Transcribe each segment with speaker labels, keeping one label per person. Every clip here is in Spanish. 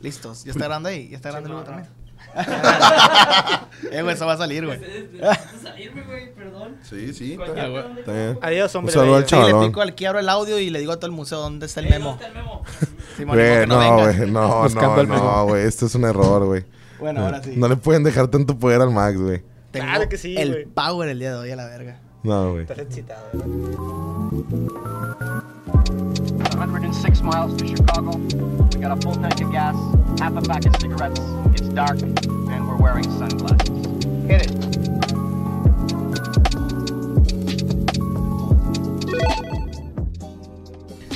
Speaker 1: Listos. Ya está grande ahí. Ya está grande el
Speaker 2: Chimorra.
Speaker 1: logo también. eh, güey, eso va a salir, güey.
Speaker 2: Necesito salirme, güey, perdón.
Speaker 3: Sí, sí.
Speaker 2: Coño,
Speaker 3: está-
Speaker 2: ¿dónde está
Speaker 3: está
Speaker 2: el
Speaker 3: bien.
Speaker 2: memo?
Speaker 4: Adiós,
Speaker 3: Un
Speaker 4: hombre.
Speaker 3: saludo al
Speaker 4: bello.
Speaker 1: Sí, le
Speaker 3: chavalón.
Speaker 1: pico al que abro el audio y le digo a todo el museo dónde está el
Speaker 2: Eh,
Speaker 1: memo.
Speaker 2: ¿dónde está el memo?
Speaker 1: Simón, ni modo
Speaker 3: Güey,
Speaker 1: que no
Speaker 3: no,
Speaker 1: venga.
Speaker 3: güey, no,
Speaker 4: Buscando
Speaker 3: no,
Speaker 4: al
Speaker 3: no,
Speaker 4: mejor.
Speaker 3: güey. Esto es un error, güey.
Speaker 1: Bueno,
Speaker 4: Ah,
Speaker 1: ahora sí.
Speaker 3: No le pueden dejar tanto poder al Max, güey.
Speaker 1: Tengo
Speaker 4: Claro que sí,
Speaker 1: el
Speaker 4: güey.
Speaker 1: power el día de hoy a la verga.
Speaker 3: No, güey.
Speaker 4: Estás excitado, ¿verdad?
Speaker 5: 106 miles to Chicago. We got a full tank of gas, half a pack of cigarettes. It's dark, and we're wearing sunglasses. Hit it.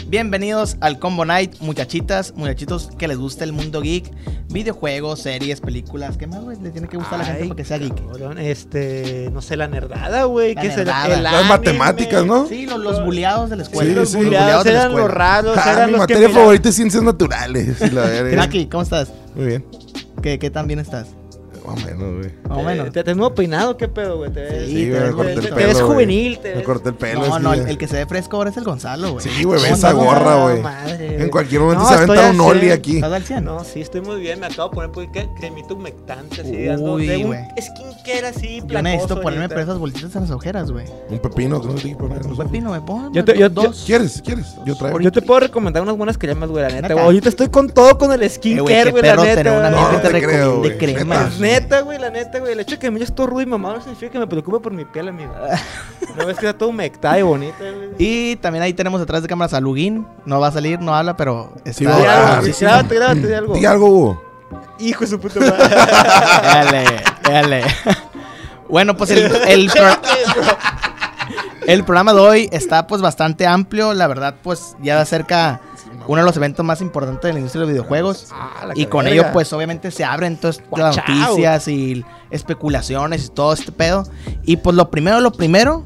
Speaker 1: Bienvenidos al Combo Night, muchachitas, muchachitos que les gusta el mundo geek, videojuegos, series, películas. ¿Qué más, güey? Le tiene que gustar a la gente
Speaker 4: Ay,
Speaker 1: para que sea geek.
Speaker 4: cabrón, Este, no sé, la nerdada, güey.
Speaker 1: La
Speaker 4: ¿Qué es el,
Speaker 1: nerdada.
Speaker 4: el
Speaker 1: Las
Speaker 4: anime.
Speaker 3: matemáticas, ¿no?
Speaker 1: Sí, los, los buleados de la escuela.
Speaker 4: Sí,
Speaker 3: Sí,
Speaker 4: los
Speaker 3: sí.
Speaker 4: buleados
Speaker 1: de la
Speaker 4: eran los
Speaker 1: escuela.
Speaker 4: raros.
Speaker 3: Ah,
Speaker 4: eran
Speaker 3: mi
Speaker 4: los que
Speaker 3: materia
Speaker 4: miraban-
Speaker 3: favorita es ciencias naturales. y la verga.
Speaker 1: Naki, ¿cómo estás?
Speaker 3: Muy bien.
Speaker 1: ¿Qué, qué tan bien estás?
Speaker 3: Más o menos, güey.
Speaker 1: Más o menos.
Speaker 4: Eh, ¿Te, te has nuevo peinado? ¿Qué pedo, güey? ¿Te ves-
Speaker 1: Sí, te
Speaker 3: güey,
Speaker 1: ves
Speaker 3: me corté el
Speaker 1: bonito.
Speaker 3: pelo.
Speaker 1: Te
Speaker 4: ves
Speaker 3: güey.
Speaker 4: juvenil, te
Speaker 3: Me
Speaker 4: ves-
Speaker 3: corté el pelo.
Speaker 1: No,
Speaker 3: es
Speaker 1: no,
Speaker 3: que-
Speaker 1: el, el que se ve fresco ahora es el Gonzalo, güey.
Speaker 3: Sí, güey, ve
Speaker 1: ¿Cómo
Speaker 3: esa
Speaker 1: andas,
Speaker 3: gorra,
Speaker 4: No,
Speaker 3: güey.
Speaker 4: madre,
Speaker 3: En
Speaker 4: güey.
Speaker 3: cualquier momento
Speaker 4: No,
Speaker 3: se
Speaker 4: estoy
Speaker 3: aventa un
Speaker 4: al
Speaker 3: oli
Speaker 4: cien.
Speaker 3: aquí.
Speaker 1: ¿Estás al 100?
Speaker 4: No, sí, estoy muy bien. Me acabo de poner pues, cre- cremita humectante, así,
Speaker 1: Uy,
Speaker 4: dando de un
Speaker 1: güey.
Speaker 4: skincare así,
Speaker 1: Yo necesito
Speaker 4: placoso,
Speaker 1: ponerme
Speaker 4: ahorita.
Speaker 1: por esas bolsitas en las ojeras, güey.
Speaker 3: Un pepino. que no te dije poner en los
Speaker 1: Un
Speaker 3: ojos.
Speaker 1: pepino me pongo.
Speaker 4: Yo te- yo- yo-
Speaker 1: dos.
Speaker 3: ¿Quieres? ¿Quieres? Yo traigo.
Speaker 4: Yo te puedo recomendar unas buenas cremas, güey, la neta,
Speaker 1: Neta.
Speaker 4: güey. Ahorita estoy con todo con el
Speaker 1: Eh, güey,
Speaker 4: skincare,
Speaker 1: qué
Speaker 4: güey, la
Speaker 1: perro tener una
Speaker 4: neta.
Speaker 3: No,
Speaker 1: amiga que
Speaker 3: no
Speaker 1: te
Speaker 3: te creo,
Speaker 1: recomiende
Speaker 3: güey.
Speaker 1: crema.
Speaker 3: Neta.
Speaker 4: Pues neta, güey, la neta, güey. El hecho de que me yo estoy rudo y mamado no significa que me preocupe por mi piel, amigo. No ves que está todo humectada y bonita, güey.
Speaker 1: Y también ahí tenemos atrás de cámaras a Lugin. No va a salir, no habla, pero está.
Speaker 3: Sí,
Speaker 4: Di algo,
Speaker 3: Ah,
Speaker 4: güey,
Speaker 3: sí, sí.
Speaker 4: Grábate, grábate, di algo.
Speaker 3: Di algo, Hugo.
Speaker 4: Hijo de su puta madre.
Speaker 1: Dale, dale. Bueno, pues el, el, pro- el programa de hoy está pues bastante amplio. La verdad, pues ya acerca uno de los eventos más importantes de la industria de los videojuegos.
Speaker 4: Ah, la
Speaker 1: Y con
Speaker 4: verga.
Speaker 1: ello, pues obviamente se abren todas las
Speaker 4: Watch out.
Speaker 1: noticias y especulaciones y todo este pedo. Y pues lo primero, lo primero,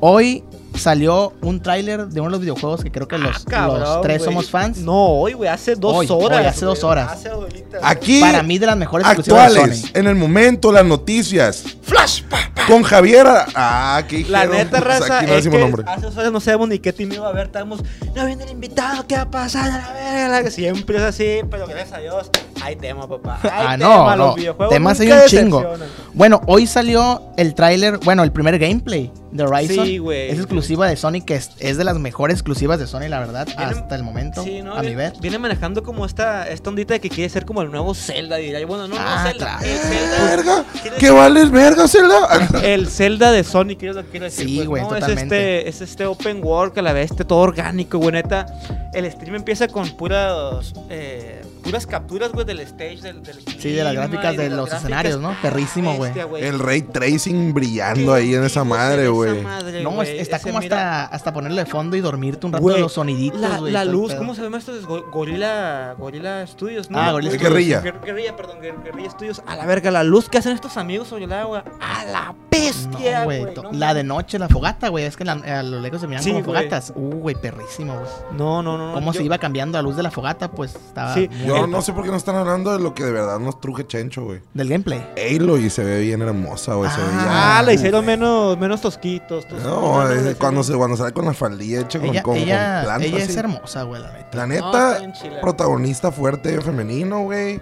Speaker 1: hoy salió un tráiler de uno de los videojuegos que creo que los, los
Speaker 4: Ah, Cabrón,
Speaker 1: tres
Speaker 4: güey.
Speaker 1: somos fans.
Speaker 4: No, hoy, güey, hace dos
Speaker 1: Hoy,
Speaker 4: horas.
Speaker 1: hoy, hace dos
Speaker 4: güey.
Speaker 1: horas.
Speaker 4: Hace ahorita, güey.
Speaker 3: Aquí.
Speaker 1: Para mí, de las mejores exclusivas de
Speaker 3: Actuales,
Speaker 1: Sony.
Speaker 3: en el momento, las noticias. Flash, Con Javiera. Ah, qué
Speaker 4: La
Speaker 3: dijeron?
Speaker 4: neta,
Speaker 3: Pues
Speaker 4: raza,
Speaker 3: Aquí no
Speaker 4: es
Speaker 3: decimos
Speaker 4: que
Speaker 3: nombre.
Speaker 4: hace dos horas no sabemos ni qué team iba a haber. Estábamos, no viene el invitado, ¿qué va a pasar? A la verga, la que siempre es así, pero gracias a Dios, hay tema, papá. Hay
Speaker 1: Ah,
Speaker 4: tema,
Speaker 1: no, no.
Speaker 4: los videojuegos
Speaker 1: Temas hay
Speaker 4: nunca
Speaker 1: un chingo.
Speaker 4: decepcionan.
Speaker 1: Bueno, hoy salió el tráiler, bueno, el primer gameplay de Horizon.
Speaker 4: Sí, güey.
Speaker 1: es exclusiva de Sony, que es, es de las mejores exclusivas de Sony, la verdad,
Speaker 4: Viene-
Speaker 1: hasta el momento,
Speaker 4: Sí, ¿no?
Speaker 1: a mi
Speaker 4: Viene-
Speaker 1: ver.
Speaker 4: Viene manejando como esta, esta ondita de que quiere ser como el nuevo Zelda, diría yo. Bueno, no,
Speaker 1: Ah,
Speaker 4: no Zelda.
Speaker 1: claro.
Speaker 4: El Zelda.
Speaker 3: Verga.
Speaker 4: quiere-
Speaker 3: ¿Qué vales, verga, Zelda?
Speaker 4: El Zelda de Sonic, yo lo quiero decir.
Speaker 1: Sí,
Speaker 4: pues,
Speaker 1: güey,
Speaker 4: ¿no?
Speaker 1: totalmente.
Speaker 4: Es este, es este open world que a la vez esté todo orgánico, güey, neta. El stream empieza con puras, eh, puras capturas, güey, del stage, del, del
Speaker 1: Sí, de
Speaker 4: clima
Speaker 1: las
Speaker 4: y
Speaker 1: gráficas de
Speaker 4: las
Speaker 1: los
Speaker 4: gráficas.
Speaker 1: escenarios, ¿no? Perrísimo, güey.
Speaker 4: Bestia,
Speaker 3: El Ray Tracing brillando ahí en esa
Speaker 4: Sí,
Speaker 3: madre,
Speaker 4: esa
Speaker 3: güey.
Speaker 4: madre,
Speaker 1: No, es-
Speaker 4: güey,
Speaker 1: está
Speaker 4: ese
Speaker 1: como
Speaker 4: mira-
Speaker 1: hasta, hasta ponerle de fondo y dormirte un rato
Speaker 4: Güey,
Speaker 1: de los soniditos,
Speaker 4: La,
Speaker 1: güey,
Speaker 4: la
Speaker 1: todo el
Speaker 4: luz,
Speaker 1: pedo.
Speaker 4: ¿cómo se llama esto? Es Go- gorila, gorila Studios, ¿no?
Speaker 1: Ah, Gorilla
Speaker 4: Güey,
Speaker 3: Studios. Guerrilla.
Speaker 4: Guer- Guerrilla, perdón, Guer- Guerrilla Studios. A la verga, la luz que hacen estos amigos sobre el agua. A la bestia,
Speaker 1: No,
Speaker 4: güey.
Speaker 1: güey. to-
Speaker 4: no
Speaker 1: la de
Speaker 4: mames.
Speaker 1: noche, la fogata, güey. Es que la- a lo lejos se miran
Speaker 4: Sí,
Speaker 1: como
Speaker 4: güey.
Speaker 1: fogatas. Uh, güey, perrísimo, güey.
Speaker 4: No, no, no. no,
Speaker 1: Cómo
Speaker 4: yo-
Speaker 1: se iba cambiando la luz de la fogata, pues estaba.
Speaker 4: Sí.
Speaker 1: muy
Speaker 3: Yo
Speaker 1: bien.
Speaker 3: no sé por qué no están hablando de lo que de verdad nos truje Chencho, güey.
Speaker 1: Del gameplay.
Speaker 3: Halo y se ve bien hermosa, güey. se ve
Speaker 4: Ah,
Speaker 3: ya-
Speaker 4: la hicieron menos, menos tosquitos. tosquitos,
Speaker 3: No, es
Speaker 4: la hicieron-
Speaker 3: cuando, se, cuando sale con la faldilla hecha con,
Speaker 1: Ella,
Speaker 3: con- con
Speaker 1: ella,
Speaker 3: plantas,
Speaker 1: ella es
Speaker 3: sí.
Speaker 1: hermosa, güey, la neta.
Speaker 3: La
Speaker 4: No,
Speaker 3: neta,
Speaker 4: está bien chila.
Speaker 3: protagonista fuerte femenino, güey.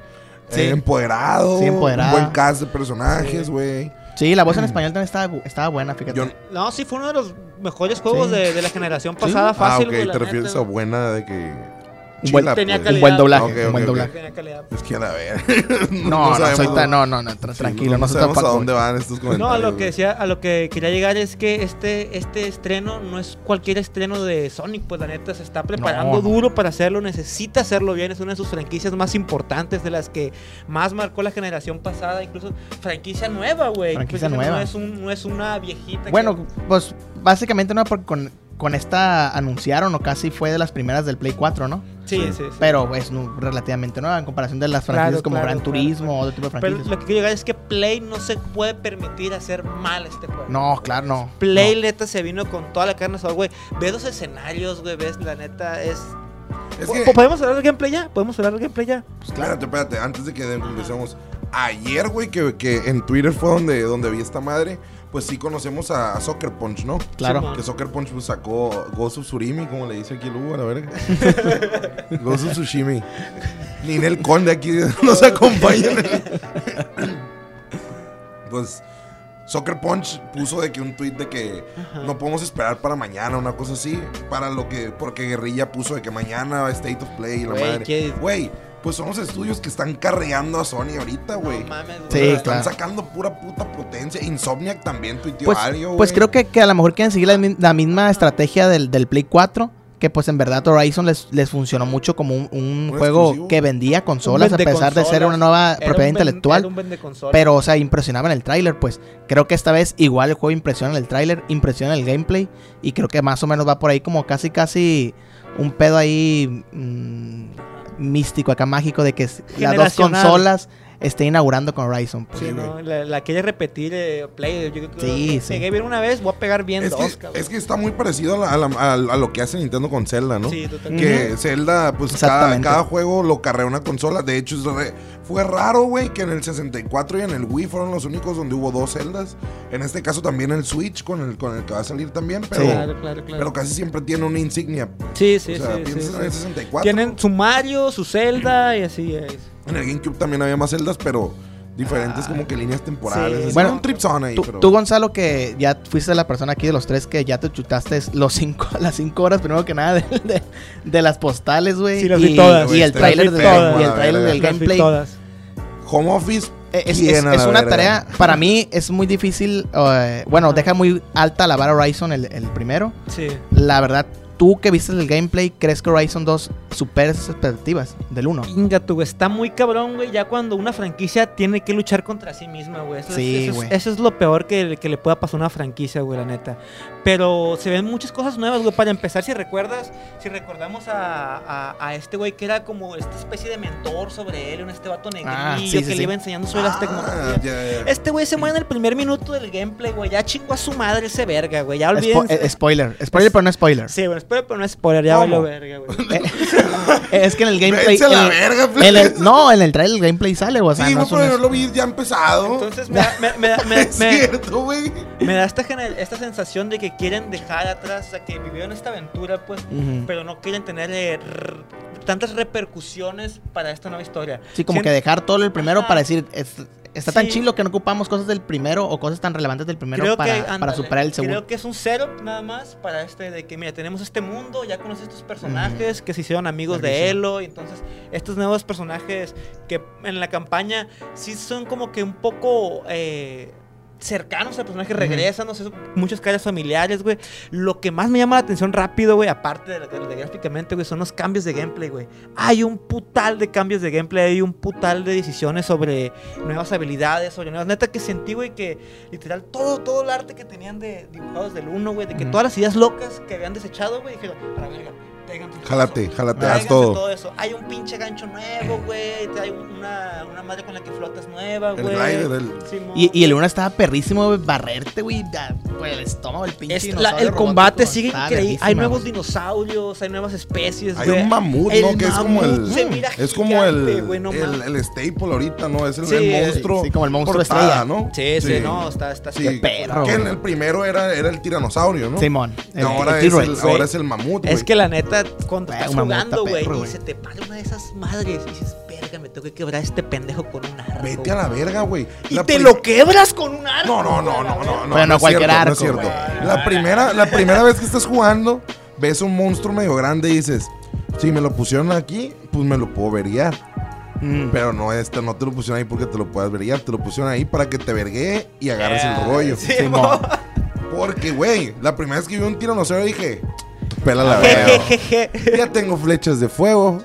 Speaker 1: Sí.
Speaker 3: Eh, empoderado.
Speaker 1: Sí, empoderada.
Speaker 3: Un buen cast de personajes, güey.
Speaker 1: Sí, la voz en español también estaba, bu- estaba buena, fíjate.
Speaker 3: Yo-
Speaker 4: No, sí, fue uno de los mejores juegos
Speaker 1: Sí.
Speaker 4: de, de la generación
Speaker 3: ¿Sí?
Speaker 4: pasada. Fácil,
Speaker 3: Ah, ok,
Speaker 4: güey, la
Speaker 3: te refieres
Speaker 4: neta,
Speaker 3: a
Speaker 4: güey.
Speaker 3: buena de que.
Speaker 1: buen-
Speaker 3: chila,
Speaker 4: tenía
Speaker 1: un
Speaker 4: calidad.
Speaker 1: buen doblaje,
Speaker 3: Ok,
Speaker 1: un buen
Speaker 3: ok, ok.
Speaker 1: doblaje.
Speaker 4: Tenía calidad.
Speaker 3: Es que a la ver.
Speaker 1: No, no,
Speaker 3: sabemos
Speaker 1: soy tan-
Speaker 3: dónde-
Speaker 1: no, no, no, tra-
Speaker 3: sí,
Speaker 1: tranquilo, no,
Speaker 3: no
Speaker 1: soy tan
Speaker 3: sabemos a
Speaker 1: fanboy.
Speaker 3: dónde van estos comentarios.
Speaker 4: No, a lo que
Speaker 3: güey.
Speaker 4: decía, a lo que quería llegar es que este, este estreno no es cualquier estreno de Sonic, pues la neta se está preparando
Speaker 1: No.
Speaker 4: duro para hacerlo, necesita hacerlo bien, es una de sus franquicias más importantes, de las que más marcó la generación pasada, incluso franquicia nueva, güey.
Speaker 1: Franquicia
Speaker 4: Pues,
Speaker 1: nueva.
Speaker 4: No es, un- no es una viejita. que-
Speaker 1: Bueno, pues básicamente no, porque con, con esta anunciaron o casi fue de las primeras del Play 4, ¿no?
Speaker 4: sí, sí, sí.
Speaker 1: Pero es nu- relativamente nueva en comparación de las franquicias
Speaker 4: Claro,
Speaker 1: como
Speaker 4: claro,
Speaker 1: Gran
Speaker 4: claro,
Speaker 1: Turismo
Speaker 4: claro.
Speaker 1: o otro tipo de
Speaker 4: Pero
Speaker 1: franquicias.
Speaker 4: lo que quiero llegar es que Play no se puede permitir hacer mal este juego.
Speaker 1: No, claro, no.
Speaker 4: Play
Speaker 1: no.
Speaker 4: neta se vino con toda la carne al asador, güey. Ves los escenarios, güey, ves, la neta es...
Speaker 3: Es
Speaker 4: Po-
Speaker 3: que-
Speaker 1: Oh, pues-
Speaker 4: po- ¿Podemos hablar del gameplay ya? ¿Podemos hablar del gameplay ya?
Speaker 3: Espérate, espérate, antes de que de- empecemos. Ayer, güey, que, que en Twitter fue donde, donde vi esta madre, pues sí conocemos a, a Soccer Punch, ¿no?
Speaker 1: Claro.
Speaker 4: Simón.
Speaker 3: Que Soccer Punch pues, sacó Ghost of Tsurimi, como le dice aquí el Hugo, a la verga. Ghost of Tsushimi. Ninel Conde aquí nos acompaña. pues Soccer Punch puso de que un tweet de que no podemos esperar para mañana, una cosa así, para lo que porque Guerrilla puso de que mañana State of Play y la
Speaker 4: Güey,
Speaker 3: madre.
Speaker 4: ¿qué?
Speaker 3: Güey, pues son los estudios que están carreando a Sony ahorita, güey.
Speaker 4: mames, güey.
Speaker 1: Sí,
Speaker 3: están
Speaker 1: claro.
Speaker 3: sacando pura puta potencia. Insomniac también tuiteó
Speaker 1: Pues,
Speaker 3: algo,
Speaker 1: pues
Speaker 3: güey.
Speaker 1: creo que, que a lo mejor quieren seguir la, mi- la misma estrategia del, del Play 4. Que pues en verdad Horizon les, les funcionó mucho como un, un
Speaker 3: Un
Speaker 1: juego
Speaker 3: exclusivo.
Speaker 1: que vendía
Speaker 4: Un
Speaker 1: consolas a
Speaker 4: vende
Speaker 1: pesar de ser
Speaker 4: consolas.
Speaker 1: una nueva
Speaker 4: Era un
Speaker 1: propiedad
Speaker 4: ven-
Speaker 1: intelectual.
Speaker 4: era un vende consolas.
Speaker 1: Pero, o sea, impresionaba en el tráiler, pues. Creo que esta vez igual el juego impresiona en el tráiler, impresiona en el gameplay. Y creo que más o menos va por ahí como casi, casi un pedo ahí mm, místico, acá mágico, de que s- las dos
Speaker 4: Generacional.
Speaker 1: consolas estén inaugurando con Horizon. Pues.
Speaker 4: Sí, no, la, la quiere repetir eh, Play. Yo creo que
Speaker 1: Sí,
Speaker 4: lo-
Speaker 1: sí.
Speaker 4: pegué bien una vez, voy a pegar bien
Speaker 3: Es
Speaker 4: dos,
Speaker 3: que,
Speaker 4: cabrón.
Speaker 3: es que está muy parecido a, la- a la- a- a lo que hace Nintendo con Zelda, ¿no?
Speaker 4: Sí, totalmente.
Speaker 3: Que Zelda, pues cada,
Speaker 1: Exactamente.
Speaker 3: cada juego lo carrea una consola. De hecho, es re- fue raro, güey, que en el 64 y en el Wii fueron los únicos donde hubo dos Zeldas. En este caso también el Switch con el, con el que va a salir también, pero,
Speaker 1: Sí.
Speaker 4: Claro, claro, claro.
Speaker 3: pero casi siempre tiene una insignia.
Speaker 4: sí, sí,
Speaker 3: o sea,
Speaker 4: sí, sí,
Speaker 3: piensas en
Speaker 4: sí.
Speaker 3: el 64.
Speaker 4: Tienen su Mario, su Zelda y así eh, es.
Speaker 3: En el GameCube también había más Zeldas, pero diferentes como que líneas temporales.
Speaker 4: Ah. Sí.
Speaker 3: Es
Speaker 1: Bueno,
Speaker 3: un tripson ahí,
Speaker 1: Tú,
Speaker 3: pero...
Speaker 1: tú, Gonzalo, que ya fuiste la persona aquí de los tres que ya te chutaste los cinco, las cinco horas, primero que nada, de, de- de las postales, güey.
Speaker 4: Sí, las
Speaker 1: y,
Speaker 4: vi todas.
Speaker 1: y el
Speaker 3: Las vi
Speaker 1: tráiler de-
Speaker 4: todas.
Speaker 1: y el tráiler del
Speaker 3: El
Speaker 4: Las vi
Speaker 1: gameplay.
Speaker 4: todas.
Speaker 3: Home Office...
Speaker 1: Eh, Es,
Speaker 3: ¿quién
Speaker 1: es-
Speaker 3: a
Speaker 1: es
Speaker 3: la
Speaker 1: una
Speaker 3: verga?
Speaker 1: tarea, para mí es muy difícil, eh, bueno,
Speaker 4: Ajá.
Speaker 1: deja muy alta la vara Horizon el, el primero.
Speaker 4: Sí.
Speaker 1: La verdad, tú que viste el gameplay, ¿crees que Horizon 2 supera esas expectativas del 1?
Speaker 4: Inga, tú, güey, está muy cabrón, güey, ya cuando una franquicia tiene que luchar contra sí misma, güey. Eso, es-
Speaker 1: Sí,
Speaker 4: eso es,
Speaker 1: güey.
Speaker 4: eso es lo peor que, que le pueda pasar a una franquicia, güey, la neta. Pero se ven muchas cosas nuevas, güey. Para empezar, si recuerdas, si recordamos a, a- a este güey que era como esta especie de mentor sobre él, un este vato negrillo
Speaker 1: Ah, sí, sí,
Speaker 4: que
Speaker 1: sí.
Speaker 4: le iba enseñando sobre las
Speaker 3: Ah,
Speaker 4: tecnologías.
Speaker 3: ya, ya.
Speaker 4: Este güey se muere en el primer minuto del gameplay, güey. Ya chingó a su madre ese verga, güey. Ya
Speaker 1: Spo-
Speaker 4: olvídense.
Speaker 1: eh, spoiler, spoiler, pero no spoiler.
Speaker 4: Sí, bueno, espero, pero no es spoiler, ya
Speaker 3: ¿Cómo?
Speaker 4: valió verga, güey.
Speaker 1: Eh, es que en el gameplay...
Speaker 3: Vense a la
Speaker 1: en el-
Speaker 3: verga, pues.
Speaker 1: en el- no, en el trailer el gameplay sale, güey, o sea,
Speaker 3: Sí,
Speaker 1: no
Speaker 3: güey,
Speaker 1: es un
Speaker 3: pero yo lo vi ya empezado.
Speaker 4: Entonces me da, me, me da- me-
Speaker 3: es
Speaker 4: me-
Speaker 3: cierto, güey.
Speaker 4: me da esta, gener- esta sensación de que quieren dejar atrás, o sea, que vivieron esta aventura, pues,
Speaker 1: Ujú.
Speaker 4: pero no quieren tener eh, r- tantas repercusiones para esta nueva historia.
Speaker 1: Sí, como
Speaker 4: Sien-
Speaker 1: que dejar todo el primero
Speaker 4: Ajá.
Speaker 1: para decir, es- está tan
Speaker 4: Sí.
Speaker 1: chilo que no ocupamos cosas del primero o cosas tan relevantes del primero
Speaker 4: creo que,
Speaker 1: para, para
Speaker 4: ándale,
Speaker 1: superar el
Speaker 4: Creo
Speaker 1: segundo.
Speaker 4: que es un setup nada más para este de que, mira, tenemos este mundo, ya conoces estos personajes
Speaker 1: Mm.
Speaker 4: que se hicieron amigos de
Speaker 1: Verguísima.
Speaker 4: Elo, y entonces estos nuevos personajes que en la campaña sí son como que un poco... eh, cercanos al personaje regresan, no sé, muchas caras familiares, güey. Lo que más me llama la atención rápido, güey, aparte de, de- de gráficamente, güey, son los cambios de gameplay, güey. Hay un putal de cambios de gameplay, hay un putal de decisiones sobre nuevas habilidades, sobre nuevas. Neta que sentí, güey, que literal todo, todo el arte que tenían de dibujados del uno, güey, de que
Speaker 1: Ujú.
Speaker 4: todas las ideas locas que habían desechado, güey, dijeron, "A la verga, ténganse todo
Speaker 3: Jálate,
Speaker 4: eso".
Speaker 3: jálate,
Speaker 4: Tráiganse
Speaker 3: haz todo.
Speaker 4: todo eso. Hay un pinche gancho nuevo, güey. Hay una, una madre con la que flotas nueva,
Speaker 3: El
Speaker 4: güey.
Speaker 3: glider, el...
Speaker 4: Simón.
Speaker 1: Y, y el uno estaba perrísimo, güey, barrerte, güey, da- por el estómago, el pinche
Speaker 4: Es- la-
Speaker 1: dinosaurio
Speaker 4: el combate
Speaker 1: robótico,
Speaker 4: sigue
Speaker 1: estaba
Speaker 4: increíble. Hay
Speaker 1: verguísima,
Speaker 4: nuevos
Speaker 1: güey.
Speaker 4: dinosaurios, hay nuevas especies.
Speaker 3: Hay
Speaker 4: güey.
Speaker 3: un mamut,
Speaker 4: El
Speaker 3: ¿no? Que es como el.
Speaker 4: mamut se mira
Speaker 3: Es como el,
Speaker 4: gigante, güey, no
Speaker 3: el,
Speaker 4: mames.
Speaker 3: el staple ahorita, ¿no? Es el,
Speaker 4: Sí,
Speaker 3: el
Speaker 4: sí,
Speaker 3: monstruo.
Speaker 1: sí, como el monstruo estrella.
Speaker 3: ¿no?
Speaker 4: Sí, sí, no, está, está
Speaker 3: Sí.
Speaker 4: está-
Speaker 1: perro,
Speaker 3: Que en
Speaker 1: güey.
Speaker 3: el primero era, era el tiranosaurio, ¿no?
Speaker 1: Simón,
Speaker 3: Y
Speaker 1: el-
Speaker 3: ahora,
Speaker 1: el
Speaker 3: es el,
Speaker 1: T-Rex, güey.
Speaker 3: ahora es el mamut, güey.
Speaker 4: Es que la neta, cuando
Speaker 1: Güey,
Speaker 4: estás
Speaker 1: un mamut está
Speaker 4: jugando, güey,
Speaker 1: perro,
Speaker 4: y
Speaker 1: güey.
Speaker 4: se te para una de esas madres y dices, verga, me tengo que quebrar este pendejo con un arco.
Speaker 3: Vete a la verga, güey.
Speaker 4: Y
Speaker 3: La
Speaker 4: te
Speaker 3: pri-
Speaker 4: lo quebras con un arco.
Speaker 3: No, no, no,
Speaker 4: güey, a
Speaker 3: no,
Speaker 4: la
Speaker 3: no,
Speaker 4: verga.
Speaker 3: no.
Speaker 1: Pero no
Speaker 3: es
Speaker 1: cualquier
Speaker 3: cierto,
Speaker 1: arco,
Speaker 3: No es cierto. La primera, la primera vez que estás jugando, ves un monstruo medio grande y dices, si me lo pusieron aquí, pues me lo puedo verguear.
Speaker 1: Mm.
Speaker 3: Pero no, este no te lo pusieron ahí porque te lo puedas verguear, te lo pusieron ahí para que te verguee y agarres el rollo.
Speaker 4: Eh, Sí,
Speaker 1: Simón.
Speaker 3: Porque, güey, la primera vez que vi un tiranosaurio dije, pela la verga.
Speaker 4: Jejejeje.
Speaker 3: Ya tengo flechas de fuego.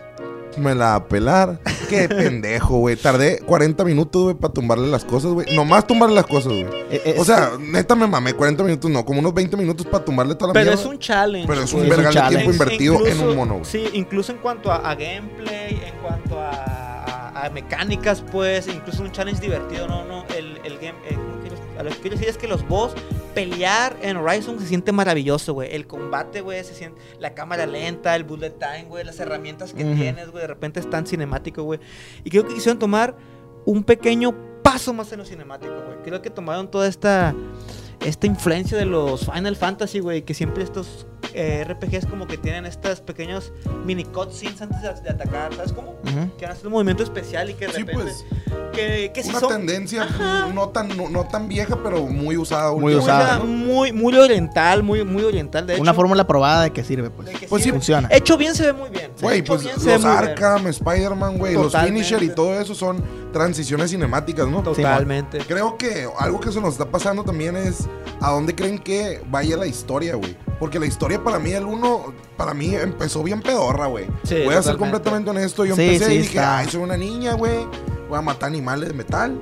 Speaker 3: Me la va a pelar. Qué pendejo, güey. Tardé 40 minutos, güey, para tumbarle las cosas, güey. Nomás tumbarle las cosas, güey.
Speaker 1: Eh, eh,
Speaker 3: O sea, neta me mamé 40 minutos, no, como unos 20 minutos para tumbarle toda la
Speaker 4: Pero
Speaker 3: mierda.
Speaker 4: es un challenge.
Speaker 3: Pero es
Speaker 1: es
Speaker 3: un
Speaker 1: un
Speaker 3: vergal de
Speaker 1: challenge.
Speaker 3: tiempo invertido en
Speaker 4: Incluso-
Speaker 3: un mono, güey.
Speaker 4: Sí, incluso en cuanto a, a gameplay, en cuanto a, a- a mecánicas, pues, incluso un challenge divertido, no, no, el, el game, eh, ¿cómo quiero- a lo que quiero decir es que los boss pelear en Horizon se siente maravilloso, güey, el combate, güey, se siente, la cámara lenta, el bullet time, güey, las herramientas que
Speaker 1: Ujú.
Speaker 4: tienes, güey, de repente es tan cinemático, güey, y creo que quisieron tomar un pequeño paso más en lo cinemático, güey, creo que tomaron toda esta esta influencia de los Final Fantasy, güey, que siempre estos eh, RPGs como que tienen estas pequeños mini cutscenes antes de, de atacar, ¿sabes cómo?
Speaker 1: Ujú.
Speaker 4: Que hacen un movimiento especial y que de
Speaker 3: Sí,
Speaker 4: repente...
Speaker 3: pues.
Speaker 4: que, que si
Speaker 3: Una
Speaker 4: son-
Speaker 3: tendencia
Speaker 4: Ajá.
Speaker 3: no tan, no, no tan vieja, pero muy usada.
Speaker 1: Muy
Speaker 4: muy,
Speaker 3: últimamente,
Speaker 1: usada.
Speaker 3: ¿no?
Speaker 4: muy, muy oriental, muy, muy oriental, de hecho.
Speaker 1: Una fórmula probada de que sirve, pues.
Speaker 4: de que
Speaker 3: Pues sí,
Speaker 4: sirve.
Speaker 1: funciona.
Speaker 4: Hecho bien se ve muy bien.
Speaker 3: Güey,
Speaker 4: Hecho
Speaker 3: pues
Speaker 4: bien se ve
Speaker 3: los
Speaker 4: muy bien.
Speaker 3: Arkham, Spider-Man, güey, los
Speaker 4: Totalmente.
Speaker 3: Finisher y todo eso son transiciones cinemáticas, ¿no?
Speaker 4: Totalmente.
Speaker 3: Creo que algo que se nos está pasando también es a dónde creen que vaya la historia, güey. Porque la historia para mí, el uno, para mí empezó bien pedorra, güey.
Speaker 4: Sí,
Speaker 3: Voy a ser
Speaker 4: totalmente.
Speaker 3: completamente honesto. Yo
Speaker 1: Sí,
Speaker 3: empecé
Speaker 1: sí,
Speaker 3: y dije,
Speaker 1: está.
Speaker 3: ay, soy una niña, güey. Voy a matar animales de metal.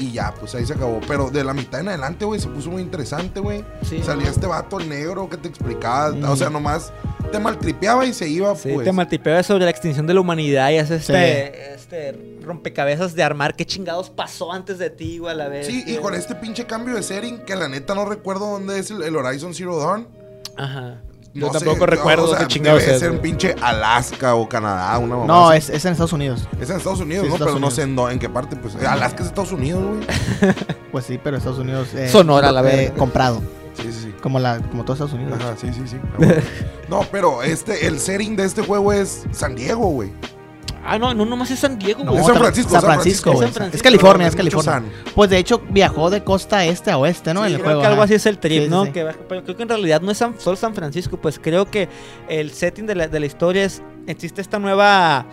Speaker 3: Y ya, pues ahí se acabó. Pero de la mitad en adelante, güey, se puso muy interesante, güey.
Speaker 4: Sí.
Speaker 3: Salía este vato, el negro, que te explicaba.
Speaker 1: Mm.
Speaker 3: O sea, nomás te maltripeaba y se iba,
Speaker 4: Sí,
Speaker 3: pues.
Speaker 4: te maltipeo sobre la extinción de la humanidad y haces
Speaker 1: Sí.
Speaker 4: este, este rompecabezas de armar qué chingados pasó antes de ti, güey, a la vez.
Speaker 3: Sí, y con este pinche cambio de setting, que la neta no recuerdo dónde es el, el Horizon Zero Dawn.
Speaker 4: Ajá.
Speaker 3: No
Speaker 4: Yo
Speaker 3: sé,
Speaker 4: tampoco
Speaker 3: o
Speaker 4: recuerdo
Speaker 3: sea,
Speaker 4: qué chingados
Speaker 3: Debe
Speaker 4: es,
Speaker 3: ser en
Speaker 4: güey.
Speaker 3: pinche Alaska o Canadá, una mamá.
Speaker 1: No,
Speaker 3: así.
Speaker 1: es, es en Estados Unidos.
Speaker 3: es, en Estados Unidos,
Speaker 1: Sí,
Speaker 3: ¿no?
Speaker 1: Estados
Speaker 3: pero no
Speaker 1: Unidos.
Speaker 3: sé en, dó- en qué parte. Pues Alaska es Estados Unidos, güey.
Speaker 1: Pues sí, pero Estados Unidos. eh,
Speaker 4: Sonora, la
Speaker 1: eh,
Speaker 4: verga.
Speaker 1: comprado.
Speaker 3: Sí, sí, sí.
Speaker 1: Como, la, como todo Estados Unidos.
Speaker 3: Ajá, sí, sí, sí. Ah, bueno. No, pero este, el setting de este juego es San Diego, güey.
Speaker 4: Ah, no, no, nomás es San Diego,
Speaker 1: No,
Speaker 4: güey.
Speaker 3: es San Francisco,
Speaker 1: San
Speaker 3: San
Speaker 1: Francisco,
Speaker 3: Francisco.
Speaker 1: güey.
Speaker 4: Es San
Speaker 1: Es
Speaker 4: Francisco.
Speaker 1: California, es
Speaker 3: Pero mucho
Speaker 1: California. Pues de hecho viajó de costa este a oeste, ¿no?
Speaker 4: Sí,
Speaker 1: en el
Speaker 4: creo
Speaker 1: juego.
Speaker 4: que algo
Speaker 1: ajá.
Speaker 4: así es el trip,
Speaker 1: Sí, sí,
Speaker 4: ¿no?
Speaker 1: sí.
Speaker 4: Que baja- pero creo que en realidad no es San- solo San Francisco, pues creo que el setting de la, de la historia es. Existe esta nueva.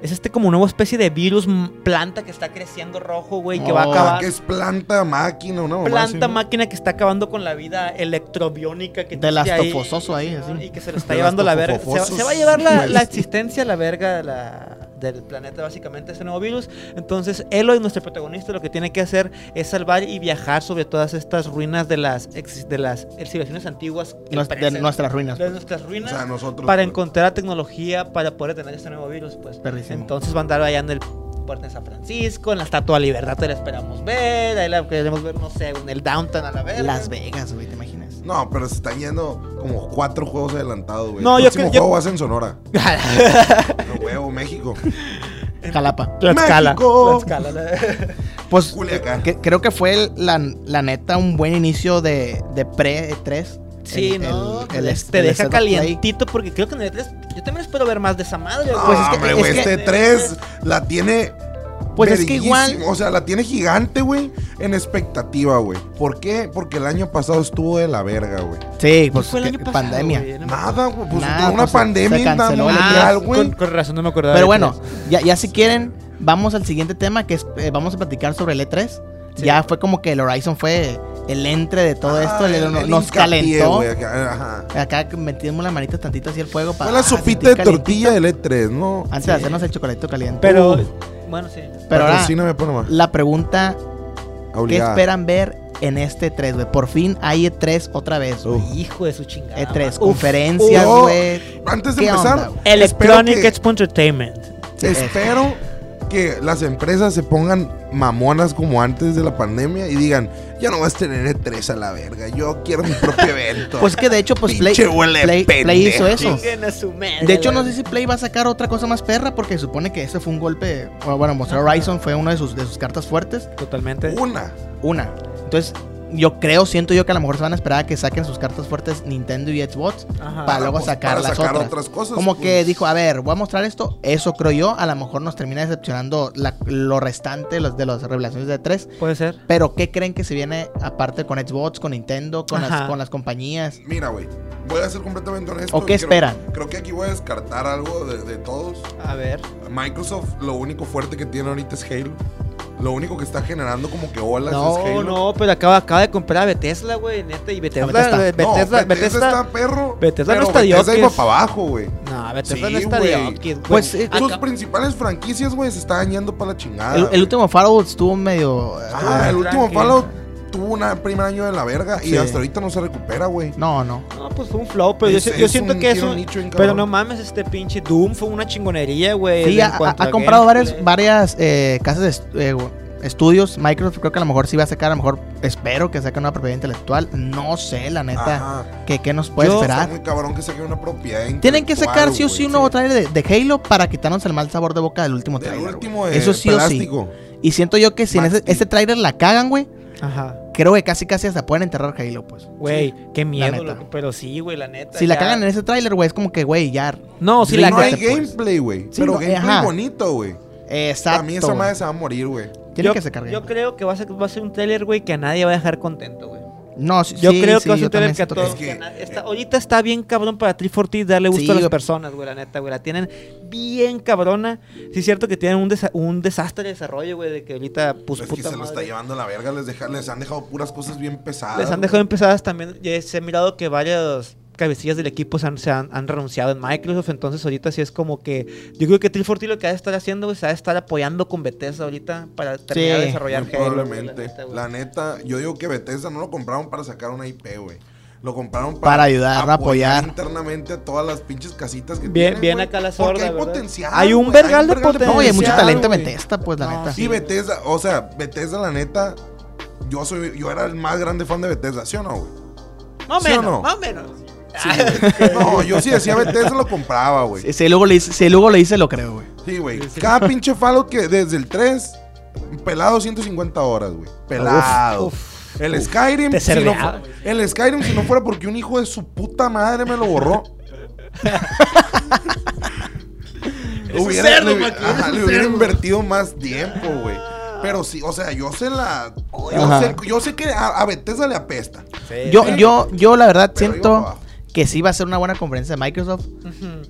Speaker 4: Es este como nueva especie de virus m- planta que está creciendo rojo, güey, que va a
Speaker 1: Oh,
Speaker 3: Ah,
Speaker 4: acabar.
Speaker 3: que es planta, máquina, una mamá. así,
Speaker 4: planta
Speaker 3: ¿no?
Speaker 4: máquina que está acabando con la vida electrobiónica que
Speaker 1: Del
Speaker 4: existe ahí.
Speaker 1: astofososo ahí, así.
Speaker 4: Y que se lo está
Speaker 3: Del
Speaker 4: llevando la verga. Se, va-
Speaker 3: astofofosos,
Speaker 4: se va a llevar la,
Speaker 3: pues.
Speaker 4: la existencia a la verga de la- del planeta, básicamente, este nuevo virus. Entonces, Eloy, nuestro protagonista, lo que tiene que hacer es salvar y viajar sobre todas estas ruinas de las, ex- de las civilizaciones antiguas. que
Speaker 1: Nues- de
Speaker 4: perecen.
Speaker 1: nuestras ruinas.
Speaker 4: De nuestras
Speaker 3: O
Speaker 4: ruinas
Speaker 3: sea, nosotros.
Speaker 4: para
Speaker 3: pues.
Speaker 4: encontrar la tecnología para poder tener este nuevo virus, pues.
Speaker 1: Perrísimo.
Speaker 4: Entonces va a andar allá en el puerto de San Francisco, en la Estatua de Libertad te la esperamos ver, ahí la queremos ver, no sé, en el downtown a la verga.
Speaker 1: Las Vegas, güey, ¿te imaginas?
Speaker 3: No, pero se están yendo como cuatro juegos adelantados, güey.
Speaker 4: No,
Speaker 3: el
Speaker 4: yo
Speaker 3: próximo
Speaker 4: creo- yo-
Speaker 3: juego va a ser en Sonora. No, huevo, México.
Speaker 4: Pues
Speaker 1: Jalapa.
Speaker 4: Tlaxcala.
Speaker 3: México.
Speaker 4: Tlaxcala, la-
Speaker 1: Pues
Speaker 3: Culiacán.
Speaker 1: que- creo que fue el- la, la neta un buen inicio de, de pre-3.
Speaker 4: Sí, ¿no?
Speaker 1: El, el- el-
Speaker 4: te
Speaker 1: el este
Speaker 4: deja
Speaker 1: setup play.
Speaker 4: calientito porque creo que en el 3 yo también espero ver más de esa madre. pues,
Speaker 3: No,
Speaker 4: güey.
Speaker 1: es que-
Speaker 3: hombre,
Speaker 1: es
Speaker 3: güey,
Speaker 1: que-
Speaker 3: este 3 la tiene.
Speaker 1: Pues es que igual-
Speaker 3: verguísima, O sea, la tiene gigante, güey, en expectativa, güey. ¿Por qué? Porque el año pasado estuvo de la verga, güey.
Speaker 1: Sí,
Speaker 4: ¿Qué
Speaker 1: pues
Speaker 4: fue el
Speaker 1: que-
Speaker 4: año pasado,
Speaker 1: pandemia.
Speaker 4: güey? No me acuerdo.
Speaker 3: Nada, güey. Pues
Speaker 1: Nada,
Speaker 3: tuvo una
Speaker 1: pues, se-
Speaker 3: pandemia
Speaker 1: se canceló el
Speaker 3: mundial,
Speaker 1: E3.
Speaker 3: güey.
Speaker 4: Con, con razón no me acordaba.
Speaker 1: Pero
Speaker 4: del
Speaker 1: bueno,
Speaker 4: tres.
Speaker 1: ya, ya si quieren, vamos al siguiente tema que es, eh, vamos a platicar sobre el E3.
Speaker 4: Sí.
Speaker 1: Ya fue como que el Horizon fue el entre de todo esto,
Speaker 3: Ah,
Speaker 1: el-
Speaker 3: el
Speaker 1: nos
Speaker 3: hincapié,
Speaker 1: calentó.
Speaker 3: güey, acá, ajá.
Speaker 1: Acá metimos la manita tantito así el fuego para.
Speaker 3: Fue la
Speaker 1: ah,
Speaker 3: sopita
Speaker 1: sentir
Speaker 3: de
Speaker 1: calientito.
Speaker 3: tortilla del E3, ¿no?
Speaker 1: Antes de hacernos el chocolatito caliente.
Speaker 4: Pero,
Speaker 1: Uh,
Speaker 4: bueno, sí.
Speaker 1: Ah, pero ahora,
Speaker 3: Patrocíname, por nomás.
Speaker 1: la pregunta: ¿qué
Speaker 3: Obligada.
Speaker 1: esperan ver en este 3, güey? Por fin hay E3 otra vez, güey.
Speaker 3: Uf.
Speaker 4: Hijo de su chingada.
Speaker 1: E3,
Speaker 4: Uf,
Speaker 1: conferencias,
Speaker 3: uf.
Speaker 1: güey.
Speaker 3: Antes de
Speaker 1: ¿Qué
Speaker 3: empezar,
Speaker 1: onda, güey?
Speaker 4: Electronic
Speaker 3: espero que-
Speaker 4: Expo Entertainment.
Speaker 1: Sí, es.
Speaker 3: Espero que las empresas se pongan mamonas como antes de la pandemia y digan, ya no vas a tener E3 a la verga, yo quiero mi propio evento.
Speaker 1: Pues que de hecho, pues Play,
Speaker 3: Pinche huele
Speaker 1: Play,
Speaker 3: pendejo.
Speaker 1: Play hizo eso.
Speaker 4: Chinguen a su madre,
Speaker 1: De hecho,
Speaker 4: la
Speaker 1: no sé si Play va a sacar otra cosa más perra porque se supone que ese fue un golpe. o Bueno, mostrar
Speaker 4: Ajá.
Speaker 1: Horizon fue una de sus, de sus cartas fuertes.
Speaker 4: Totalmente.
Speaker 3: una.
Speaker 1: Una. Entonces, yo creo, siento yo que a lo mejor se van a esperar a que saquen sus cartas fuertes Nintendo y Xbox
Speaker 4: Ajá.
Speaker 1: para luego
Speaker 3: pues,
Speaker 1: sacar
Speaker 3: para
Speaker 1: las
Speaker 3: sacar
Speaker 1: otras.
Speaker 3: otras cosas,
Speaker 1: Como que
Speaker 3: pues.
Speaker 1: dijo,
Speaker 4: "Ah,
Speaker 1: a ver, voy a mostrar esto. Eso creo yo. A lo mejor nos termina decepcionando la- lo restante los, de las revelaciones de 3.
Speaker 4: Puede ser.
Speaker 1: Pero, ¿qué creen que se viene aparte con Xbox, con Nintendo, con, las,
Speaker 4: Ajá.
Speaker 1: con las compañías?
Speaker 3: Mira, güey, voy a ser completamente honesto.
Speaker 1: ¿O qué
Speaker 3: y
Speaker 1: esperan?
Speaker 3: Creo que aquí voy a descartar algo de, de todos.
Speaker 4: A ver.
Speaker 3: Microsoft, lo único fuerte que tiene ahorita es Halo. Lo único que está generando como que olas es
Speaker 4: No,
Speaker 3: Halo.
Speaker 4: no, pero acaba, acaba de comprar a Bethesda, güey, neta. Y Bethesda.
Speaker 1: A Bethesda.
Speaker 4: Bethesda,
Speaker 3: No,
Speaker 4: Bethesda,
Speaker 3: está perro.
Speaker 4: Bethesda no
Speaker 3: pero
Speaker 4: está
Speaker 3: Bethesda iba
Speaker 4: diokis.
Speaker 3: para abajo, güey.
Speaker 4: No, Bethesda
Speaker 3: Sí,
Speaker 4: no está
Speaker 3: güey.
Speaker 4: de Hopkins, güey. Ah,
Speaker 1: Pues, eh,
Speaker 4: Acá-
Speaker 3: Sus principales franquicias, güey, se está dañando para la chingada.
Speaker 1: El, el
Speaker 3: Ah, güey.
Speaker 1: último Fallout estuvo medio. eh,
Speaker 3: Ah, el último
Speaker 4: Tranquilo.
Speaker 3: Fallout tuvo un primer año de la verga y
Speaker 1: Sí.
Speaker 3: hasta ahorita no se recupera, güey.
Speaker 1: eh, No, no.
Speaker 4: No, pues fue un flow, pero yo,
Speaker 3: Es-
Speaker 4: si- yo
Speaker 3: es
Speaker 4: siento
Speaker 3: un
Speaker 4: que es
Speaker 3: tiro
Speaker 4: un-
Speaker 3: nicho bien
Speaker 4: Pero
Speaker 3: cabrón.
Speaker 4: no mames, este pinche Doom fue una chingonería, güey.
Speaker 1: Sí,
Speaker 4: Eh, en
Speaker 1: ha,
Speaker 4: cuanto
Speaker 1: ha- ha
Speaker 4: a
Speaker 1: comprado
Speaker 4: gameplay.
Speaker 1: varias, varias eh, casas de est- eh, gu- estudios. Microsoft creo que a lo mejor sí va a sacar, a lo mejor espero que saque una propiedad intelectual. No sé, la neta,
Speaker 3: Ajá.
Speaker 1: que qué nos puede
Speaker 4: Yo-
Speaker 3: Está
Speaker 1: esperar.
Speaker 3: muy cabrón que saquen una propiedad.
Speaker 1: Tienen que
Speaker 3: intelectual,
Speaker 1: sacar sí o
Speaker 3: güey.
Speaker 1: sí un nuevo trailer de, de Halo para quitarnos el mal sabor de boca del último
Speaker 3: Del
Speaker 1: trailer. güey.
Speaker 3: último de
Speaker 1: Eso sí o sí.
Speaker 3: plástico.
Speaker 1: Y siento yo que si en ese,
Speaker 3: Maxi.
Speaker 1: ese trailer la cagan, güey,
Speaker 4: Ajá.
Speaker 1: Creo que casi casi hasta pueden enterrar Halo, pues.
Speaker 4: Güey, qué miedo,
Speaker 1: neta.
Speaker 4: loco, pero sí, güey, la neta.
Speaker 1: Si la
Speaker 4: ya.
Speaker 1: cagan en ese tráiler, güey, es como que, güey, ya.
Speaker 4: No, si la
Speaker 3: no hay
Speaker 4: cagan.
Speaker 1: Bríncate, pues.
Speaker 3: gameplay, güey.
Speaker 1: Sí,
Speaker 3: pero
Speaker 1: no,
Speaker 3: gameplay
Speaker 1: ajá.
Speaker 3: bonito, güey.
Speaker 1: Exacto.
Speaker 3: A mí esa
Speaker 1: güey.
Speaker 3: madre se va a morir, güey.
Speaker 1: Tiene
Speaker 4: yo,
Speaker 1: que se carguen.
Speaker 4: Yo creo que va a ser, va a ser un trailer, güey, que a nadie va a dejar contento, güey.
Speaker 1: no, sí,
Speaker 4: Yo
Speaker 1: sí,
Speaker 4: creo
Speaker 1: sí,
Speaker 4: que va a ser
Speaker 1: yo
Speaker 4: un trailer
Speaker 1: también
Speaker 4: que a
Speaker 1: siento que sí.
Speaker 4: todos.
Speaker 3: sí.
Speaker 4: que a nadie- está- ahorita está bien cabrón para 340 darle gusto
Speaker 1: Sí,
Speaker 4: a las
Speaker 1: güey.
Speaker 4: personas, güey, la neta, güey. La tienen bien cabrona. Sí, es cierto que tienen un, desa- un desastre de desarrollo, güey, de que ahorita, pues,
Speaker 3: Es que
Speaker 4: puta
Speaker 3: se lo está
Speaker 4: madre.
Speaker 3: llevando la verga. Les, deja- les han dejado puras cosas bien pesadas.
Speaker 4: Les han
Speaker 3: güey.
Speaker 4: dejado empezadas también. ya se ha mirado que varias cabecillas del equipo se han, se han- han renunciado en Microsoft. Entonces, ahorita sí es como que. Yo creo que 340 lo que ha de estar haciendo, güey, se ha de estar apoyando con Bethesda ahorita para terminar de
Speaker 1: Sí,
Speaker 4: desarrollar
Speaker 3: Muy
Speaker 4: Halo, güey, la
Speaker 3: probablemente.
Speaker 4: neta, güey.
Speaker 3: La neta, yo digo que Bethesda no lo compraron para sacar una IP, güey. Lo compraron para,
Speaker 1: Para ayudar, para apoyar.
Speaker 3: internamente a todas las pinches casitas que
Speaker 4: Bien-
Speaker 3: tienen,
Speaker 4: bien
Speaker 3: güey,
Speaker 4: acá la
Speaker 3: porque
Speaker 4: sorda,
Speaker 3: hay
Speaker 4: ¿verdad?
Speaker 3: potencial.
Speaker 4: Hay un
Speaker 3: güey,
Speaker 4: vergal de
Speaker 1: No,
Speaker 4: potencial,
Speaker 1: güey, hay mucho talento en
Speaker 3: güey.
Speaker 1: Bethesda, pues, la
Speaker 4: No,
Speaker 1: neta.
Speaker 3: Sí, Bethesda, o sea, Bethesda, la neta, yo soy, yo era el más grande fan de Bethesda, ¿sí o no, güey?
Speaker 4: Más o
Speaker 3: ¿Sí o
Speaker 4: menos,
Speaker 3: no?
Speaker 4: más o menos.
Speaker 3: No, yo sí decía Bethesda lo compraba, güey.
Speaker 1: Si, si luego le hice, si luego le hice, lo creo, güey.
Speaker 3: Sí, güey. Cada pinche Fallout que desde el 3, pelado 150 horas, güey. Pelado. el Skyrim,
Speaker 4: Te
Speaker 3: si no
Speaker 4: cerveaba,
Speaker 3: fu- el Skyrim, si no fuera porque un hijo de su puta madre me lo borró. hubiera, le, hubi- ajá, le hubiera invertido más tiempo, güey. Pero sí, o sea, yo se la. Yo
Speaker 1: Ajá.
Speaker 3: sé, yo sé que a, a Bethesda le apesta.
Speaker 1: Yo,
Speaker 3: sí.
Speaker 1: yo, yo la verdad
Speaker 3: Eh, Pero ah. iba para
Speaker 1: siento
Speaker 3: abajo.
Speaker 1: que sí va a ser una buena conferencia de Microsoft.
Speaker 4: Ujú.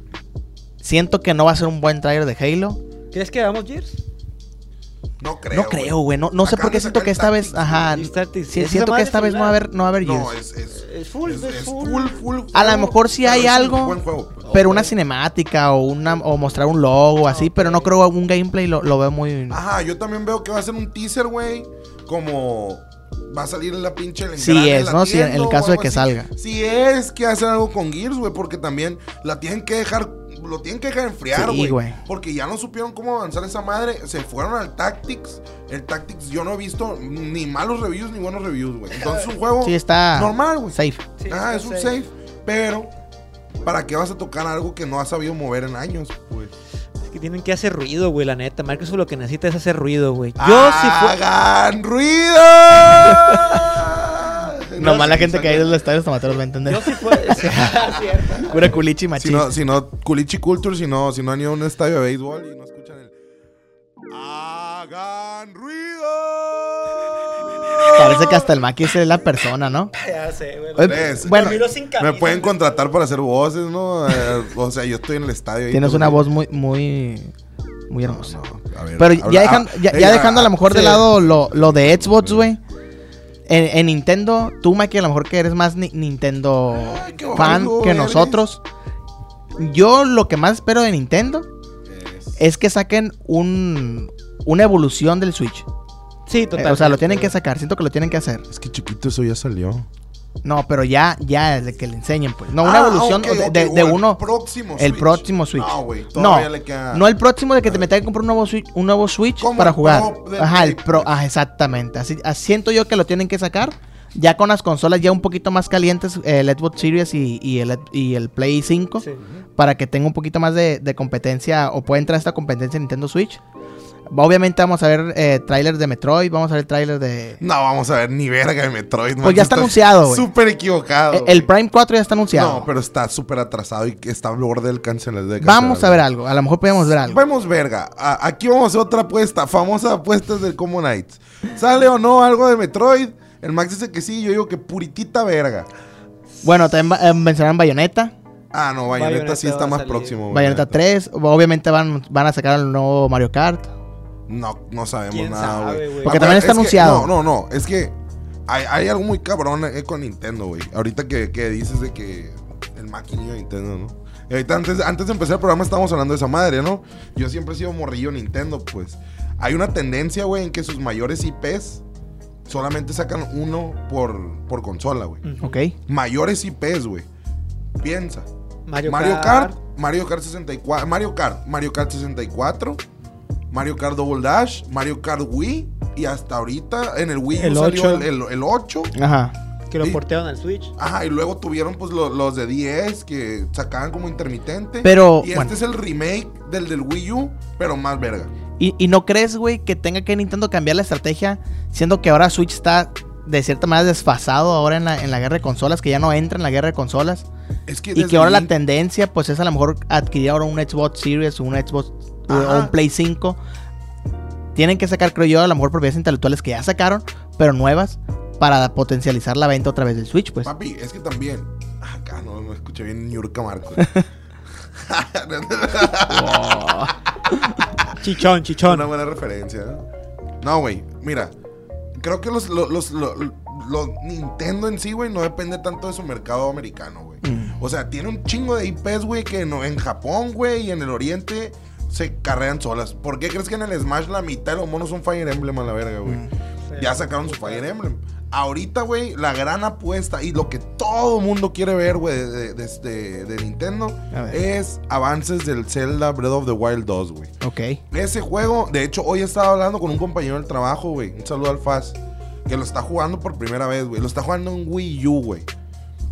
Speaker 1: Siento que no va a ser un buen trailer de Halo.
Speaker 4: ¿Crees que hagamos Gears?
Speaker 3: No creo.
Speaker 1: No creo, güey. No, no sé
Speaker 3: Acaban
Speaker 1: por
Speaker 3: de
Speaker 1: qué siento
Speaker 3: sacar
Speaker 1: que
Speaker 3: el
Speaker 1: esta vez.
Speaker 3: Tactics,
Speaker 1: Ajá.
Speaker 4: güey. Y Tactics.
Speaker 1: sí,
Speaker 4: Esa
Speaker 1: siento
Speaker 4: madre
Speaker 1: que esta vez no va a haber, no va a haber
Speaker 3: No,
Speaker 1: Gears.
Speaker 3: es, es,
Speaker 4: Es full, es full.
Speaker 3: full, full,
Speaker 1: A lo
Speaker 3: juego,
Speaker 1: mejor sí
Speaker 3: pero
Speaker 1: hay
Speaker 3: es un
Speaker 1: algo,
Speaker 3: buen juego, pues.
Speaker 1: Pero una cinemática o una o mostrar un logo así, pero no creo un gameplay lo, lo veo muy.
Speaker 3: Ajá, yo también veo que va a ser un teaser, güey. Como va a salir la pinche el
Speaker 1: Sí
Speaker 3: engrane
Speaker 1: es,
Speaker 3: la
Speaker 1: ¿no? Sí, en
Speaker 3: latiendo
Speaker 1: el
Speaker 3: o
Speaker 1: caso de
Speaker 3: algo
Speaker 1: que
Speaker 3: así.
Speaker 1: salga.
Speaker 3: Sí es que hacen algo con Gears, güey, porque también la tienen que dejar, lo tienen que dejar enfriar,
Speaker 1: Sí,
Speaker 3: güey.
Speaker 1: güey.
Speaker 3: porque ya no supieron cómo avanzar esa madre. Se fueron al Tactics. El Tactics yo no he visto ni malos reviews ni buenos reviews, güey. Entonces es un juego
Speaker 1: Sí, está.
Speaker 3: normal, güey.
Speaker 1: Safe.
Speaker 4: Sí,
Speaker 3: ah, es
Speaker 4: está
Speaker 3: un safe. Pero, ¿para qué vas a tocar algo que no has sabido mover en años, güey?
Speaker 4: Es que tienen que hacer ruido, güey, la neta. Microsoft lo que necesita es hacer ruido, güey. Yo si
Speaker 3: ¡Hagan ruido!
Speaker 1: Nomás la
Speaker 3: sí,
Speaker 1: gente que
Speaker 3: salió.
Speaker 1: hay de los estadios tomateros va a entender.
Speaker 4: fue... Yo si fue... sí, es cierto.
Speaker 1: Pura culichi machista.
Speaker 3: Si no, si no, Culichi Culture, si no, si no han ido a un estadio de béisbol y no escuchan el. ¡Hagan ruido!
Speaker 1: Parece que hasta el Maki es la persona, ¿no?
Speaker 4: Ya sé, güey.
Speaker 1: Oye,
Speaker 3: Tres.
Speaker 1: bueno,
Speaker 4: Miró sin camisa.
Speaker 3: Me pueden contratar para hacer voces, ¿no? Eh, o sea, yo estoy en el estadio. ahí,
Speaker 1: tienes
Speaker 3: pero-
Speaker 1: una voz muy, muy, muy hermosa.
Speaker 3: No, a ver,
Speaker 1: Pero
Speaker 3: habla-
Speaker 1: ya, dejan-
Speaker 3: ah,
Speaker 1: ya,
Speaker 3: eh,
Speaker 1: ya dejando a lo mejor de
Speaker 3: sí.
Speaker 1: lado lo, lo de Xbox, güey. En, en Nintendo, tú, Maki, a lo mejor que eres más ni- Nintendo
Speaker 3: Ay, qué
Speaker 1: fan
Speaker 3: barrio
Speaker 1: que
Speaker 3: eres.
Speaker 1: nosotros. Yo lo que más espero de Nintendo es que saquen un, una evolución del Switch.
Speaker 4: Sí,
Speaker 1: Eh,
Speaker 4: total.
Speaker 1: o sea, lo tienen que sacar. Siento que lo tienen que hacer.
Speaker 3: Es que chiquito, eso ya salió.
Speaker 1: No, pero ya, ya, desde que le enseñen, pues. No, una
Speaker 3: Ah,
Speaker 1: evolución
Speaker 3: ok,
Speaker 1: de,
Speaker 3: ok,
Speaker 1: de-
Speaker 3: o
Speaker 1: de
Speaker 3: el
Speaker 1: uno.
Speaker 3: próximo
Speaker 1: el
Speaker 3: Switch.
Speaker 1: próximo Switch.
Speaker 3: No, güey,
Speaker 1: No,
Speaker 3: todavía le queda-
Speaker 1: no el próximo de que te
Speaker 3: Ah.
Speaker 1: metas a comprar un nuevo Switch, un nuevo Switch
Speaker 3: Como
Speaker 1: para
Speaker 3: el
Speaker 1: jugar.
Speaker 3: Pro del
Speaker 1: Ajá, el
Speaker 3: Play,
Speaker 1: Pro,
Speaker 3: pues.
Speaker 1: ajá, exactamente. Así, así siento yo que lo tienen que sacar. Ya con las consolas ya un poquito más calientes, eh, el Xbox Series y, y el, y el Play 5,
Speaker 4: Sí.
Speaker 1: para que tenga un poquito más de, de competencia o pueda entrar esta competencia en Nintendo Switch. Obviamente vamos a ver eh, trailers de Metroid, vamos a ver trailer de...
Speaker 3: No, vamos a ver ni verga de Metroid.
Speaker 1: Pues ya está anunciado, güey.
Speaker 3: Súper equivocado.
Speaker 1: Eh, El
Speaker 3: güey.
Speaker 1: Prime 4 ya está anunciado.
Speaker 3: No, pero está súper atrasado y que está al borde del cancelar. de
Speaker 1: Vamos
Speaker 3: cancelarlo.
Speaker 1: a ver algo, a lo mejor podemos ver algo.
Speaker 3: Vemos verga. A- aquí vamos a hacer otra apuesta. Famosa apuesta del Common Knights. ¿Sale o no algo de Metroid? El Max dice que sí. Yo digo que puritita verga.
Speaker 1: Bueno, también va- eh, mencionaron Bayonetta,
Speaker 3: Ah, no, Bayonetta,
Speaker 4: Bayonetta
Speaker 3: sí
Speaker 4: va
Speaker 3: está
Speaker 4: a
Speaker 3: más
Speaker 4: salir.
Speaker 3: próximo. güey,
Speaker 1: Bayonetta
Speaker 3: la neta.
Speaker 1: 3, obviamente van, van a sacar el nuevo Mario Kart.
Speaker 3: No, no sabemos
Speaker 4: ¿Quién
Speaker 3: nada,
Speaker 4: sabe,
Speaker 3: güey.
Speaker 4: güey?
Speaker 1: Porque
Speaker 3: Acuérdate,
Speaker 1: también está
Speaker 3: es que-
Speaker 1: anunciado.
Speaker 3: no, no, no. Es que hay, hay algo muy cabrón eh, con Nintendo, güey. Ahorita que, que dices de que el maquinillo de Nintendo, ¿no? Y ahorita antes, antes de empezar el programa estábamos hablando de esa madre, ¿no? Yo siempre he sido morrillo Nintendo, pues. Hay una tendencia, güey, en que sus mayores IPs solamente sacan uno por, por consola, güey.
Speaker 4: Mm.
Speaker 1: Ok.
Speaker 3: Mayores IPs, güey. Piensa.
Speaker 4: Mario,
Speaker 3: Mario
Speaker 4: Kart.
Speaker 3: Kart, Mario Kart 64, Mario Kart, Mario Kart 64, Mario Kart Double Dash, Mario Kart Wii y hasta ahorita en el Wii U
Speaker 4: El
Speaker 3: salió
Speaker 4: 8.
Speaker 3: el, el- el 8.
Speaker 1: Ajá.
Speaker 4: Que lo
Speaker 3: Sí.
Speaker 4: portearon al Switch.
Speaker 3: Ajá, y luego tuvieron pues lo- los de 10 que sacaban como intermitente.
Speaker 1: Pero,
Speaker 3: y
Speaker 1: bueno.
Speaker 3: este es el remake del del Wii U, pero más verga.
Speaker 1: Y, y no crees, güey, que tenga que Nintendo cambiar la estrategia, siendo que ahora Switch está de cierta manera desfasado ahora en la, en la guerra de consolas, que ya no entra en la guerra de consolas.
Speaker 3: Es
Speaker 1: Y
Speaker 3: desde
Speaker 1: que ahora
Speaker 3: ahí-
Speaker 1: la tendencia, pues es a lo mejor adquirir ahora un Xbox Series o un Xbox eh, o
Speaker 3: Ajá.
Speaker 1: un Play 5. Tienen que sacar, creo yo, a lo mejor propiedades intelectuales que ya sacaron, pero nuevas, para potencializar la venta otra vez del Switch, pues.
Speaker 3: Papi, es que también. Acá no me escuché bien Yurka Marcos.
Speaker 4: Chichón,
Speaker 3: Una
Speaker 4: chichón.
Speaker 3: buena referencia. ¿no? No, güey, mira. Creo que los, lo- los, lo- lo- Nintendo en sí, güey, no depende tanto de su mercado americano, güey.
Speaker 1: Mm.
Speaker 3: O sea, tiene un chingo de IPs, güey, que no- en Japón, güey, y en el oriente se carrean solas. ¿Por qué crees que en el Smash la mitad de los monos son Fire Emblem a la verga, güey?
Speaker 1: Mm.
Speaker 3: Ya sacaron su Fire Emblem. Ahorita, güey, la gran apuesta y lo que todo mundo quiere ver, güey, de, de- de- de Nintendo
Speaker 1: A ver.
Speaker 3: es avances del Zelda Breath of the Wild 2, güey.
Speaker 1: Ok.
Speaker 3: Ese juego, de hecho, hoy estaba hablando con un compañero del trabajo, güey. Un saludo al Faz. Que lo está jugando por primera vez, güey. Lo está jugando en Wii U, güey.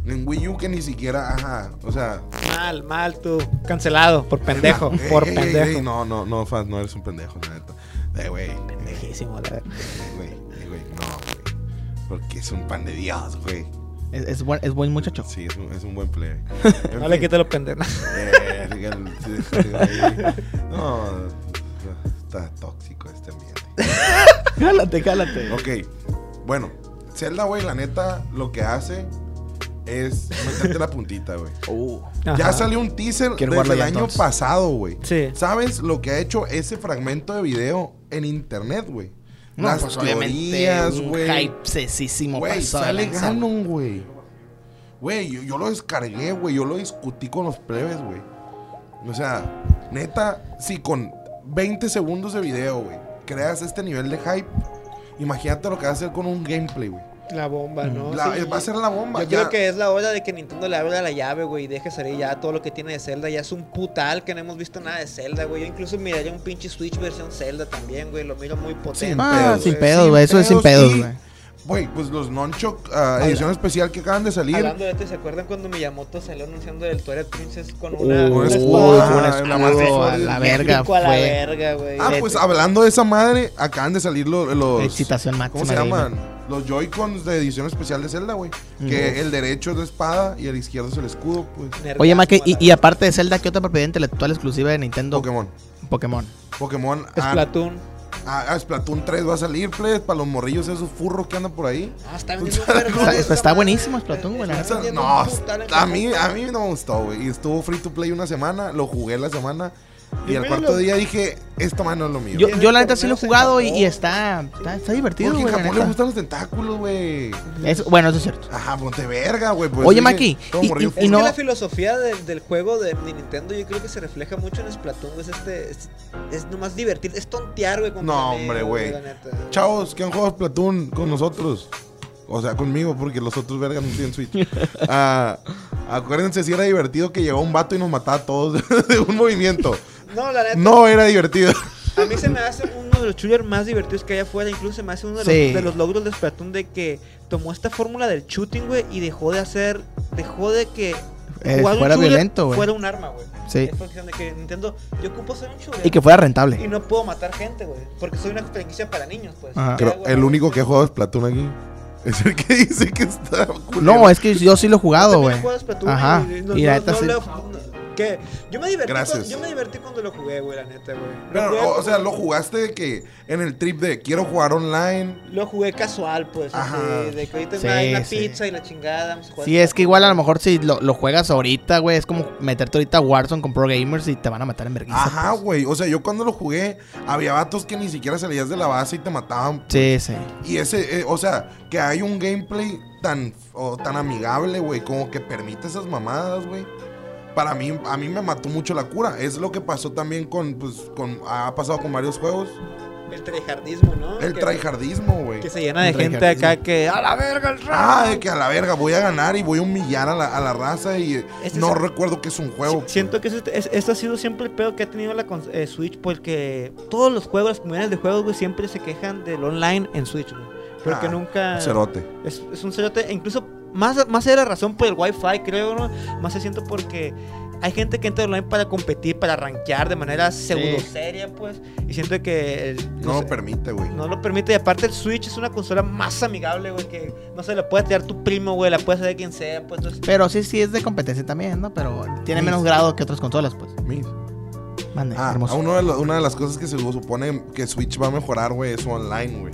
Speaker 3: En Wii U que ni siquiera, ajá. O sea.
Speaker 4: Mal, mal tú. Cancelado por pendejo,
Speaker 3: Ey,
Speaker 4: por
Speaker 3: ey, ey,
Speaker 4: pendejo.
Speaker 3: ey, no, no, no, Faz, no eres un pendejo, la neta. Eh, güey. eh,
Speaker 4: Pendejísimo, la verdad.
Speaker 3: Güey, eh, güey, no, güey. Porque es un pan de Dios, güey.
Speaker 1: Es, es buen, es buen muchacho.
Speaker 3: Sí, es un, es un buen play. En
Speaker 4: No le
Speaker 3: fin.
Speaker 4: quites los pendejos.
Speaker 3: Eh, el- no, está tóxico este ambiente.
Speaker 1: Cálate, cálate.
Speaker 3: Ok, bueno, Zelda, güey, la neta, lo que hace es meterte la puntita, güey. Ya
Speaker 4: Ajá.
Speaker 3: salió un teaser
Speaker 1: Uh. Quiero
Speaker 3: desde
Speaker 1: jugarlo
Speaker 3: el
Speaker 1: ya,
Speaker 3: año
Speaker 1: entonces.
Speaker 3: pasado, güey.
Speaker 4: Sí.
Speaker 3: ¿Sabes lo que ha hecho ese fragmento de video en internet, güey?
Speaker 1: No,
Speaker 3: Las
Speaker 1: pues obviamente
Speaker 3: teorías,
Speaker 1: un
Speaker 3: güey.
Speaker 1: hypesísimo
Speaker 3: Güey,
Speaker 1: pasado de
Speaker 3: sale
Speaker 1: lanza.
Speaker 3: Ganon, güey. Güey, yo, yo lo descargué, güey. Yo lo discutí con los plebes, güey. O sea, neta, si con 20 segundos de video, güey, creas este nivel de hype, imagínate lo que va a hacer con un gameplay, güey.
Speaker 4: La bomba, ¿no?
Speaker 3: La-
Speaker 4: Sí.
Speaker 3: Va a ser la bomba.
Speaker 4: Yo
Speaker 3: ya.
Speaker 4: creo que es la hora de que Nintendo le abra la llave, güey, y deje salir ya todo lo que tiene de Zelda. Ya es un putal que no hemos visto nada de Zelda, güey. Yo incluso miraría un pinche Switch versión Zelda también, güey. Lo miro muy potente.
Speaker 3: Sin
Speaker 1: Ah,
Speaker 3: pedos,
Speaker 1: sin
Speaker 3: güey.
Speaker 1: pedos,
Speaker 3: Sin
Speaker 1: güey. Eso es sin
Speaker 3: pedos,
Speaker 1: pedos,
Speaker 3: sí.
Speaker 1: güey.
Speaker 3: Güey, pues los Nonchok ah, edición especial que acaban de salir.
Speaker 4: Hablando de esto, ¿se acuerdan cuando Miyamoto salió anunciando el Twilight Princess con una,
Speaker 1: Uy,
Speaker 3: Un
Speaker 4: una
Speaker 3: escudo,
Speaker 4: espada?
Speaker 3: con
Speaker 1: un
Speaker 3: la más
Speaker 1: escudo a la
Speaker 3: sólida.
Speaker 1: verga
Speaker 4: Pico a la
Speaker 1: fue
Speaker 4: verga, güey.
Speaker 3: Ah,
Speaker 4: Vete.
Speaker 3: pues hablando de esa madre, acaban de salir lo- los.
Speaker 1: excitación máxima.
Speaker 3: ¿Cómo se
Speaker 1: de ahí,
Speaker 3: llaman? Los Joy-Cons de edición especial de Zelda, güey. Que el derecho es la espada y el izquierdo es el escudo, pues.
Speaker 1: ¿no? Oye, Maque,
Speaker 4: Nergasmo a
Speaker 1: y,
Speaker 4: la
Speaker 1: y aparte de Zelda, ¿qué otra propiedad intelectual exclusiva de Nintendo?
Speaker 3: Pokémon.
Speaker 1: Pokémon.
Speaker 3: Pokémon. ah,
Speaker 4: Splatoon.
Speaker 3: Ah, ah, Splatoon 3 va a salir, plebes, para los morrillos esos furros que andan por ahí.
Speaker 4: Ah, está vendiendo un vergo
Speaker 1: Está-
Speaker 4: de esa
Speaker 1: está
Speaker 4: madre.
Speaker 1: buenísimo Splatoon, güey, la
Speaker 4: Está
Speaker 1: neta.
Speaker 3: Esa-
Speaker 4: vendiendo
Speaker 3: no,
Speaker 4: un putal en
Speaker 3: a mí,
Speaker 4: Japón.
Speaker 3: a mí no me gustó, güey. Y estuvo free to play una semana, lo jugué la semana. Y al
Speaker 4: Dímelo.
Speaker 3: cuarto día dije, esta mano es lo mío.
Speaker 1: Yo,
Speaker 4: Tiene
Speaker 1: yo la
Speaker 4: por
Speaker 1: neta sí lo he
Speaker 4: menos en
Speaker 1: jugado y,
Speaker 4: Japón.
Speaker 1: y está, está, está divertido,
Speaker 3: Porque en
Speaker 1: güey. la
Speaker 3: Japón le
Speaker 1: neta.
Speaker 3: gustan los tentáculos, güey.
Speaker 1: Eso- bueno, eso es cierto.
Speaker 3: Ajá, ponte verga, güey. pues,
Speaker 1: Oye,
Speaker 3: dije,
Speaker 1: Maki,
Speaker 3: todo
Speaker 1: y-
Speaker 3: morrillo
Speaker 1: y-
Speaker 4: Es
Speaker 3: furro.
Speaker 1: no-
Speaker 4: que la filosofía del- del juego de, de Nintendo yo creo que se refleja mucho en Splatoon, güey. Es, este, es, es nomás divertir, es tontear, güey. con
Speaker 3: No,
Speaker 4: tus amigos,
Speaker 3: hombre, güey.
Speaker 4: la neta.
Speaker 3: Chavos, que han jugado Splatoon con nosotros. O sea, conmigo, porque los otros vergas no tienen Switch. Ah, acuérdense si era divertido que llegó un vato y nos mataba a todos de un movimiento.
Speaker 4: No, la neta.
Speaker 3: No era divertido.
Speaker 4: A mí se me hace uno de los shooters más divertidos que hay afuera. Incluso se me hace uno de,
Speaker 1: Sí.
Speaker 4: los, de los logros de Splatoon de que tomó esta fórmula del shooting, güey, y dejó de hacer. Dejó de que.
Speaker 1: Eh,
Speaker 4: jugar un
Speaker 1: fuera
Speaker 4: shooter
Speaker 1: violento, güey.
Speaker 4: Fuera un arma, güey.
Speaker 1: Sí.
Speaker 4: Es cuestión de que Nintendo. Yo ocupo ser un shooter.
Speaker 1: Y que fuera
Speaker 4: y
Speaker 1: rentable.
Speaker 4: no puedo matar gente, güey. Porque soy una franquicia para niños, pues.
Speaker 1: Ajá.
Speaker 4: ¿Qué
Speaker 3: Pero
Speaker 4: hago,
Speaker 3: el
Speaker 4: güey?
Speaker 3: único que ha jugado Splatoon aquí es el que dice que está culero.
Speaker 1: No, es que yo sí lo he jugado,
Speaker 4: Yo
Speaker 1: güey.
Speaker 4: también juego Splatoon,
Speaker 1: Ajá.
Speaker 4: güey. No-
Speaker 1: Y la
Speaker 4: no-
Speaker 1: neta
Speaker 4: no
Speaker 1: sí.
Speaker 4: leo- no- ¿Qué? Yo me divertí.
Speaker 3: Gracias.
Speaker 4: Cuando, yo me divertí cuando lo jugué, güey, la neta, güey. Lo
Speaker 3: Pero,
Speaker 4: jugué-
Speaker 3: o, o sea, lo jugaste de que en el trip de quiero jugar online.
Speaker 4: Lo jugué casual, pues. así,
Speaker 3: Ajá.
Speaker 4: de que ahorita
Speaker 1: Sí,
Speaker 4: hay una
Speaker 1: sí.
Speaker 4: pizza y la chingada. Vamos a jugar
Speaker 1: Sí, es que igual a lo mejor si lo, lo juegas ahorita, güey, es como meterte ahorita a Warzone con Pro Gamers y te van a matar en vergüenza.
Speaker 3: Ajá, güey. O sea, yo cuando lo jugué, había vatos que ni siquiera salías de la base y te mataban
Speaker 1: Sí, sí.
Speaker 3: Y ese, eh, o sea, que hay un gameplay tan, o tan amigable, güey, como que permite esas mamadas, güey. Para mí, a mí me mató mucho la cura. Es lo que pasó también con, pues, con, ha pasado con varios juegos.
Speaker 4: El trejardismo, ¿no?
Speaker 3: El
Speaker 4: Que-
Speaker 3: tryhardismo, güey.
Speaker 4: Que se llena de
Speaker 1: El
Speaker 4: gente
Speaker 1: tryhardismo.
Speaker 4: acá que. ¡A la verga el
Speaker 3: Ah,
Speaker 4: rap!
Speaker 3: de que a la verga voy a ganar y voy a humillar a la, a la raza y eh,
Speaker 4: Este
Speaker 3: no
Speaker 4: es-
Speaker 3: recuerdo que es un juego.
Speaker 4: Si- Siento que eso, es- eso ha sido siempre el pedo que ha tenido la cons- eh, Switch porque todos los juegos, las comunidades de juegos, güey, siempre se quejan del online en Switch, güey. Porque
Speaker 3: Ah,
Speaker 4: nunca...
Speaker 3: Cerote.
Speaker 4: Es, es un cerote, e incluso más, más era razón por el wifi, creo, ¿no? Más se siento porque hay gente que entra online para competir, para rankear de manera pseudo seria, pues. Y siento que. el-
Speaker 3: No
Speaker 4: sé,
Speaker 3: lo permite, güey.
Speaker 4: no lo permite. Y aparte, el Switch es una consola más amigable, güey. Que no se la puede tirar tu primo, güey. La puede hacer quien sea, pues. entonces-
Speaker 1: Pero sí, sí es de competencia también, ¿no? Pero tiene menos grado que otras consolas, pues.
Speaker 3: Mis.
Speaker 1: Mande,
Speaker 3: Ah,
Speaker 1: Eh, hermoso.
Speaker 3: ah, uno de lo- una de las cosas que se supone que Switch va a mejorar, güey, es su online, güey.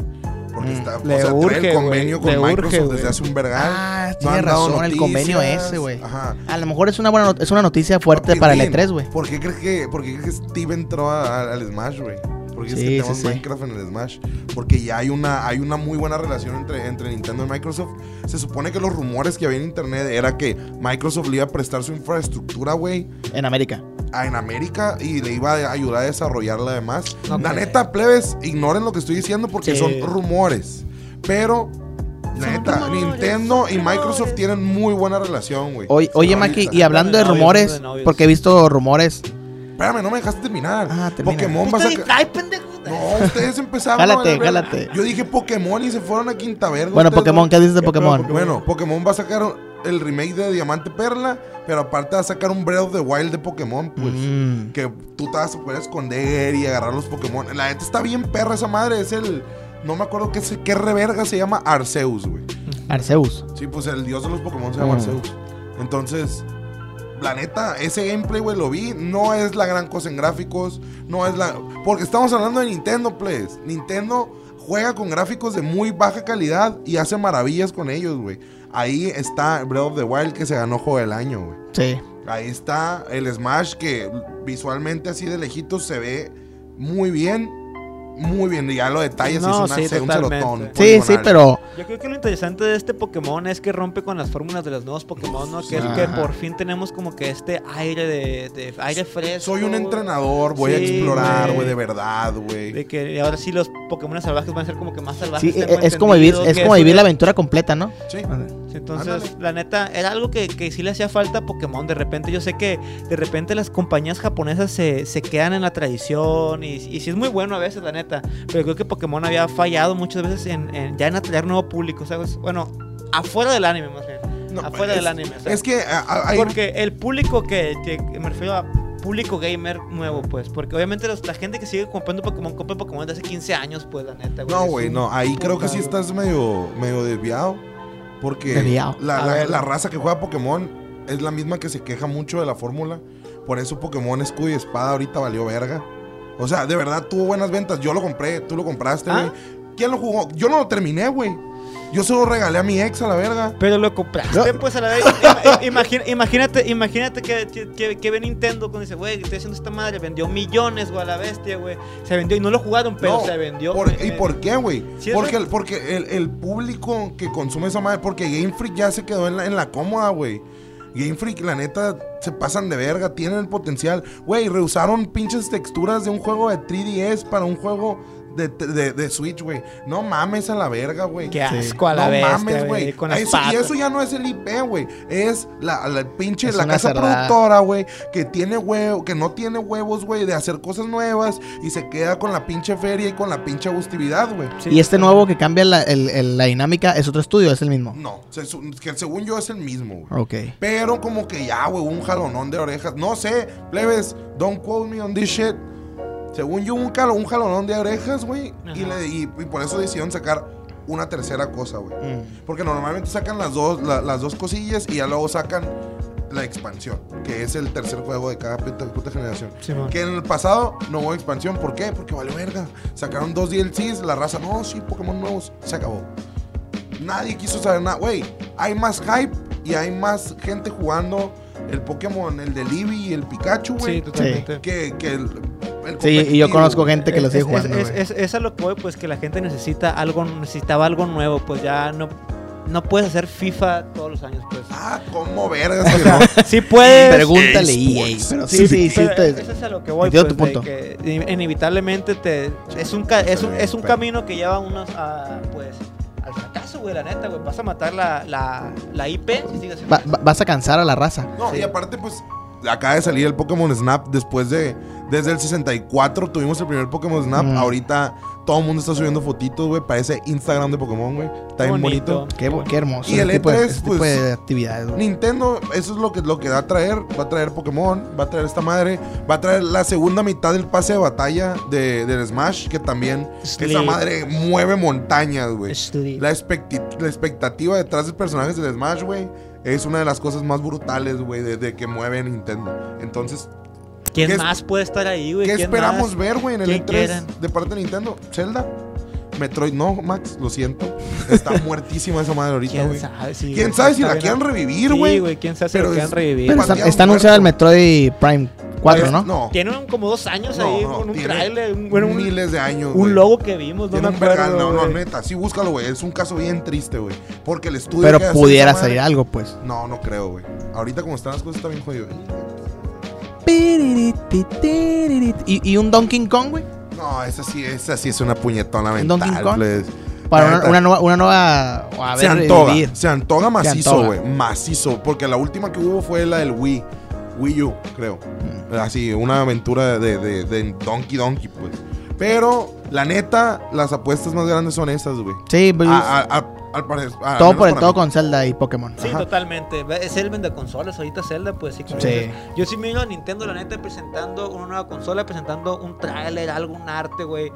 Speaker 3: Porque
Speaker 1: Mm.
Speaker 3: está, o
Speaker 4: Le
Speaker 3: sea, trae
Speaker 4: urge,
Speaker 3: el convenio
Speaker 4: güey.
Speaker 3: con
Speaker 4: Le urge,
Speaker 3: Microsoft desde
Speaker 4: güey.
Speaker 3: hace un vergal.
Speaker 1: Ah,
Speaker 3: No
Speaker 1: tiene
Speaker 3: han dado
Speaker 1: razón, el
Speaker 3: noticias. Ah.
Speaker 1: convenio ese, güey.
Speaker 3: Ajá.
Speaker 1: A lo mejor es una buena not- es una noticia fuerte
Speaker 3: Papi,
Speaker 1: para el
Speaker 3: Steam,
Speaker 1: E3, güey.
Speaker 3: ¿Por qué crees que, por qué crees que Steve entró a- a- al Smash, güey? Porque es
Speaker 1: Sí,
Speaker 3: que
Speaker 1: sí,
Speaker 3: tenemos
Speaker 1: sí.
Speaker 3: Minecraft en el Smash. Porque ya hay una, hay una muy buena relación entre, entre Nintendo y Microsoft. Se supone que los rumores que había en internet era que Microsoft le iba a prestar su infraestructura, güey,
Speaker 1: En América.
Speaker 3: a- en América y le iba a ayudar a desarrollarla además.
Speaker 4: No
Speaker 3: la
Speaker 4: creo.
Speaker 3: neta, plebes, ignoren lo que estoy diciendo porque
Speaker 4: Sí.
Speaker 3: son rumores. Pero, la neta, Nintendo y Microsoft tienen muy buena relación, güey.
Speaker 1: Oye, oye,
Speaker 3: Ahorita.
Speaker 1: Maki, y hablando de
Speaker 4: Son de novios,
Speaker 1: rumores,
Speaker 4: son de novios.
Speaker 1: porque he visto rumores.
Speaker 3: Espérame, no me dejaste terminar.
Speaker 1: Ah, termina.
Speaker 3: Pokémon
Speaker 4: Pues
Speaker 3: va a
Speaker 4: te
Speaker 3: sacar.
Speaker 4: distraes, pendejo.
Speaker 3: No, ustedes empezaron.
Speaker 1: Jálate,
Speaker 3: a la verga.
Speaker 1: jálate.
Speaker 3: Yo dije Pokémon y se fueron a Quinta Verga.
Speaker 1: Bueno,
Speaker 3: ustedes
Speaker 1: Pokémon,
Speaker 3: no-
Speaker 1: ¿qué dices de Pokémon?
Speaker 3: Bueno, Pokémon va a sacar el remake de Diamante Perla, pero aparte va a sacar un Breath of the Wild de Pokémon, pues.
Speaker 1: Mm.
Speaker 3: Que tú te vas a poder esconder y agarrar los Pokémon. La gente está bien perra esa madre. Es el. No me acuerdo qué, se- qué reverga se llama Arceus, güey.
Speaker 1: Arceus.
Speaker 3: Sí, pues el dios de los Pokémon se llama
Speaker 1: Mm.
Speaker 3: Arceus. Entonces, la neta, ese gameplay, güey, lo vi. No es la gran cosa en gráficos. No es la. Porque estamos hablando de Nintendo, please. Nintendo juega con gráficos de muy baja calidad y hace maravillas con ellos, güey. Ahí está Breath of the Wild que se ganó juego del año, güey.
Speaker 1: Sí.
Speaker 3: Ahí está el Smash que visualmente así de lejitos se ve muy bien. Muy bien, y ya lo detalles
Speaker 4: No,
Speaker 3: es una-
Speaker 4: sí,
Speaker 3: un
Speaker 4: totalmente.
Speaker 3: celotón.
Speaker 1: Sí, sí,
Speaker 3: poligonal.
Speaker 1: pero
Speaker 4: Yo creo que lo interesante de este Pokémon es que rompe con las fórmulas de los nuevos Pokémon, ¿no? Que es
Speaker 1: Ajá.
Speaker 4: que por fin tenemos como que este aire de, de aire fresco.
Speaker 3: Soy un entrenador, voy a
Speaker 4: Sí,
Speaker 3: explorar,
Speaker 4: güey.
Speaker 3: güey, de verdad, güey.
Speaker 4: De que ahora sí los Pokémon salvajes van a ser como que más salvajes.
Speaker 1: sí, e-
Speaker 4: tengo
Speaker 1: e- es como vivir,
Speaker 4: entendido
Speaker 1: es
Speaker 4: que
Speaker 1: como
Speaker 4: eso
Speaker 1: vivir
Speaker 4: es-
Speaker 1: la aventura completa, ¿no?
Speaker 3: Sí.
Speaker 4: Entonces,
Speaker 3: Ándale.
Speaker 4: la neta, era algo que, que sí le hacía falta a Pokémon. De repente, yo sé que de repente las compañías japonesas se, se quedan en la tradición. Y, y sí es muy bueno a veces, la neta. Pero creo que Pokémon había fallado muchas veces en, en- ya en atraer nuevo público, ¿sabes? Bueno, afuera del anime, más bien.
Speaker 3: No, pues,
Speaker 4: afuera
Speaker 3: es-
Speaker 4: del anime. o sea,
Speaker 3: Es que a- a- hay-
Speaker 4: Porque el público que, que- que me refiero a público gamer nuevo, pues. Porque obviamente los- la gente que sigue comprando Pokémon compra Pokémon de hace 15 años, pues, la neta.
Speaker 3: No,
Speaker 4: es
Speaker 3: güey,
Speaker 4: un
Speaker 3: no. Ahí creo que sí
Speaker 4: putado.
Speaker 3: estás medio, medio desviado. Porque
Speaker 1: Desviado.
Speaker 3: La,
Speaker 4: A
Speaker 3: la-
Speaker 4: ver.
Speaker 3: la raza que juega Pokémon es la misma que se queja mucho de la fórmula. Por eso Pokémon Escudo y Espada ahorita valió verga. O sea, de verdad tuvo buenas ventas. Yo lo compré, tú lo compraste,
Speaker 4: ¿Ah?
Speaker 3: güey. ¿Quién lo jugó? Yo no lo terminé, güey. Yo se lo regalé a mi ex a la verga.
Speaker 4: Pero lo compraste, pues a la vez. Ima- imagina- imagínate, imagínate que, que, que ve Nintendo cuando dice, güey, que estoy haciendo esta madre. Vendió millones, güey, a la bestia, güey. Se vendió y no lo jugaron, pero
Speaker 3: No,
Speaker 4: se vendió.
Speaker 3: Por-
Speaker 4: Me-
Speaker 3: ¿Y
Speaker 4: me-
Speaker 3: por qué, güey?
Speaker 4: Sí, es
Speaker 3: porque
Speaker 4: verdad.
Speaker 3: el, porque el, el público que consume esa madre, porque Game Freak ya se quedó en la, en la cómoda, güey. Game Freak, la neta, se pasan de verga, tienen el potencial. Güey, rehusaron pinches texturas de un juego de 3DS para un juego de, de- de Switch, güey. No mames a la verga, güey.
Speaker 4: Qué asco a la
Speaker 3: No
Speaker 4: bestia,
Speaker 3: mames, güey.
Speaker 4: Con las
Speaker 3: Eso- Y
Speaker 4: patas.
Speaker 3: eso ya no es el IP, güey. Es la, la pinche,
Speaker 1: Es
Speaker 3: la
Speaker 1: una
Speaker 3: casa
Speaker 1: cerrada.
Speaker 3: productora, güey, que tiene huevo, que no tiene huevos, güey, de hacer cosas nuevas y se queda con la pinche feria y con la pinche abusividad, güey.
Speaker 4: Sí,
Speaker 1: Y este
Speaker 4: está-
Speaker 1: nuevo que cambia la, el- el- la dinámica es otro estudio, es el
Speaker 4: Mm.
Speaker 1: mismo.
Speaker 3: No, se su- que según yo es el mismo, güey.
Speaker 1: Ok.
Speaker 3: Pero como que ya, güey, un jalonón de orejas. No sé, plebes, don't quote me on this shit. Según yo, un, jalo- un jalonón de orejas, güey. Y,
Speaker 4: Ajá.
Speaker 3: le- y- y por eso decidieron sacar una tercera cosa, güey.
Speaker 4: Mm.
Speaker 3: Porque normalmente sacan las dos, la- las dos cosillas y ya luego sacan la expansión, que es el tercer juego de cada puta, puta generación.
Speaker 4: Simón.
Speaker 3: Que en el pasado no hubo expansión, ¿por qué? Porque valió verga. Sacaron dos DLCs, la raza, no, sí, Pokémon nuevos, se acabó. Nadie quiso saber nada, güey. Hay más hype y hay más gente jugando el Pokémon, el de Eevee y el Pikachu,
Speaker 4: Sí,
Speaker 3: güey,
Speaker 4: totalmente.
Speaker 3: que, que el, el
Speaker 1: Sí, y yo
Speaker 3: competitivo,
Speaker 1: conozco
Speaker 3: güey.
Speaker 1: gente que lo sigue
Speaker 4: Eh, Es- es-
Speaker 1: jugando.
Speaker 4: es,
Speaker 1: güey.
Speaker 4: es, es a lo que voy, pues que la gente necesita algo, necesitaba algo nuevo, pues ya no, no puedes hacer FIFA todos los años, pues.
Speaker 3: Ah, cómo vergas que no.
Speaker 4: Sí puedes.
Speaker 1: Pregúntale EA.
Speaker 3: Esports.
Speaker 1: Pero sí, sí, sí.
Speaker 4: Pero
Speaker 1: te-
Speaker 4: eso es a lo que voy,
Speaker 1: entiendo
Speaker 4: pues,
Speaker 1: tu
Speaker 4: de que inevitablemente te es un ca- es un, es un
Speaker 1: pues.
Speaker 3: Pero-
Speaker 4: camino que lleva unos a pues al fracaso, güey, la neta, güey, vas a matar la la, la IP si sigues haciendo
Speaker 1: va-
Speaker 4: eso.
Speaker 1: va- vas a cansar a la raza.
Speaker 3: No,
Speaker 4: Sí.
Speaker 3: y aparte, pues, acaba de salir el Pokémon Snap después de. Desde el 64 tuvimos el primer Pokémon Snap.
Speaker 1: Mm.
Speaker 3: Ahorita todo el mundo está subiendo fotitos, güey. Parece Instagram de Pokémon, güey. Está bien bonito.
Speaker 1: Qué, bo- qué hermoso.
Speaker 3: Y el
Speaker 1: ese tipo de-
Speaker 3: E3,
Speaker 1: ese
Speaker 3: pues,
Speaker 1: tipo de actividades, güey.
Speaker 3: Nintendo, eso es lo que, lo que va a traer. Va a traer Pokémon, va a traer esta madre. Va a traer la segunda mitad del pase de batalla de, del Smash, que también esa
Speaker 4: Sleep.
Speaker 3: madre mueve montañas, güey.
Speaker 4: Sleep.
Speaker 3: La, expecti- la expectativa detrás de personajes del Smash, güey, es una de las cosas más brutales, güey, de, de que mueve Nintendo. Entonces,
Speaker 4: ¿Quién
Speaker 3: ¿Qué es-
Speaker 4: más puede estar ahí, güey?
Speaker 3: ¿qué
Speaker 4: ¿Quién
Speaker 3: esperamos
Speaker 4: más?
Speaker 3: ver, güey, en el
Speaker 4: ¿Qué
Speaker 3: E3
Speaker 4: quieren?
Speaker 3: de parte de Nintendo? ¿Zelda? Metroid, no, Max, lo siento. Está muertísima esa madre ahorita,
Speaker 4: ¿Quién
Speaker 3: güey.
Speaker 4: sabe? Sí,
Speaker 3: ¿Quién
Speaker 4: güey,
Speaker 3: sabe si la
Speaker 4: está bien
Speaker 3: quieran
Speaker 4: a-
Speaker 3: revivir,
Speaker 4: Sí,
Speaker 3: güey?
Speaker 4: güey, quién sabe si
Speaker 3: Pero
Speaker 4: la quieran
Speaker 3: es-
Speaker 4: revivir.
Speaker 1: Pero está,
Speaker 3: pateado
Speaker 1: está
Speaker 3: un
Speaker 1: anunciado el
Speaker 3: muerto.
Speaker 1: Metroid Prime 4, ¿no?
Speaker 3: No,
Speaker 4: Tienen como dos años
Speaker 3: no,
Speaker 4: ahí
Speaker 3: no,
Speaker 4: con un
Speaker 3: tiene
Speaker 4: trailer, un, bueno, un-
Speaker 3: miles de años. güey.
Speaker 4: un logo que vimos, no
Speaker 3: Tiene
Speaker 4: me
Speaker 3: un vergal,
Speaker 4: acuerdo.
Speaker 3: no, no,
Speaker 4: güey.
Speaker 3: neta. Sí, búscalo, güey. Es un caso bien triste, güey. Porque el estudio.
Speaker 1: Pero
Speaker 3: que hace esa
Speaker 1: pudiera
Speaker 3: madre-
Speaker 1: salir algo, pues.
Speaker 3: No, no creo, güey. Ahorita como están las cosas está bien jodido.
Speaker 1: ¿Y, y un Donkey Kong, güey?
Speaker 3: No, esa sí, esa sí es una puñetona
Speaker 1: ¿Un
Speaker 3: mental.
Speaker 1: Donkey Kong?
Speaker 3: please.
Speaker 1: Para
Speaker 3: La
Speaker 1: una,
Speaker 3: neta.
Speaker 1: una nueva. Una nueva o a
Speaker 3: se
Speaker 1: ver, eh,
Speaker 3: antoja,
Speaker 1: revivir.
Speaker 3: se antoja macizo,
Speaker 1: antoja.
Speaker 3: güey, macizo, porque la última que hubo fue la del Wii, Wii U, creo.
Speaker 1: Mm.
Speaker 3: Así, una aventura de, de, de Donkey Donkey, pues. Pero, la neta, las apuestas más grandes son esas, güey.
Speaker 1: Sí, pues,
Speaker 3: A- a- a- al parecer- a- al
Speaker 1: todo
Speaker 3: menos
Speaker 1: por el
Speaker 3: para
Speaker 1: todo
Speaker 3: mí.
Speaker 1: con Zelda y Pokémon.
Speaker 4: Sí,
Speaker 3: Ajá.
Speaker 4: totalmente. Ve- Es el vende consolas. Ahorita Zelda, pues sí. como
Speaker 1: Sí.
Speaker 4: dices. Yo sí miro a Nintendo, la neta, presentando una nueva consola, presentando un tráiler, algo, un arte, güey.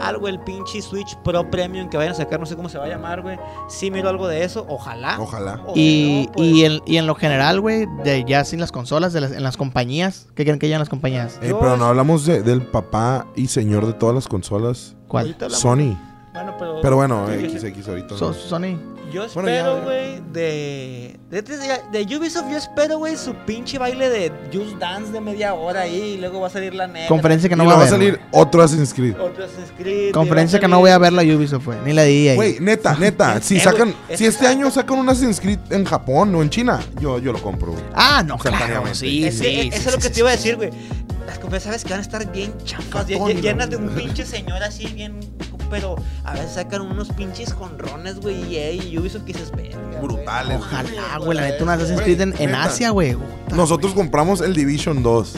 Speaker 4: Algo, el pinche Switch Pro Premium que vayan a sacar, no sé cómo se va a llamar, güey. Sí miro algo de eso, ojalá.
Speaker 3: Ojalá.
Speaker 4: O si
Speaker 1: Y,
Speaker 4: no, pues,
Speaker 1: y, en, y en lo general, güey, de ya sin las consolas, de las- en las compañías. ¿Qué creen que ya en las compañías?
Speaker 3: Ey, Eh, pero no hablamos de- del papá y señor de todas las consolas,
Speaker 1: ¿Cuál?
Speaker 4: ahorita hablamos-
Speaker 3: Sony.
Speaker 4: Bueno, pero,
Speaker 3: Pero bueno,
Speaker 4: Sí, yo,
Speaker 3: XX ahorita.
Speaker 1: So-
Speaker 3: ¿no?
Speaker 1: Sony.
Speaker 4: yo
Speaker 3: Bueno, ya,
Speaker 4: espero,
Speaker 3: ya.
Speaker 4: güey, de, de, de- de Ubisoft, yo espero, güey, su pinche baile de Just Dance de media hora ahí. Y luego va a salir la negra.
Speaker 1: Conferencia que no
Speaker 3: y
Speaker 1: va a
Speaker 3: luego va a
Speaker 1: haber.
Speaker 3: salir otro Assassin's Creed.
Speaker 4: Otro Assassin's Creed, y
Speaker 1: güey.
Speaker 4: va a
Speaker 1: Conferencia que no
Speaker 4: salir-
Speaker 1: voy a ver la Ubisoft, güey. Ni la E DIA.
Speaker 3: Güey, neta, neta. Si
Speaker 4: Eh,
Speaker 3: sacan,
Speaker 4: güey,
Speaker 3: si
Speaker 4: es-
Speaker 3: este año sacan un Assassin's Creed en Japón o en China, yo, yo lo compro. güey.
Speaker 1: Ah, no, claro.
Speaker 3: Instantáneamente.
Speaker 1: Sí,
Speaker 4: Es
Speaker 1: sí,
Speaker 4: que e-
Speaker 1: sí,
Speaker 4: eso
Speaker 1: sí,
Speaker 4: es lo
Speaker 1: sí,
Speaker 4: que te
Speaker 1: sí.
Speaker 4: iba a decir, güey. Las confesadas que van a estar bien chafas, bien-
Speaker 3: Católico.
Speaker 4: llenas de un pinche señor así, bien. Pero a veces sacan unos pinches jonrones, güey, EA y Ubisoft que se esperan.
Speaker 3: Brutales.
Speaker 1: Ojalá, güey, la neta, un Assassin's
Speaker 3: Güey,
Speaker 1: Creed en, en
Speaker 3: neta.
Speaker 1: Asia, güey.
Speaker 3: Nosotros compramos el Division 2.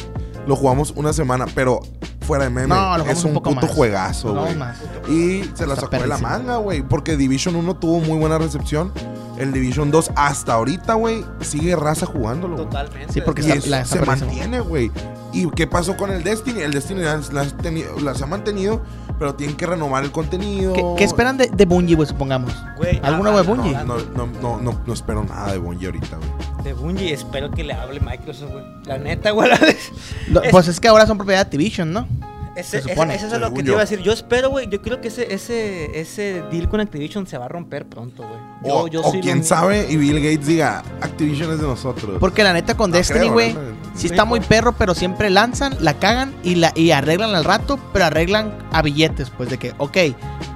Speaker 3: Lo jugamos una semana, pero fuera de meme.
Speaker 1: No, lo jugamos
Speaker 3: es
Speaker 1: un
Speaker 3: un,
Speaker 1: poco
Speaker 3: puto
Speaker 1: más.
Speaker 3: juegazo,
Speaker 1: No,
Speaker 3: güey.
Speaker 1: más.
Speaker 3: Y se la
Speaker 1: Está
Speaker 3: sacó de la
Speaker 1: perrísimo.
Speaker 3: manga, güey. Porque Division 1 tuvo muy buena recepción. El Division 2 hasta ahorita, güey, sigue raza jugándolo. güey.
Speaker 4: Totalmente.
Speaker 1: Sí, porque
Speaker 3: Y
Speaker 1: está-
Speaker 3: eso
Speaker 1: la- está
Speaker 3: se
Speaker 1: perrísimo.
Speaker 3: mantiene, güey. ¿Y qué pasó con el Destiny? El Destiny las, las teni- las ha mantenido, pero tienen que renovar el contenido.
Speaker 1: ¿Qué, qué esperan de, de Bungie, güey, supongamos?
Speaker 4: Güey,
Speaker 1: ¿Alguna
Speaker 4: ah,
Speaker 1: web
Speaker 4: no,
Speaker 1: Bungie?
Speaker 4: no,
Speaker 3: No, no, no, no, no espero nada de Bungie ahorita, güey.
Speaker 4: De Bungie, espero que le hable Microsoft, güey. La neta, güey. la-
Speaker 1: Lo-
Speaker 4: Es-
Speaker 1: Pues es que ahora son propiedad de Activision, ¿no?
Speaker 3: Pues
Speaker 4: Ese,
Speaker 1: Se
Speaker 4: ese-
Speaker 1: supone,
Speaker 4: ese es lo
Speaker 3: según
Speaker 4: que te
Speaker 3: yo.
Speaker 4: iba a decir. Yo espero, güey. Yo creo que ese, ese, ese deal con Activision se va a romper pronto, güey. Yo-
Speaker 3: O,
Speaker 4: yo
Speaker 3: o
Speaker 4: sí lo
Speaker 3: quién
Speaker 4: mi-
Speaker 3: sabe y Bill Gates diga, Activision es de nosotros.
Speaker 1: Porque la neta con
Speaker 3: No
Speaker 1: Destiny,
Speaker 3: creo,
Speaker 1: güey,
Speaker 3: no, no.
Speaker 1: sí está muy perro, pero siempre lanzan, la cagan y, la, y arreglan al rato, pero arreglan a billetes, pues de que, ok,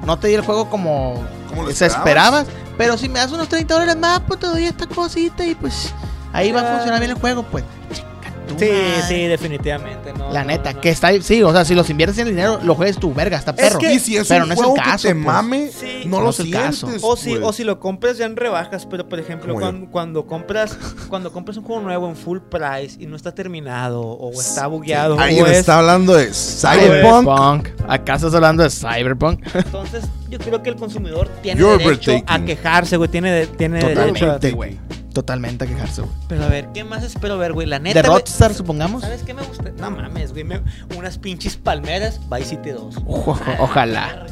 Speaker 1: no te di el juego como
Speaker 3: ¿Cómo lo
Speaker 1: se esperabas, pero si me das unos 30 dólares más, pues te doy esta cosita y pues ahí va a funcionar bien el juego, pues. Chica tu
Speaker 4: Sí,
Speaker 1: madre.
Speaker 4: sí, definitivamente. No,
Speaker 1: La
Speaker 4: no,
Speaker 1: neta,
Speaker 4: no, no.
Speaker 1: que está ahí, sí, o sea, si los inviertes en el dinero, lo juegues tu verga, está
Speaker 3: Es
Speaker 1: perro.
Speaker 3: que si es
Speaker 1: pero
Speaker 3: un
Speaker 1: no es el
Speaker 3: juego
Speaker 1: caso,
Speaker 3: que te
Speaker 1: pues.
Speaker 3: mame,
Speaker 4: Sí.
Speaker 3: no,
Speaker 1: No
Speaker 3: lo
Speaker 1: es el caso.
Speaker 3: sientes.
Speaker 4: O si,
Speaker 3: güey.
Speaker 4: o si lo compras ya en rebajas, pero por ejemplo,
Speaker 3: Como yo.
Speaker 4: cuan- cuando, compras cuando compras un juego nuevo en full price y no está terminado o está bugueado, pues,
Speaker 3: Alguien
Speaker 4: o es-
Speaker 3: está hablando de Cyberpunk.
Speaker 1: Cyberpunk. Acá estás hablando de Cyberpunk.
Speaker 4: entonces yo creo que el consumidor tiene
Speaker 3: You're
Speaker 4: derecho a
Speaker 3: overtaking.
Speaker 4: quejarse, güey, tiene, de- tiene derecho. a-
Speaker 1: Totalmente, güey. Totalmente a quejarse, güey.
Speaker 4: Pero a ver, ¿qué más espero ver, güey? La neta,
Speaker 1: De
Speaker 4: güey,
Speaker 1: Rockstar, supongamos.
Speaker 4: ¿sabes qué me gusta? No mames, güey, me- unas pinches palmeras, Vice City 2.
Speaker 1: Ojo, ojalá.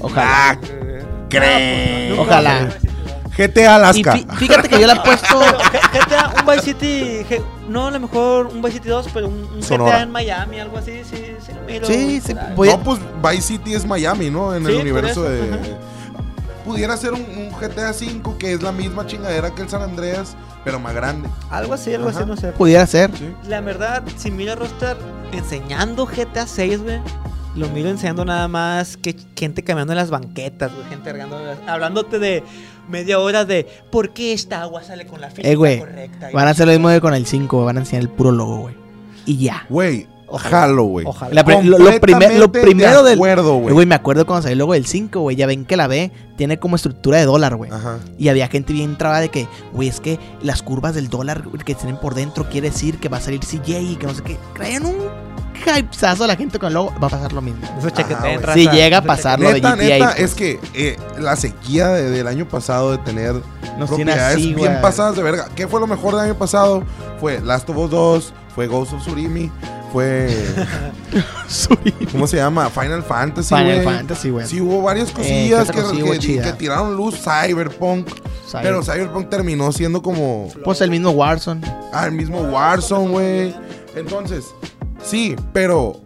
Speaker 1: Ojalá. Eh,
Speaker 3: Ah,
Speaker 4: pues,
Speaker 3: cree.
Speaker 1: Ojalá.
Speaker 3: GTA
Speaker 1: Y
Speaker 3: Alaska.
Speaker 1: fí- fíjate que yo le he puesto.
Speaker 4: Pero G- GTA, un Vice City, G- no, a lo mejor un Vice City 2, pero un, un
Speaker 3: Sonora.
Speaker 4: GTA en Miami, algo así, sí, sí, lo miro.
Speaker 1: Sí, sí,
Speaker 4: Claro.
Speaker 1: voy a-
Speaker 3: No, pues Vice City es Miami, ¿no? En
Speaker 4: Sí,
Speaker 3: el
Speaker 4: por
Speaker 3: universo
Speaker 4: eso,
Speaker 3: de. Pudiera ser un, un GTA V que es la misma chingadera que el San Andreas, pero más grande.
Speaker 4: Algo así, algo
Speaker 3: Ajá.
Speaker 4: así, no sé.
Speaker 1: pudiera ser.
Speaker 3: Sí.
Speaker 4: La verdad, si miro a Rockstar enseñando GTA 6, güey, lo miro enseñando nada más que gente caminando en las banquetas, güey, gente cargando las- hablándote de media hora de por qué esta agua sale con la física
Speaker 1: Eh, güey,
Speaker 4: correcta. y
Speaker 1: Van a
Speaker 4: no
Speaker 1: hacer lo
Speaker 4: sé
Speaker 1: mismo que con el 5, güey, van a enseñar el puro logo, güey. Y ya.
Speaker 3: Güey, Jalo, güey.
Speaker 4: Ojalá.
Speaker 1: La pri- lo, lo primer- lo
Speaker 3: Completamente de
Speaker 1: primero del.
Speaker 3: acuerdo, güey.
Speaker 1: Güey, me acuerdo cuando salió el logo del 5, güey. Ya ven que la B tiene como estructura de dólar, güey.
Speaker 3: Ajá.
Speaker 1: Y había gente bien traba de que, güey, es que las curvas del dólar que tienen por dentro quiere decir que va a salir CJ y que no sé qué. Crean un hypezazo a la gente con el logo. Va a pasar lo mismo.
Speaker 4: Eso chequeteen,
Speaker 3: güey.
Speaker 4: raza.
Speaker 1: Si llega a
Speaker 4: Eso
Speaker 1: pasar lo de
Speaker 3: Neta,
Speaker 1: GTA.
Speaker 3: neta, es que eh, la sequía de- del año pasado de tener
Speaker 1: Nos tiene
Speaker 3: propiedades
Speaker 1: así,
Speaker 3: bien
Speaker 1: güey.
Speaker 3: pasadas de verga. ¿Qué fue lo mejor del año pasado? Fue Last of Us 2, fue Ghost of Tsurimi, fue... ¿Cómo se llama? Final Fantasy,
Speaker 1: Final
Speaker 3: güey.
Speaker 1: Fantasy, güey.
Speaker 3: Sí, hubo varias
Speaker 1: Eh, ¿qué
Speaker 3: cosillas
Speaker 1: otra
Speaker 3: que,
Speaker 1: cosilla hubo
Speaker 3: que-
Speaker 1: chida?
Speaker 3: que tiraron luz. Cyberpunk.
Speaker 1: Cyber-
Speaker 3: Pero Cyberpunk terminó siendo como...
Speaker 1: pues el mismo Warzone.
Speaker 3: Ah, el mismo Warzone, güey. Entonces, sí, pero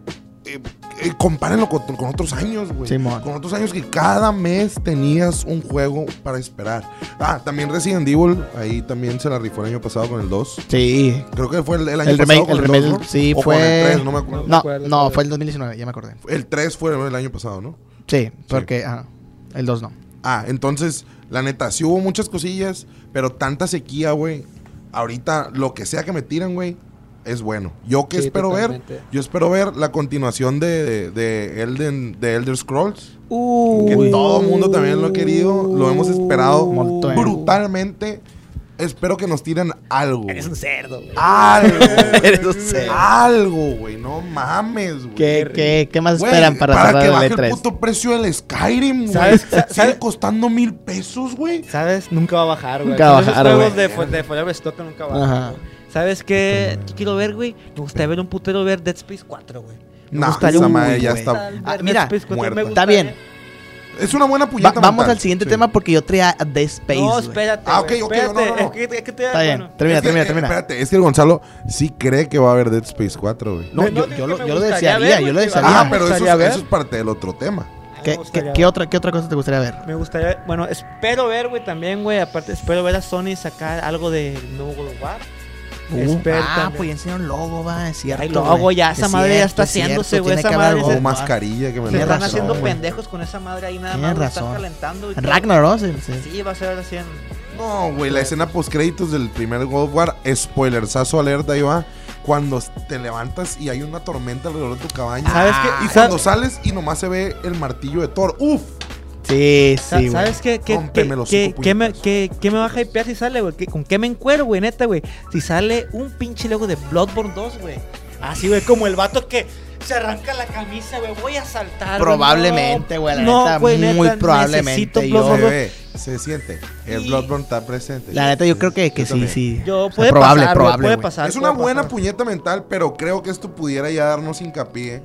Speaker 3: eh, eh, compárenlo con, con otros años, güey.
Speaker 1: Simón.
Speaker 3: Con otros años que cada mes tenías un juego para esperar. Ah, también Resident Evil, ahí también se la rifó el año pasado con el 2.
Speaker 1: Sí.
Speaker 3: Creo que fue el, el año
Speaker 1: El
Speaker 3: pasado.
Speaker 1: remake- el
Speaker 3: con
Speaker 1: remake,
Speaker 3: 2, ¿no?
Speaker 1: sí,
Speaker 3: O
Speaker 1: fue-
Speaker 3: Con el 3, no me acuerdo.
Speaker 1: No,
Speaker 4: acuerdo,
Speaker 1: no,
Speaker 4: güey.
Speaker 1: fue el 2019, ya me acordé.
Speaker 3: El 3 fue el año pasado, ¿no?
Speaker 1: Sí, porque. ajá, el 2 no.
Speaker 3: Ah, entonces, la neta, sí hubo muchas cosillas, pero tanta sequía, güey. Ahorita, lo que sea que me tiran, güey, es bueno. Yo que
Speaker 4: Sí,
Speaker 3: espero ver,
Speaker 4: totalmente.
Speaker 3: yo espero ver la continuación de, de, de Elden, de Elder Scrolls. Que todo el mundo también lo ha querido, lo hemos esperado
Speaker 1: Molto, eh.
Speaker 3: brutalmente. Espero que nos tiren algo. güey.
Speaker 4: Eres un cerdo,
Speaker 3: Ah,
Speaker 4: güey.
Speaker 3: Algo.
Speaker 1: Eres un
Speaker 3: güey.
Speaker 1: cerdo.
Speaker 3: algo, güey. No mames, güey.
Speaker 1: ¿Qué, qué, qué más
Speaker 3: Güey,
Speaker 1: esperan para,
Speaker 3: que
Speaker 1: cerrar
Speaker 3: baje
Speaker 1: el
Speaker 3: el
Speaker 1: E3?
Speaker 3: puto precio del Skyrim, güey.
Speaker 4: E ¿Sabes? Sa-
Speaker 3: Sigue
Speaker 4: ¿sabes?
Speaker 3: costando mil pesos, güey.
Speaker 4: ¿Sabes? Nunca va a bajar, güey.
Speaker 1: Nunca va a
Speaker 4: Esos
Speaker 1: bajar,
Speaker 4: juegos
Speaker 1: güey.
Speaker 4: de, fo- de Forever Stock nunca bajan.
Speaker 1: Ajá.
Speaker 4: ¿Sabes qué? ¿Qué quiero ver, güey? Me gustaría ver un putero ver Dead Space 4, güey. Me
Speaker 3: No,
Speaker 4: gustaría
Speaker 3: esa
Speaker 4: un-
Speaker 3: madre ya
Speaker 1: güey.
Speaker 3: está.
Speaker 4: Ver
Speaker 1: Ah,
Speaker 4: Dead
Speaker 1: mira,
Speaker 4: Space 4, me
Speaker 3: muerta.
Speaker 1: Está
Speaker 4: gustaría.
Speaker 1: bien.
Speaker 3: Es una buena
Speaker 1: Va-
Speaker 3: puñeta.
Speaker 1: vamos
Speaker 3: mental.
Speaker 1: al siguiente
Speaker 3: Sí.
Speaker 1: tema porque yo traía a Dead Space.
Speaker 4: No,
Speaker 1: güey.
Speaker 4: espérate.
Speaker 3: Ah,
Speaker 4: güey,
Speaker 3: ok, ok, no, no,
Speaker 4: espérate.
Speaker 3: no.
Speaker 4: Es que, es que te
Speaker 1: Está bien.
Speaker 4: bueno.
Speaker 1: Termina,
Speaker 3: Es que,
Speaker 1: termina,
Speaker 3: eh,
Speaker 1: termina.
Speaker 3: Espérate, es que el Gonzalo sí cree que va a haber Dead Space 4, güey.
Speaker 1: No,
Speaker 4: Me-
Speaker 1: yo,
Speaker 4: no,
Speaker 1: yo
Speaker 4: digo
Speaker 1: lo,
Speaker 4: que me
Speaker 1: yo lo
Speaker 4: gustaría
Speaker 1: desearía,
Speaker 4: ver,
Speaker 1: yo lo
Speaker 4: güey,
Speaker 1: desearía.
Speaker 3: Ah,
Speaker 4: me
Speaker 3: pero eso,
Speaker 4: gustaría
Speaker 3: es-
Speaker 4: ver.
Speaker 3: eso es parte del otro tema.
Speaker 4: Ah, me
Speaker 1: ¿Qué,
Speaker 4: gustaría
Speaker 1: qué, qué
Speaker 4: ver.
Speaker 1: otra, ¿Qué otra cosa te gustaría ver?
Speaker 4: Me gustaría, bueno, espero ver, güey, también, güey. Aparte, espero ver a Sony sacar algo de nuevo God of War. Espero
Speaker 1: ah,
Speaker 4: también.
Speaker 1: pues ya enseñaron logo, va, es cierto.
Speaker 4: Uh, Ay, logo,
Speaker 1: güey.
Speaker 4: ya, esa
Speaker 1: Es
Speaker 4: madre ya
Speaker 1: cierto,
Speaker 4: está
Speaker 1: es cierto,
Speaker 4: haciéndose, güey,
Speaker 1: tiene
Speaker 4: esa
Speaker 1: que haber
Speaker 4: madre
Speaker 1: algo
Speaker 3: O
Speaker 4: se-
Speaker 1: más.
Speaker 3: mascarilla que me
Speaker 4: Se
Speaker 1: pues, Tienes
Speaker 3: lo
Speaker 4: están
Speaker 1: razón,
Speaker 4: haciendo
Speaker 1: güey.
Speaker 4: pendejos con esa madre ahí nada
Speaker 1: Tienes
Speaker 4: más. lo Están
Speaker 1: razón.
Speaker 4: calentando. y todo.
Speaker 1: Ragnarok, sí, sí.
Speaker 4: Sí, va a ser así en...
Speaker 3: No, güey, la escena post créditos del primer God of War, spoilersazo alerta, ahí va. Cuando te levantas y hay una tormenta alrededor de tu cabaña.
Speaker 4: ¿Sabes qué?
Speaker 3: Y
Speaker 4: ¿Sabes-
Speaker 3: cuando sales y nomás se ve el martillo de Thor. Uf,
Speaker 1: Sí,
Speaker 4: Sa-
Speaker 1: sí, güey.
Speaker 4: ¿Sabes qué? ¿Qué,
Speaker 3: Rómpeme
Speaker 4: qué-
Speaker 3: los
Speaker 4: qué-
Speaker 3: cinco
Speaker 4: qué me,
Speaker 3: puñetazos.
Speaker 4: qué- qué me va a hypear si sale, güey? ¿Qué- ¿Con qué me encuero, güey? Neta, güey. Si sale un pinche logo de Bloodborne 2, güey. Así, güey, como el vato que se arranca la camisa, güey. Voy a saltar. güey.
Speaker 1: Probablemente, güey, la neta, muy probablemente,
Speaker 4: necesito
Speaker 1: yo-
Speaker 3: se
Speaker 4: Bloodborne
Speaker 3: ve, se siente. El
Speaker 4: Y-
Speaker 3: Bloodborne está presente.
Speaker 1: La neta, yo creo que, que
Speaker 3: Yo
Speaker 1: sí,
Speaker 3: también.
Speaker 1: sí.
Speaker 4: 2. Yo,
Speaker 1: O sea,
Speaker 4: puede
Speaker 1: probable,
Speaker 4: pasar, güey,
Speaker 1: probable.
Speaker 4: puede
Speaker 1: güey.
Speaker 4: pasar,
Speaker 3: Es una
Speaker 4: puede
Speaker 3: buena
Speaker 4: pasar.
Speaker 3: puñeta mental, pero creo que esto pudiera ya darnos hincapié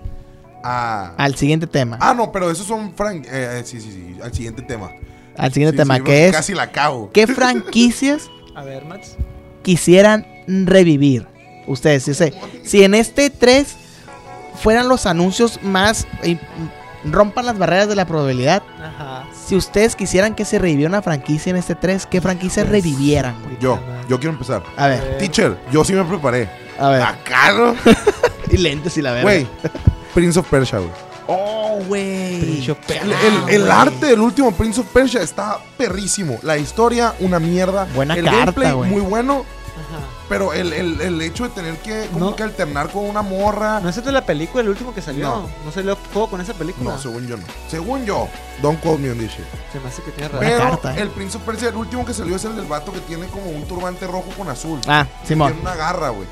Speaker 3: a.
Speaker 1: Al siguiente tema.
Speaker 3: Ah, no, pero esos son Frank. eh, eh, sí, sí, sí. Al siguiente tema.
Speaker 1: al siguiente
Speaker 3: Sí,
Speaker 1: tema,
Speaker 3: sí,
Speaker 1: que es
Speaker 3: Casi la cago.
Speaker 1: ¿qué franquicias
Speaker 4: A ver, Mats.
Speaker 1: quisieran revivir? Ustedes, si, se- si en este 3 fueran los anuncios más... eh, rompan las barreras de la probabilidad.
Speaker 4: Ajá.
Speaker 1: Si ustedes quisieran que se reviviera una franquicia en este 3, ¿qué franquicia
Speaker 3: Pues,
Speaker 1: revivieran, güey?
Speaker 3: Yo, yo quiero empezar.
Speaker 1: A ver,
Speaker 3: Teacher, yo sí me preparé.
Speaker 1: a ver.
Speaker 3: Acá, ¿no?
Speaker 1: Y lentes y la verga.
Speaker 3: Güey, Prince of Persia, güey.
Speaker 1: Oh, güey.
Speaker 4: Pincho pe-
Speaker 3: El, el- el
Speaker 1: Ah,
Speaker 3: arte del último Prince of Persia está perrísimo. La historia, una mierda.
Speaker 1: Buena
Speaker 3: el
Speaker 1: carta,
Speaker 3: gameplay,
Speaker 1: güey.
Speaker 3: muy bueno.
Speaker 4: Ajá.
Speaker 3: Pero el, el- el hecho de tener que, como
Speaker 4: No.
Speaker 3: que alternar con una morra.
Speaker 4: ¿No es esta la película, el último que salió?
Speaker 3: No.
Speaker 4: No, salió juego con esa película.
Speaker 3: No, según yo no. Según yo, don't quote me on this shit.
Speaker 4: Se me hace que tiene razón.
Speaker 1: Buena
Speaker 3: Pero
Speaker 1: carta, eh.
Speaker 3: el Prince of Persia, el último que salió es el del vato que tiene como un turbante rojo con azul.
Speaker 1: Ah, Simón.
Speaker 3: Tiene una garra, güey.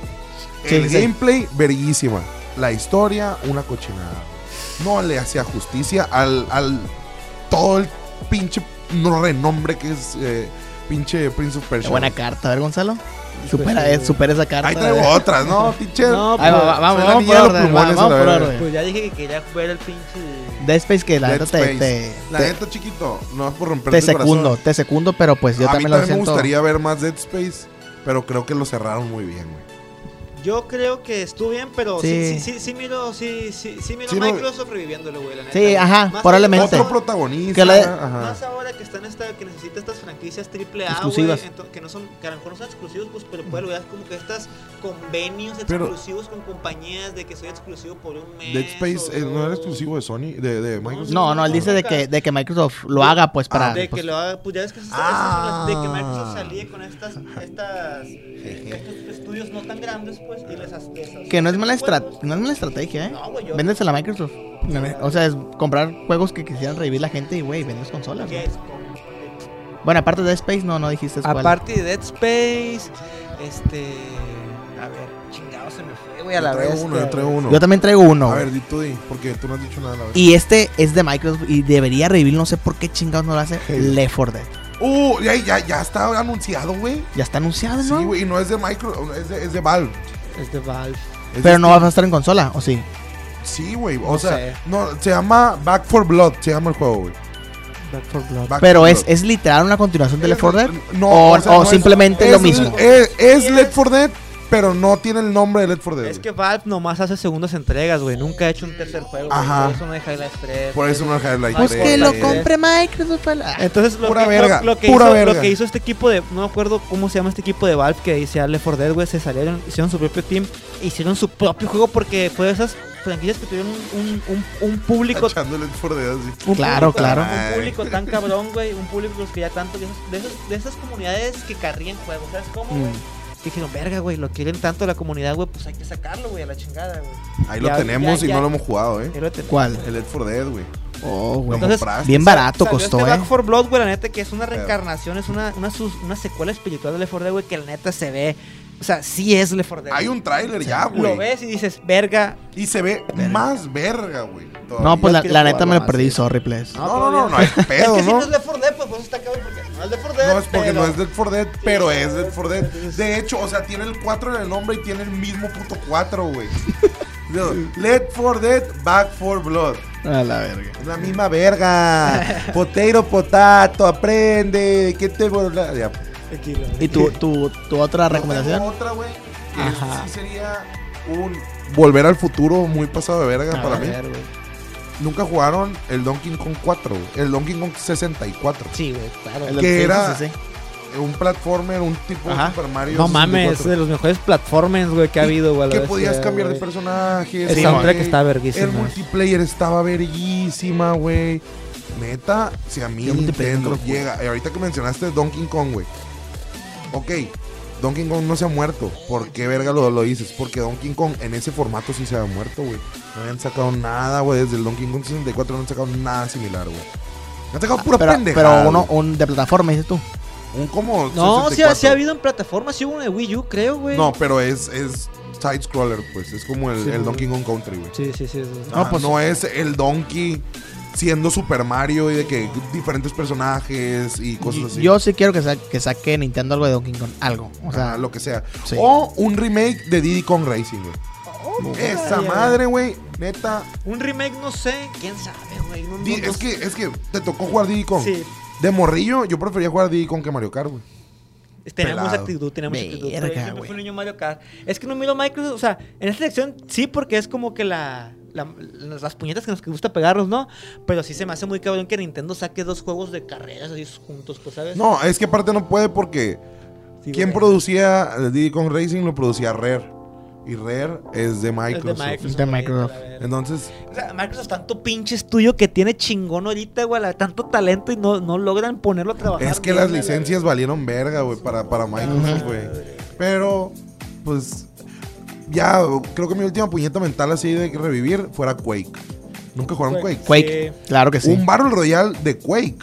Speaker 1: Sí,
Speaker 3: el
Speaker 1: sí, sí.
Speaker 3: gameplay, verguísima. La historia, una cochinada. No le hacía justicia al, al todo el pinche no renombre que es eh, pinche Prince of
Speaker 1: Qué
Speaker 3: Persia.
Speaker 1: buena
Speaker 3: güey.
Speaker 1: carta, a ver, Gonzalo. Supera, eh, supera esa carta.
Speaker 3: Ahí traigo
Speaker 1: güey.
Speaker 3: otras, ¿no, teacher?
Speaker 4: No,
Speaker 1: Ahí va, va,
Speaker 4: Soy
Speaker 1: vamos,
Speaker 3: la
Speaker 1: vamos
Speaker 3: niña
Speaker 1: por
Speaker 3: de los
Speaker 1: orden. va-
Speaker 3: plumones,
Speaker 1: Vamos
Speaker 3: a
Speaker 1: por
Speaker 3: la verga.
Speaker 1: orden.
Speaker 4: Pues ya dije que quería ver el pinche.
Speaker 1: Dead Space que la
Speaker 3: Dead
Speaker 1: neta te,
Speaker 3: Space.
Speaker 1: te,
Speaker 3: la
Speaker 1: te-
Speaker 3: neta, chiquito, no es por romper
Speaker 1: te secundo, te secundo, pero pues yo
Speaker 3: a mí
Speaker 1: también,
Speaker 3: también me
Speaker 1: lo siento.
Speaker 3: gustaría ver más Dead Space, pero creo que lo cerraron muy bien, güey.
Speaker 4: Yo creo que estuvo bien, pero
Speaker 1: Sí.
Speaker 4: sí, sí, sí, sí miro, sí, sí, sí miro
Speaker 3: Sí, no-
Speaker 4: Microsoft reviviéndolo, güey, la neta.
Speaker 1: Sí, ajá,
Speaker 4: Más
Speaker 1: probablemente.
Speaker 3: Otro
Speaker 4: ahora-
Speaker 3: protagonista.
Speaker 1: Que la-
Speaker 3: ajá.
Speaker 4: Más ahora que están esta, que necesita estas franquicias triple A,
Speaker 1: Exclusivas.
Speaker 4: güey, ento- que no son, que a lo mejor no son exclusivos, pues, pero puede lograr como que estas convenios
Speaker 3: Pero-
Speaker 4: exclusivos con compañías de que soy exclusivo por un mes.
Speaker 3: Dead Space
Speaker 4: o
Speaker 3: eh, no era
Speaker 4: dos.
Speaker 3: exclusivo de Sony, de, de Microsoft.
Speaker 1: No, no, él dice de que, de que Microsoft lo haga, pues para.
Speaker 4: de
Speaker 1: pues,
Speaker 4: que lo haga, pues ya ves que esas- esas
Speaker 3: Ah.
Speaker 4: son las de que Microsoft salía con estas, estas, eh, estos estudios no tan grandes, pues, y les, as- les as-
Speaker 1: Que no es mala, estra-
Speaker 4: juegos.
Speaker 1: no es mala estrategia, ¿eh?
Speaker 4: No, güey, yo-
Speaker 1: Véndesela a Microsoft. La ne- O sea, es comprar juegos que quisieran revivir la gente y, güey, vendes consolas.
Speaker 4: Que
Speaker 1: güey.
Speaker 4: es como-
Speaker 1: Bueno, aparte de Space, no, no dijiste cuál.
Speaker 4: Aparte de Dead Space, este. A ver, chingado se me fue, güey, a la
Speaker 3: Yo traigo
Speaker 4: vez. eh,
Speaker 3: uno, yo traigo uno.
Speaker 1: Yo también traigo uno.
Speaker 3: A
Speaker 1: güey.
Speaker 3: ver, di tú, di, porque tú no has dicho nada a la vez.
Speaker 1: Y este es de Microsoft y debería revivir, no sé por qué chingados no lo hace, Left 4 Dead.
Speaker 3: Uh, ya, ya, ya está anunciado, güey.
Speaker 1: Ya está
Speaker 4: Ah,
Speaker 1: anunciado,
Speaker 3: Sí,
Speaker 1: ¿no?
Speaker 3: güey, y no es de Micro, es de, es de Valve.
Speaker 4: Es de Valve.
Speaker 3: Es
Speaker 1: Pero
Speaker 3: de-
Speaker 1: no vas a estar en consola, ¿o sí?
Speaker 3: Sí, güey, o
Speaker 4: No
Speaker 3: sea,
Speaker 4: sé.
Speaker 3: no, se llama Back for Blood, se llama el juego, güey.
Speaker 4: Back for Blood.
Speaker 3: Back
Speaker 1: Pero
Speaker 3: for
Speaker 1: es,
Speaker 3: Blood.
Speaker 1: es literal una continuación de Left 4 Dead.
Speaker 3: Eh, No,
Speaker 1: o,
Speaker 3: o sea,
Speaker 1: o
Speaker 3: no es-
Speaker 1: simplemente lo
Speaker 3: Es-
Speaker 1: mismo.
Speaker 3: Es, es Left 4 Dead, pero no tiene el nombre de Left 4 Dead.
Speaker 4: Es que
Speaker 3: güey.
Speaker 4: Valve nomás hace segundas entregas, güey. Nunca ha hecho un tercer juego. güey,
Speaker 3: Ajá.
Speaker 4: Por eso no deja Half-Life 3.
Speaker 3: Por eso no es Highlight.
Speaker 1: Pues
Speaker 4: Valve
Speaker 1: que lo
Speaker 4: Fortnite.
Speaker 3: eh.
Speaker 1: compre Microsoft. a la-
Speaker 4: Entonces, lo,
Speaker 3: Pura
Speaker 4: que,
Speaker 3: verga,
Speaker 4: lo, lo que
Speaker 3: pura
Speaker 4: hizo,
Speaker 3: verga.
Speaker 4: lo que hizo este equipo de. No me acuerdo cómo se llama este equipo de Valve que dice Left 4 Dead, güey. Se salieron, hicieron su propio team, e hicieron su propio juego porque fue de esas franquicias que tuvieron un, un, un, un público.
Speaker 3: Echando Left 4 Dead así.
Speaker 4: un
Speaker 1: Claro,
Speaker 4: público-
Speaker 1: claro.
Speaker 4: Un público tan cabrón, güey. Un público que ya tanto. De, esos- de, esos- de esas comunidades que carrían juegos. ¿Sabes cómo, güey?
Speaker 3: Mm.
Speaker 4: Que dijeron, verga, güey. Lo quieren tanto la comunidad, güey. Pues hay que sacarlo, güey, a la chingada, güey.
Speaker 3: Ahí
Speaker 4: Ya,
Speaker 3: lo tenemos
Speaker 4: ya,
Speaker 3: y
Speaker 4: ya.
Speaker 3: no lo hemos jugado, eh.
Speaker 4: Ahí lo tenemos.
Speaker 1: ¿Cuál?
Speaker 3: El Left 4 Dead, güey.
Speaker 1: Oh,
Speaker 3: Lo
Speaker 1: güey.
Speaker 4: Entonces,
Speaker 3: compraste.
Speaker 1: Bien barato
Speaker 4: Salió
Speaker 1: costó,
Speaker 4: este
Speaker 1: eh.
Speaker 4: Back for Blood, güey, la neta que es una
Speaker 3: Pero-
Speaker 4: reencarnación, es una, una, sus- una secuela espiritual de Left 4 Dead, güey, que la neta se ve. O sea, sí es Left 4 Dead.
Speaker 3: Hay un tráiler ya,
Speaker 4: Lo
Speaker 3: güey.
Speaker 4: ves y dices, verga.
Speaker 3: Y se ve más verga, güey.
Speaker 1: No,
Speaker 3: todavía.
Speaker 1: pues la,
Speaker 4: quiero
Speaker 1: la
Speaker 4: jugar
Speaker 1: neta me lo
Speaker 4: más,
Speaker 1: perdí,
Speaker 4: sí.
Speaker 1: sorry, please.
Speaker 3: No, no, no, no hay
Speaker 4: Es
Speaker 3: pedo,
Speaker 4: que si
Speaker 3: ¿no?
Speaker 4: no es Left 4 Dead, pues por eso está cabrón, porque no es Left 4 Dead.
Speaker 3: No es porque
Speaker 4: pero-
Speaker 3: no es Dead for Dead, pero es Dead for Dead. De hecho, o sea, tiene el 4 en el nombre y tiene el mismo puto 4, güey. No, Led for Dead, Back for Blood.
Speaker 1: A la verga.
Speaker 3: Es la misma verga. Potato, potato, aprende. ¿Qué te burla? Ya.
Speaker 4: Tranquilo.
Speaker 1: ¿Y tu, tu, tu otra recomendación?
Speaker 3: Tengo Otra, güey. que
Speaker 1: Ajá.
Speaker 3: Sí sería un volver al futuro muy pasado de verga
Speaker 1: A
Speaker 3: para mí.
Speaker 1: ver, güey.
Speaker 3: Nunca jugaron el Donkey Kong 4, güey. el Donkey Kong 64.
Speaker 4: Sí, güey, claro.
Speaker 1: El
Speaker 3: ¿Qué
Speaker 1: sí,
Speaker 3: era?
Speaker 1: sí, sí.
Speaker 3: Un platformer, un tipo de
Speaker 1: Ajá.
Speaker 3: Super Mario.
Speaker 4: No mames,
Speaker 3: 64.
Speaker 4: es de los mejores platformers, güey, que ha habido, güey. a la
Speaker 3: Que
Speaker 4: vez,
Speaker 3: podías
Speaker 4: güey,
Speaker 3: cambiar de
Speaker 4: güey.
Speaker 3: personaje.
Speaker 4: El
Speaker 3: sí,
Speaker 4: soundtrack
Speaker 3: güey.
Speaker 4: está verguísima.
Speaker 3: El multiplayer estaba verguísima, güey. Neta, si a mí
Speaker 1: Yo multiplayer
Speaker 3: Nintendo
Speaker 1: nunca lo
Speaker 3: llega. eh, ahorita que mencionaste Donkey Kong, güey. Ok, Donkey Kong no se ha muerto. ¿Por qué verga lo, lo dices? Porque Donkey Kong en ese formato sí se ha muerto, güey. No habían sacado nada, güey. Desde el Donkey Kong 64 no han sacado nada similar, güey. Han sacado pura
Speaker 1: Pero,
Speaker 3: pendeja.
Speaker 1: pero uno un de plataforma, dices tú.
Speaker 3: Un como.
Speaker 4: No, sí,
Speaker 3: 64.
Speaker 4: sí ha habido en plataformas, sí hubo uno de Wii U, creo, güey.
Speaker 3: No, pero es, es side-scroller, pues. Es como el,
Speaker 4: Sí,
Speaker 3: el
Speaker 4: güey.
Speaker 3: Donkey Kong Country, güey.
Speaker 4: Sí, sí, sí. sí.
Speaker 1: No,
Speaker 3: No,
Speaker 1: pues-
Speaker 3: no es el Donkey siendo Super Mario y de que diferentes personajes y cosas así.
Speaker 1: Yo sí quiero que, sa- que saque Nintendo algo de Donkey Kong. Algo. O
Speaker 3: o
Speaker 1: sea,
Speaker 3: sea, Ah, lo que sea.
Speaker 1: sí.
Speaker 3: O un remake de Diddy Kong Racing, güey. Esa
Speaker 4: ya.
Speaker 3: madre, güey. Neta.
Speaker 4: Un remake, no sé, quién sabe, güey. No,
Speaker 3: Di-
Speaker 4: no- no
Speaker 3: es,
Speaker 4: sé.
Speaker 3: que, es que te tocó jugar Diddy Kong.
Speaker 4: Sí.
Speaker 3: De morrillo, yo prefería jugar Diddy Kong que Mario Kart, güey.
Speaker 4: Tenemos
Speaker 3: Pelado.
Speaker 4: actitud, tenemos actitud. Pero yo
Speaker 1: Verga,
Speaker 4: siempre
Speaker 1: güey.
Speaker 4: fui un niño Mario Kart. Es que no miro Microsoft, o sea, en esta sección sí, porque es como que la, la- las puñetas que nos gusta pegarnos, ¿no? Pero sí se me hace muy cabrón que Nintendo saque dos juegos de carreras así juntos, pues, ¿sabes?
Speaker 3: No, es que aparte no puede porque
Speaker 4: Sí,
Speaker 3: quien
Speaker 4: güey.
Speaker 3: producía el Diddy Kong Racing lo producía Rare. Y Rare es de
Speaker 4: Es de
Speaker 3: Microsoft.
Speaker 4: Microsoft.
Speaker 1: De
Speaker 4: güey,
Speaker 1: Microsoft.
Speaker 4: a la verga.
Speaker 3: Entonces,
Speaker 4: O sea, Microsoft, tanto pinche estudio que tiene chingón ahorita, güey, la- tanto talento y no, no logran ponerlo a trabajar.
Speaker 3: Es que las
Speaker 4: bien, a la verga.
Speaker 3: licencias valieron verga, güey, para, para Microsoft, güey. Pero, pues, ya, creo que mi última puñeta mental así de revivir fuera Quake. Nunca jugaron Quake.
Speaker 1: Quake.
Speaker 4: Sí.
Speaker 1: Claro que sí.
Speaker 3: Un Battle Royale de Quake.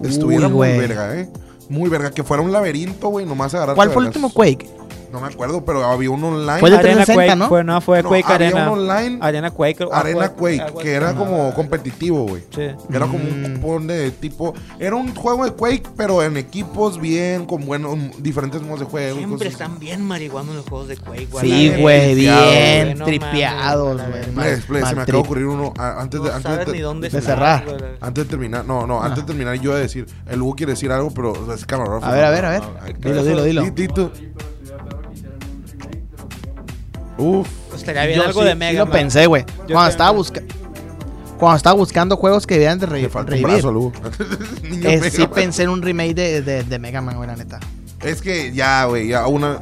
Speaker 1: Uy,
Speaker 3: Estuviera muy
Speaker 1: güey.
Speaker 3: verga, ¿eh? Muy verga. Que fuera un laberinto, güey, nomás agarrar.
Speaker 1: ¿Cuál fue el último Quake?
Speaker 3: No me acuerdo, pero había uno online.
Speaker 1: Fue de 360,
Speaker 4: Arena Quake,
Speaker 1: ¿no?
Speaker 4: Fue, no, fue
Speaker 3: No,
Speaker 4: Quake
Speaker 3: había
Speaker 4: Arena.
Speaker 3: uno online.
Speaker 4: Arena Quake. o-
Speaker 3: Arena Quake,
Speaker 4: Agua-
Speaker 3: que era
Speaker 4: Ajá.
Speaker 3: como competitivo, güey.
Speaker 4: Sí.
Speaker 3: Era como
Speaker 1: Mm.
Speaker 3: un cupón de tipo. Era un juego de Quake, pero en equipos bien, con buenos, diferentes modos de juego. y
Speaker 4: Siempre
Speaker 3: cosas así.
Speaker 4: están bien marihuanos los juegos de Quake, güey.
Speaker 1: Sí,
Speaker 4: a la
Speaker 1: güey,
Speaker 3: tripeado,
Speaker 4: güey,
Speaker 1: bien
Speaker 4: no
Speaker 1: tripeados,
Speaker 4: mames,
Speaker 1: güey.
Speaker 4: güey.
Speaker 1: mal-
Speaker 3: Please, please, se
Speaker 1: mal
Speaker 3: me acaba de
Speaker 1: trip.
Speaker 3: ocurrir uno a- antes de,
Speaker 4: No
Speaker 3: antes de,
Speaker 4: sabes ni dónde
Speaker 1: de
Speaker 4: estás,
Speaker 1: cerrar.
Speaker 4: güey, la-
Speaker 3: antes de terminar. No, no, antes de terminar yo de decir, el Hugo quiere decir algo, pero es camarógrafo.
Speaker 1: Ah. A ver, a ver, a ver.
Speaker 3: No, no, hay que-
Speaker 1: Dilo, dilo, dilo.
Speaker 3: Di- di tú. Uf,
Speaker 4: Estaría bien
Speaker 1: Yo
Speaker 4: algo
Speaker 1: sí-
Speaker 4: de
Speaker 1: sí
Speaker 4: Mega.
Speaker 1: lo
Speaker 4: Man.
Speaker 1: pensé, güey. Cuando
Speaker 4: también.
Speaker 1: estaba buscando. Cuando estaba buscando juegos que debían de re-
Speaker 3: le falta un
Speaker 1: revivir,
Speaker 3: brazo al Hugo. Niño
Speaker 1: eh,
Speaker 3: Mega
Speaker 1: sí
Speaker 3: Man.
Speaker 1: pensé en un remake de, de, de Mega Man, güey, la neta.
Speaker 3: Es que ya, güey, ya una.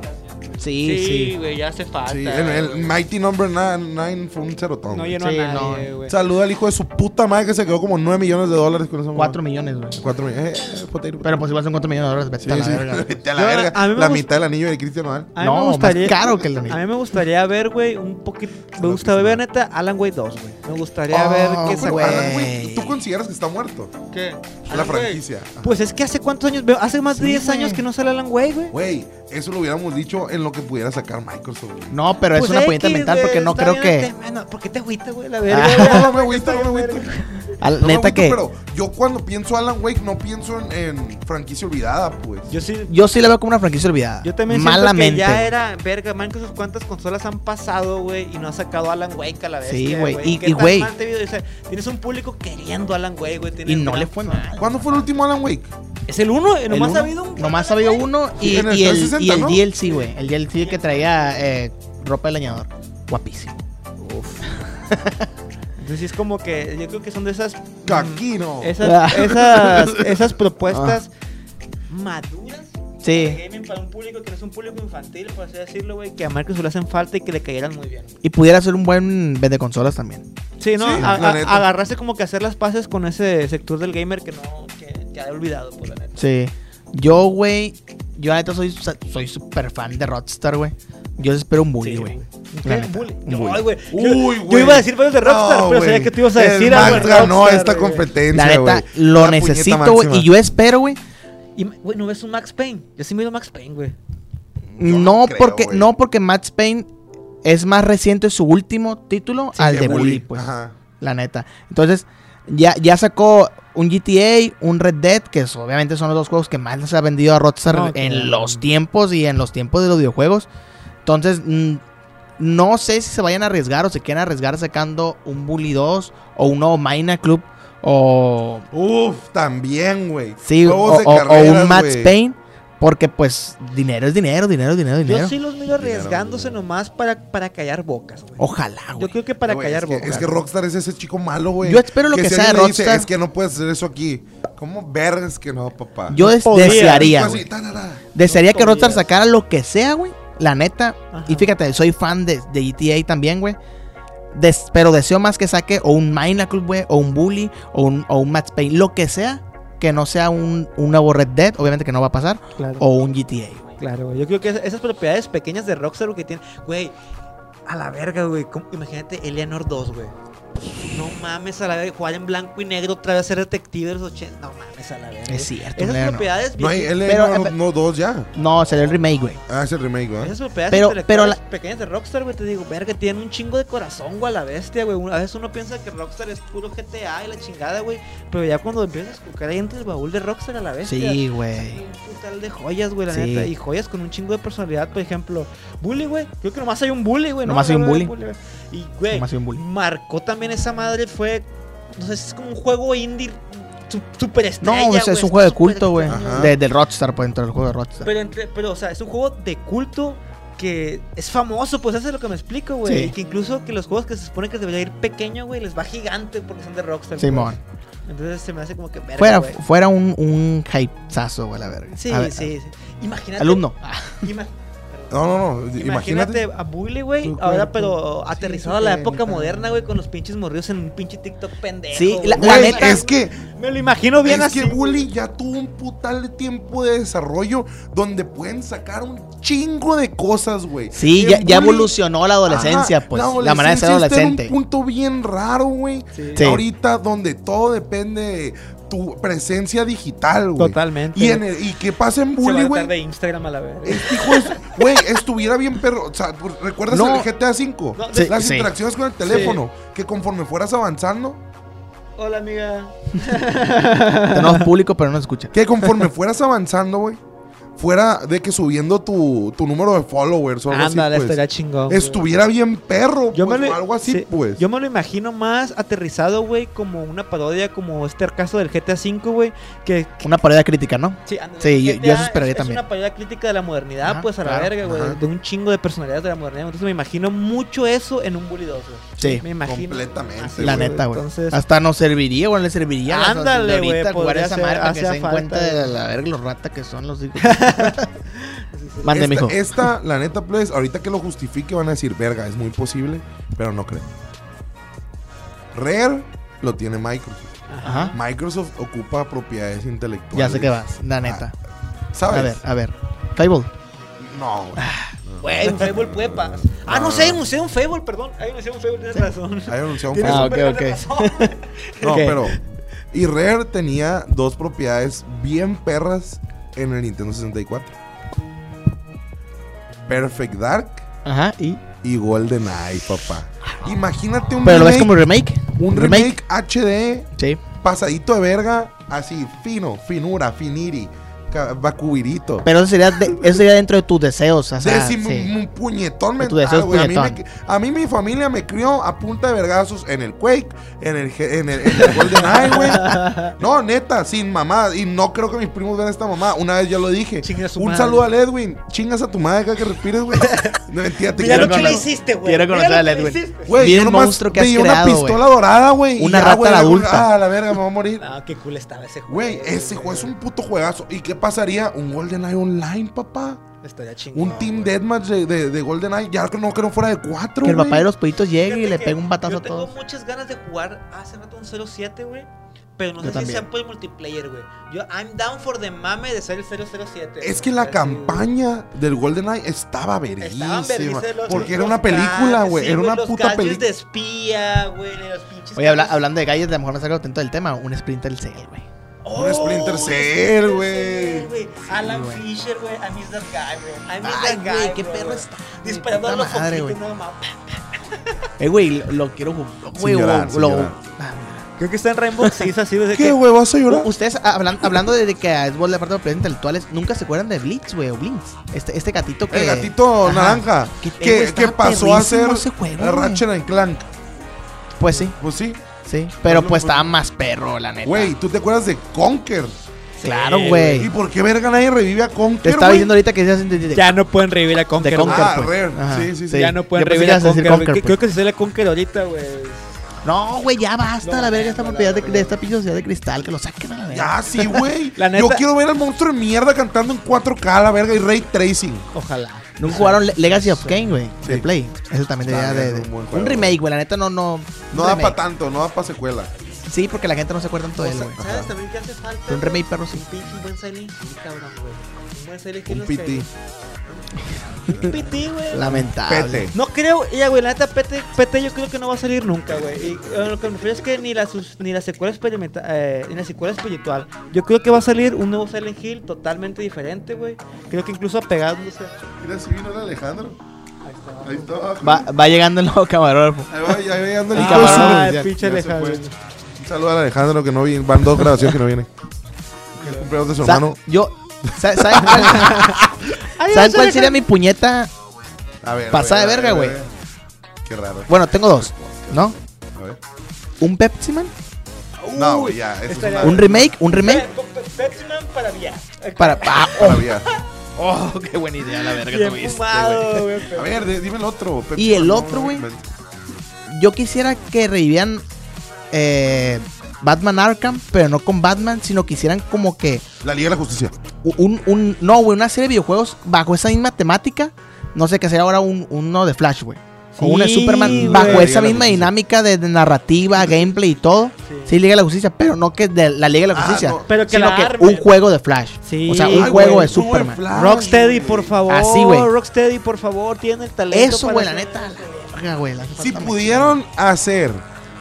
Speaker 1: Sí,
Speaker 4: Sí,
Speaker 1: sí.
Speaker 4: güey, ya hace falta.
Speaker 3: Sí, el, el
Speaker 4: güey.
Speaker 3: Mighty Number 9 fue un cerotón.
Speaker 4: No
Speaker 3: güey.
Speaker 4: llenó
Speaker 1: Sí,
Speaker 4: a
Speaker 1: no.
Speaker 4: nadie, güey.
Speaker 3: Saluda al hijo de su puta madre que se quedó como 9 millones de dólares con esa mamá.
Speaker 1: 4 millones, güey.
Speaker 3: Cuatro millones. Eh, eh, potato,
Speaker 1: Pero pues igual son 4 millones de dólares, vete
Speaker 3: Sí,
Speaker 1: a la
Speaker 3: sí.
Speaker 1: verga. güey.
Speaker 3: Vete a la
Speaker 4: Yo,
Speaker 3: verga.
Speaker 4: a mí me
Speaker 3: La
Speaker 4: gust-
Speaker 3: mitad del anillo de Cristian Nodal.
Speaker 4: A mí
Speaker 1: No,
Speaker 4: me
Speaker 1: más
Speaker 4: gustaría.
Speaker 1: caro que el anillo.
Speaker 4: A mí me gustaría ver, güey, un poquito. Me gustaría ver, neta, Alan Way 2, güey. Me gustaría
Speaker 1: Oh,
Speaker 4: ver
Speaker 1: güey.
Speaker 4: qué sacó.
Speaker 3: Alan, güey, ¿Tú consideras que está muerto?
Speaker 4: ¿Qué?
Speaker 3: La franquicia.
Speaker 4: Pues es que hace cuántos años. veo- Hace más de
Speaker 1: Sí,
Speaker 4: 10
Speaker 1: güey.
Speaker 4: años que no sale Alan Way, güey.
Speaker 3: Güey, eso lo hubiéramos dicho en lo que pudiera sacar Microsoft. güey.
Speaker 1: No, pero es
Speaker 4: Pues
Speaker 1: una
Speaker 4: X,
Speaker 1: puñeta mental
Speaker 4: güey,
Speaker 1: porque no
Speaker 4: está
Speaker 1: creo
Speaker 4: bien,
Speaker 1: que.
Speaker 4: te- bueno, ¿Por qué te agüita, güey? La
Speaker 1: Ah.
Speaker 4: verga.
Speaker 3: No, no me agüita, no me agüito.
Speaker 1: al-
Speaker 3: No me
Speaker 1: neta
Speaker 3: agüito,
Speaker 1: que.
Speaker 3: Pero yo cuando pienso Alan Wake no pienso en, en franquicia olvidada, pues.
Speaker 4: Yo sí.
Speaker 1: Yo sí la veo como una franquicia olvidada.
Speaker 4: Yo también siento
Speaker 1: Malamente.
Speaker 4: que ya era, verga, Microsoft, cuántas consolas han pasado, güey, y no ha sacado Alan Wake a la vez.
Speaker 1: Sí, güey, y- y, güey.
Speaker 4: tienes un público queriendo a Alan Wake, güey.
Speaker 1: Y
Speaker 4: tienes
Speaker 1: no
Speaker 4: gran
Speaker 1: le fue
Speaker 4: fan.
Speaker 1: mal.
Speaker 3: ¿Cuándo fue el último Alan Wake?
Speaker 4: Es el uno, eh,
Speaker 1: El
Speaker 4: nomás
Speaker 1: uno-
Speaker 4: ha habido un.
Speaker 1: Nomás ha habido uno y,
Speaker 3: Sí, en el
Speaker 1: y el, y
Speaker 3: 360,
Speaker 1: el
Speaker 3: ¿no?
Speaker 1: DLC, güey. El DLC que traía eh, ropa de leñador. Guapísimo.
Speaker 4: Entonces sí es como que yo creo que son de esas. mm,
Speaker 3: Caquino.
Speaker 1: Ah.
Speaker 4: Esas, esas, esas propuestas maduras. de
Speaker 1: Sí.
Speaker 4: gaming para un público que no es un público infantil, por así decirlo, güey, que a Microsoft le hacen falta y que le cayeran muy bien.
Speaker 1: Y pudiera ser un buen vende consolas también.
Speaker 4: Sí, ¿no?
Speaker 3: Sí,
Speaker 4: A-
Speaker 3: la
Speaker 4: a-
Speaker 3: neta.
Speaker 4: agarrarse como que hacer las paces con ese sector del gamer que no, que, que ha olvidado, por la neta.
Speaker 1: Sí. Yo, güey. Yo, la neta, soy soy súper fan de Rockstar, güey. Yo espero un bully,
Speaker 4: Sí,
Speaker 1: güey.
Speaker 4: ¿Qué?
Speaker 1: La neta,
Speaker 4: Bully.
Speaker 1: un bully.
Speaker 4: Ay, güey.
Speaker 3: Uy,
Speaker 4: yo, yo
Speaker 3: güey.
Speaker 4: iba a decir varios de Rockstar,
Speaker 3: No,
Speaker 4: pero sabía
Speaker 3: güey.
Speaker 4: que te ibas a
Speaker 3: El
Speaker 4: decir
Speaker 3: Max
Speaker 4: algo. de
Speaker 3: ganó
Speaker 4: Rockstar,
Speaker 3: esta
Speaker 4: güey.
Speaker 1: La
Speaker 3: competencia,
Speaker 1: neta,
Speaker 3: güey.
Speaker 1: lo
Speaker 3: Una puñeta
Speaker 1: necesito, güey.
Speaker 3: máxima.
Speaker 1: Y yo espero, güey.
Speaker 4: Y, güey, ¿no ves un Max Payne? Yo sí miro Max Payne, güey.
Speaker 3: Yo
Speaker 1: No,
Speaker 3: no creo,
Speaker 1: porque,
Speaker 3: güey.
Speaker 1: no porque Max Payne es más reciente su último título al de
Speaker 3: Bully,
Speaker 1: Bully, pues.
Speaker 3: Ajá.
Speaker 1: La neta. Entonces, ya, ya sacó un GTA, un Red Dead, que es- obviamente son los dos juegos que más les ha vendido a Rockstar
Speaker 4: No,
Speaker 1: en
Speaker 4: claro.
Speaker 1: los tiempos y en los tiempos de los videojuegos. Entonces, mm, no sé si se vayan a arriesgar o se quieren arriesgar sacando un Bully 2 o un nuevo Mina Club o
Speaker 3: Uf, también, güey.
Speaker 1: Sí, o,
Speaker 3: Juegos de
Speaker 1: o- o
Speaker 3: carreras,
Speaker 1: un Max
Speaker 3: güey.
Speaker 1: Payne. Porque, pues, dinero es dinero, dinero, dinero, dinero.
Speaker 4: Yo sí los miro arriesgándose
Speaker 3: Dinero,
Speaker 4: nomás para, para callar bocas, güey.
Speaker 1: Ojalá,
Speaker 4: Yo
Speaker 1: güey.
Speaker 4: creo que para
Speaker 3: Güey,
Speaker 4: callar
Speaker 3: es que,
Speaker 4: bocas.
Speaker 3: es que Rockstar es ese chico malo, güey.
Speaker 1: Yo espero lo que
Speaker 3: si
Speaker 1: sea de
Speaker 3: alguien le dice,
Speaker 1: Rockstar.
Speaker 3: es que no puedes hacer eso aquí. ¿Cómo vergas que no, papá?
Speaker 1: Yo des-
Speaker 4: podría.
Speaker 1: desearía,
Speaker 3: Así,
Speaker 1: güey.
Speaker 3: tarara.
Speaker 1: Desearía
Speaker 4: No
Speaker 1: que Rockstar
Speaker 4: podrías.
Speaker 1: sacara lo que sea, güey. La neta.
Speaker 4: Ajá.
Speaker 1: Y fíjate, soy fan de, de GTA también, güey. Des- pero deseo más que saque o un Minecraft, güey, o un Bully, o un, o un Max Payne, lo que sea, que no sea un, un nuevo Red Dead, obviamente que no va a pasar,
Speaker 4: Claro.
Speaker 1: o un GTA, güey.
Speaker 4: Claro, güey. Yo creo que esa- esas propiedades pequeñas de Rockstar güey, que tienen. Güey, a la verga, güey. ¿cómo- Imagínate Eleanor 2, güey. No mames a la verga. Jugar en blanco y negro, otra vez ser detective de los 80. No mames a la verga. güey.
Speaker 1: Es cierto,
Speaker 4: Esas
Speaker 1: Eleanor.
Speaker 4: propiedades.
Speaker 3: No hay
Speaker 4: viejitas-
Speaker 3: L
Speaker 1: Pero,
Speaker 3: no,
Speaker 1: eh,
Speaker 3: no dos ya.
Speaker 1: No, sería el remake, güey.
Speaker 3: Ah, ese remake, ¿verdad?
Speaker 4: Esas propiedades
Speaker 1: Pero-
Speaker 4: intelectuales
Speaker 1: pero
Speaker 4: pequeñas de Rockstar, güey, te digo, verga, tienen un chingo de corazón, güey, a la bestia, güey. A veces uno piensa que Rockstar es puro GTA y la chingada, güey. Pero ya cuando empiezas a escuchar ahí entre el baúl de Rockstar a la bestia.
Speaker 1: Sí,
Speaker 4: Hay
Speaker 1: güey.
Speaker 4: un putal de joyas, güey, la
Speaker 1: Sí.
Speaker 4: neta. Y joyas con un chingo de personalidad, por ejemplo. Bully, güey. Creo que nomás hay un bully, güey. ¿no?
Speaker 1: Nomás hay un
Speaker 4: Güey,
Speaker 1: bully.
Speaker 4: güey. Y, güey,
Speaker 1: Nomás hay un bully.
Speaker 4: marcó también esa madre. Fue, no sé, es como un juego indie su- super
Speaker 1: No,
Speaker 4: estrella.
Speaker 1: es, es un juego de culto, güey.
Speaker 3: Ajá.
Speaker 1: De, del Rockstar, pues, dentro del juego de Rockstar.
Speaker 4: Pero, entre- pero, o sea, es un juego de culto que es famoso, pues eso es lo que me explico, güey.
Speaker 1: Sí.
Speaker 4: Y que incluso que los juegos que se supone que se debería ir pequeño, güey, les va gigante porque son de Rockstar.
Speaker 1: Simón.
Speaker 4: pues. Entonces se me hace como que verga,
Speaker 1: Fuera,
Speaker 4: güey.
Speaker 1: fuera un, un hypezazo, güey, la verga.
Speaker 4: Sí,
Speaker 1: A ver,
Speaker 4: sí, Ah. sí. Imagínate.
Speaker 1: Alumno.
Speaker 4: Ima-
Speaker 3: No, no, no.
Speaker 4: Imagínate,
Speaker 3: Imagínate.
Speaker 4: a Bully, güey,
Speaker 3: Tú,
Speaker 4: ahora
Speaker 3: tú,
Speaker 4: pero
Speaker 3: sí,
Speaker 4: aterrizado a
Speaker 3: sí,
Speaker 4: la
Speaker 3: sí,
Speaker 4: época
Speaker 3: neta.
Speaker 4: moderna, güey, con los pinches morridos en un pinche TikTok pendejo.
Speaker 1: Sí,
Speaker 4: güey.
Speaker 1: la-
Speaker 3: Güey,
Speaker 1: la neta-
Speaker 3: es que,
Speaker 4: me lo imagino bien
Speaker 3: es
Speaker 4: así.
Speaker 3: que Bully ya tuvo un putal de tiempo de desarrollo donde pueden sacar un chingo de cosas, güey.
Speaker 1: Sí,
Speaker 3: En
Speaker 1: ya, ya
Speaker 3: Bully-
Speaker 1: evolucionó la adolescencia,
Speaker 3: Ajá,
Speaker 1: pues. La, manera de ser
Speaker 3: adolescencia está
Speaker 1: adolescente.
Speaker 3: En un punto bien raro, güey.
Speaker 4: Sí.
Speaker 1: Sí.
Speaker 3: Ahorita donde todo depende de tu presencia digital, güey.
Speaker 4: Totalmente.
Speaker 3: Y, en el- y que pase en
Speaker 4: Se va a
Speaker 3: bully,
Speaker 4: hartar
Speaker 3: güey.
Speaker 4: de Instagram a la verga.
Speaker 3: Este hijo es- Güey, estuviera bien perro. O sea, pues, ¿recuerdas
Speaker 1: No.
Speaker 3: el GTA V?
Speaker 4: No,
Speaker 1: Sí,
Speaker 3: Las
Speaker 1: sí.
Speaker 3: interacciones con el teléfono. Que conforme fueras avanzando,
Speaker 4: Hola, amiga.
Speaker 1: Tenemos público, pero no escucha.
Speaker 3: que conforme fueras avanzando, güey, fuera de que subiendo tu, tu número de followers o algo
Speaker 4: Ándale,
Speaker 3: así, pues,
Speaker 4: estaría chingón. güey.
Speaker 3: estuviera bien perro,
Speaker 4: Yo
Speaker 3: pues,
Speaker 4: me lo-
Speaker 3: o algo así,
Speaker 4: sí,
Speaker 3: pues.
Speaker 4: Yo me lo imagino más aterrizado, güey, como una parodia, como este caso del GTA V, güey, que... que-
Speaker 1: Una parodia crítica, ¿no?
Speaker 4: Sí, ándale,
Speaker 1: Sí, yo- yo
Speaker 4: GTA
Speaker 1: eso esperaría
Speaker 4: es,
Speaker 1: también.
Speaker 4: Es una parodia crítica de la modernidad,
Speaker 1: Ajá,
Speaker 4: pues a la
Speaker 1: claro,
Speaker 4: verga, güey.
Speaker 3: ajá.
Speaker 4: De un chingo de personalidades de la modernidad. Entonces me imagino mucho eso en un Bully 2, güey.
Speaker 1: Sí,
Speaker 4: Me imagino.
Speaker 3: completamente,
Speaker 4: así,
Speaker 1: La
Speaker 3: güey,
Speaker 1: neta, güey.
Speaker 4: Entonces,
Speaker 1: Hasta nos serviría, o le serviría a las-
Speaker 4: Ándale,
Speaker 1: de ahorita
Speaker 4: güey,
Speaker 1: jugar
Speaker 4: podría
Speaker 1: esa
Speaker 4: ser-
Speaker 1: marca que
Speaker 4: hacía
Speaker 1: se den
Speaker 4: falta,
Speaker 1: cuenta de
Speaker 4: güey.
Speaker 1: la verga los ratas que son los hijos.
Speaker 4: sí,
Speaker 1: Mande,
Speaker 3: esta,
Speaker 1: mijo.
Speaker 3: esta, la neta, pues, ahorita que lo justifique van a decir, verga, es muy posible, pero no creo. Rare lo tiene Microsoft.
Speaker 1: Ajá.
Speaker 3: Microsoft ocupa propiedades intelectuales. Ah,
Speaker 1: Ya sé que vas, la neta.
Speaker 3: ¿Sabes?
Speaker 1: A ver, Ah, a ver. Fable.
Speaker 3: No, güey.
Speaker 4: Güey, hay un Fable puede pasar. Ah, no sé, hay un museo, un Fable, perdón. Hay un museo, un Fable, tienes razón.
Speaker 3: Hay anunciado un
Speaker 4: Tienes
Speaker 1: Ah,
Speaker 3: Facebook.
Speaker 1: ok,
Speaker 4: súper
Speaker 1: ok.
Speaker 4: razón.
Speaker 3: No,
Speaker 1: ok.
Speaker 3: pero. Y Rare tenía dos propiedades bien perras en el Nintendo 64. Perfect Dark
Speaker 1: Ajá, y.
Speaker 3: y GoldenEye, papá. Imagínate un
Speaker 1: Pero lo ves
Speaker 3: remake,
Speaker 1: como remake.
Speaker 3: un remake, HD
Speaker 1: Sí.
Speaker 3: pasadito de verga, así, fino, finura, finiri, ca- bacuirito.
Speaker 1: Pero eso sería, de- eso sería dentro de tus deseos. O sea,
Speaker 3: Décimo,
Speaker 1: sí.
Speaker 3: un puñetón
Speaker 1: Tu
Speaker 3: mental,
Speaker 1: deseo es
Speaker 3: güey. A mí,
Speaker 1: puñetón.
Speaker 3: me- a mí mi familia me crió a punta de vergazos en el Quake, en el, G- en el, en el GoldenEye, güey. No, neta, sin mamá. Y no creo que mis primos vean esta mamá. Una vez ya lo dije.
Speaker 4: Chinga su
Speaker 3: Un
Speaker 4: madre.
Speaker 3: saludo al Edwin. Chingas a tu madre cada que respires, güey. No mentira, te
Speaker 4: Mira
Speaker 1: quiero
Speaker 4: lo que le
Speaker 1: conocer.
Speaker 4: hiciste, güey.
Speaker 1: Quiero
Speaker 4: Mira
Speaker 1: conocer
Speaker 4: lo
Speaker 1: al
Speaker 4: que le
Speaker 1: Edwin.
Speaker 4: hiciste.
Speaker 3: Güey,
Speaker 1: Vi
Speaker 3: yo
Speaker 1: el
Speaker 3: nomás
Speaker 1: monstruo que has
Speaker 3: pedí
Speaker 1: creado,
Speaker 3: una
Speaker 1: güey.
Speaker 3: pistola dorada, güey. y
Speaker 1: Una
Speaker 3: ya,
Speaker 1: rata
Speaker 3: güey,
Speaker 1: la
Speaker 3: algo-
Speaker 1: adulta.
Speaker 3: Ah, la verga, me voy a morir.
Speaker 4: Ah, qué cool estaba ese juego.
Speaker 3: Güey, ese juego es un puto juegazo. ¿Y qué pasaría? ¿Un GoldenEye online, papá?
Speaker 4: Estaría chingón.
Speaker 3: Un Team
Speaker 4: güey.
Speaker 3: Deathmatch de, de, de GoldenEye. Ya que no, que no fuera de cuatro,
Speaker 1: Que el
Speaker 3: güey.
Speaker 1: papá de los pollitos llegue y
Speaker 4: Fíjate
Speaker 1: le
Speaker 4: que
Speaker 1: pegue un batazo
Speaker 4: Yo
Speaker 1: a
Speaker 4: tengo
Speaker 1: todos.
Speaker 4: muchas ganas de jugar hace rato un 07, güey. Pero
Speaker 1: Yo
Speaker 4: no sé si
Speaker 1: también.
Speaker 4: sea por el multiplayer, güey. Yo, I'm down for the mame de ser el 007.
Speaker 3: Es que la
Speaker 4: Así,
Speaker 3: campaña del GoldenEye estaba
Speaker 4: güey. Estaban
Speaker 3: verguísima.
Speaker 4: vergüenza los-
Speaker 3: Porque era
Speaker 4: los
Speaker 3: una película,
Speaker 4: gadgets,
Speaker 3: güey.
Speaker 4: sí,
Speaker 3: era una
Speaker 4: los
Speaker 3: puta
Speaker 4: gadgets de
Speaker 3: película.
Speaker 4: espía, güey. de los pinches
Speaker 1: Oye, habla-
Speaker 4: carros.
Speaker 1: hablando de galles, a lo mejor me saco contento del tema. Un Sprinter Cell, güey.
Speaker 4: Oh,
Speaker 3: Un Splinter
Speaker 4: un
Speaker 3: Cell,
Speaker 4: Splinter
Speaker 3: güey.
Speaker 4: Cell, Alan
Speaker 1: güey.
Speaker 4: Fisher, güey. I miss that guy, güey. I miss
Speaker 1: Ay,
Speaker 4: that guy.
Speaker 1: güey, qué
Speaker 4: bro,
Speaker 1: perro
Speaker 4: güey.
Speaker 1: está, güey,
Speaker 4: Disparando a
Speaker 1: puta
Speaker 4: los
Speaker 1: madre,
Speaker 4: foquitos,
Speaker 1: güey.
Speaker 4: no mames.
Speaker 1: Eh, güey, lo, lo quiero jugar. Güey,
Speaker 3: llorar,
Speaker 1: lo-
Speaker 3: sin
Speaker 1: lo-
Speaker 3: llorar.
Speaker 1: Ah,
Speaker 4: Creo que está en Rainbow Six así desde
Speaker 3: ¿Qué,
Speaker 4: que.
Speaker 3: güey? ¿Vas a llorar?
Speaker 1: Ustedes hablan- hablando de de que es la parte de propiedades intelectuales, nunca se acuerdan de Blitz, güey, o Blitz. Este, este gatito que.
Speaker 3: El gatito
Speaker 1: Ajá.
Speaker 3: naranja.
Speaker 1: Que- eh, güey,
Speaker 3: Que, que
Speaker 1: estaba
Speaker 3: pasó a ser
Speaker 1: perrísimo ese juego, güey.
Speaker 3: Ratchet and Clank.
Speaker 1: Pues sí,
Speaker 3: Pues sí.
Speaker 1: sí. Pero
Speaker 3: Bueno,
Speaker 1: pues
Speaker 3: pues-
Speaker 1: estaba más perro, la neta.
Speaker 3: Güey, ¿tú te acuerdas de Conker?
Speaker 1: Claro,
Speaker 4: Sí,
Speaker 1: güey.
Speaker 3: ¿Y por qué verga nadie revive a Conker?
Speaker 1: Te estaba
Speaker 3: güey?
Speaker 1: diciendo ahorita que se hacen de, de-
Speaker 4: Ya no pueden revivir a
Speaker 1: de
Speaker 4: Conker. güey.
Speaker 1: Conker.
Speaker 3: Ah,
Speaker 1: pues.
Speaker 3: Rare.
Speaker 1: Ajá,
Speaker 3: sí, sí, sí.
Speaker 4: Ya no pueden
Speaker 1: Yo pensé
Speaker 4: revivir
Speaker 1: que
Speaker 4: a
Speaker 1: ibas a decir
Speaker 4: Conker. güey.
Speaker 1: Conker,
Speaker 4: Que-
Speaker 1: pues.
Speaker 4: Creo que se sale Conker ahorita, güey.
Speaker 1: No, güey, ya basta
Speaker 4: No,
Speaker 1: la verga
Speaker 4: no,
Speaker 1: esta
Speaker 4: la
Speaker 1: propiedad de,
Speaker 4: verga.
Speaker 1: de esta pinche sociedad de cristal, que lo saquen a la verga.
Speaker 3: Ya, sí, güey.
Speaker 4: La neta-
Speaker 3: Yo quiero ver al monstruo de mierda cantando en 4K, la verga, y Ray Tracing.
Speaker 4: Ojalá.
Speaker 1: Nunca jugaron Le- Legacy of Kane, güey, de
Speaker 3: Sí.
Speaker 1: Play. Eso también debería
Speaker 3: También
Speaker 1: de, de-
Speaker 3: es un buen
Speaker 1: Un,
Speaker 3: juego.
Speaker 1: remake, güey, la neta no, no.
Speaker 3: No
Speaker 1: un
Speaker 3: da
Speaker 1: remake.
Speaker 3: para tanto, no da para secuela.
Speaker 1: Sí, porque la gente no se acuerda tanto de él, güey.
Speaker 4: ¿Sabes también qué hace falta?
Speaker 1: Un remake, perro, sí.
Speaker 4: Un pinche buen Silent Hill, cabrón, güey. Un buen Silent Hill.
Speaker 3: Un
Speaker 4: no
Speaker 3: PT.
Speaker 4: sé. Un PT, güey.
Speaker 1: Lamentable.
Speaker 3: Pete.
Speaker 4: No creo, ya güey, la neta PT, PT yo creo que no va a salir nunca, güey. Y eh, lo que me refiero es que ni la, sus- ni la secuela experimental, eh, ni la secuela espiritual. Yo creo que va a salir un nuevo Silent Hill totalmente diferente, güey. Creo que incluso apegándose.
Speaker 3: Mira, si vino el Alejandro. Ahí está abajo.
Speaker 1: Va, va llegando el nuevo camarógrafo.
Speaker 3: Ahí va, ahí va llegando el
Speaker 1: Ah,
Speaker 3: Icoso.
Speaker 1: camarón.
Speaker 3: Ya-
Speaker 4: pinche
Speaker 3: ya se fue.
Speaker 4: Alejandro.
Speaker 3: Un saludo al Alejandro que no viene. Van dos grabaciones que no viene. El cumpleaños de su
Speaker 1: Sa-
Speaker 3: hermano.
Speaker 1: yo. sa- ¿Saben cuál, ¿saben cuál sería mi puñeta?
Speaker 3: A ver.
Speaker 1: Pasada
Speaker 3: a
Speaker 1: de
Speaker 3: ver,
Speaker 1: verga,
Speaker 3: a
Speaker 1: güey.
Speaker 3: ver, a ver. Qué raro.
Speaker 1: Bueno, tengo dos, ¿no?
Speaker 3: A ver.
Speaker 1: Un Pepsi Man,
Speaker 3: No, güey, ya. eso
Speaker 4: estaría-
Speaker 3: es una
Speaker 1: un remake, un
Speaker 4: eh,
Speaker 1: remake
Speaker 4: Batman para viajar.
Speaker 1: para. ah,
Speaker 3: maravilla.
Speaker 1: oh, qué buena idea, la verga
Speaker 4: Bien
Speaker 1: tuviste, güey.
Speaker 4: fumado, güey.
Speaker 3: A ver, de- dime el otro. Pepsi
Speaker 1: Y el
Speaker 3: Manuel,
Speaker 1: otro, güey.
Speaker 3: Pepsi.
Speaker 1: Yo quisiera que revivieran eh, Batman Arkham, pero no con Batman, sino que hicieran como que
Speaker 3: La Liga de la Justicia.
Speaker 1: un, un no, güey, una serie de videojuegos bajo esa misma temática. No sé, que sea ahora un, uno de Flash, güey. o uno de
Speaker 4: Sí, güey.
Speaker 1: Superman bajo
Speaker 3: Liga
Speaker 1: esa
Speaker 3: de la
Speaker 1: misma
Speaker 3: Justicia.
Speaker 1: dinámica de, de narrativa, gameplay y todo.
Speaker 4: Sí.
Speaker 1: Sí. Liga de la Justicia, pero no que de la Liga de la
Speaker 3: Ah,
Speaker 1: Justicia.
Speaker 3: no.
Speaker 4: Pero que
Speaker 1: sino
Speaker 4: la
Speaker 1: que
Speaker 4: armen.
Speaker 1: un juego de Flash.
Speaker 4: Sí,
Speaker 1: o sea,
Speaker 4: Ay,
Speaker 1: un
Speaker 4: güey,
Speaker 1: juego de
Speaker 3: tú, güey,
Speaker 1: Superman.
Speaker 3: Flash,
Speaker 4: Rocksteady,
Speaker 3: güey.
Speaker 4: por favor.
Speaker 1: Así, güey.
Speaker 4: Rocksteady, por favor, tiene el talento.
Speaker 1: Eso,
Speaker 4: para
Speaker 1: güey, la
Speaker 4: hacer
Speaker 1: neta.
Speaker 4: eso.
Speaker 1: la verga, güey, le hace
Speaker 3: Si
Speaker 1: falta más.
Speaker 3: pudieron hacer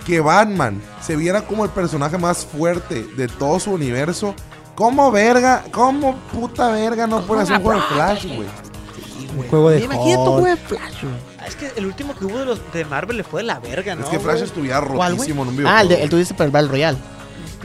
Speaker 3: que Batman se viera como el personaje más fuerte de todo su universo, ¿cómo verga, cómo puta verga no pueden hacer un juego de Flash, güey?
Speaker 4: Un juego de
Speaker 1: Imagínate un
Speaker 4: Hulk.
Speaker 1: juego de Flash, güey.
Speaker 4: Ah, Es que el último que hubo de, los, de Marvel le fue de la verga, ¿no?
Speaker 3: es que Flash
Speaker 4: güey?
Speaker 3: estuviera
Speaker 1: ¿Cuál, güey?
Speaker 3: rotísimo en un videojuego.
Speaker 1: Ah, el, de, el tú dices para el Battle Royale.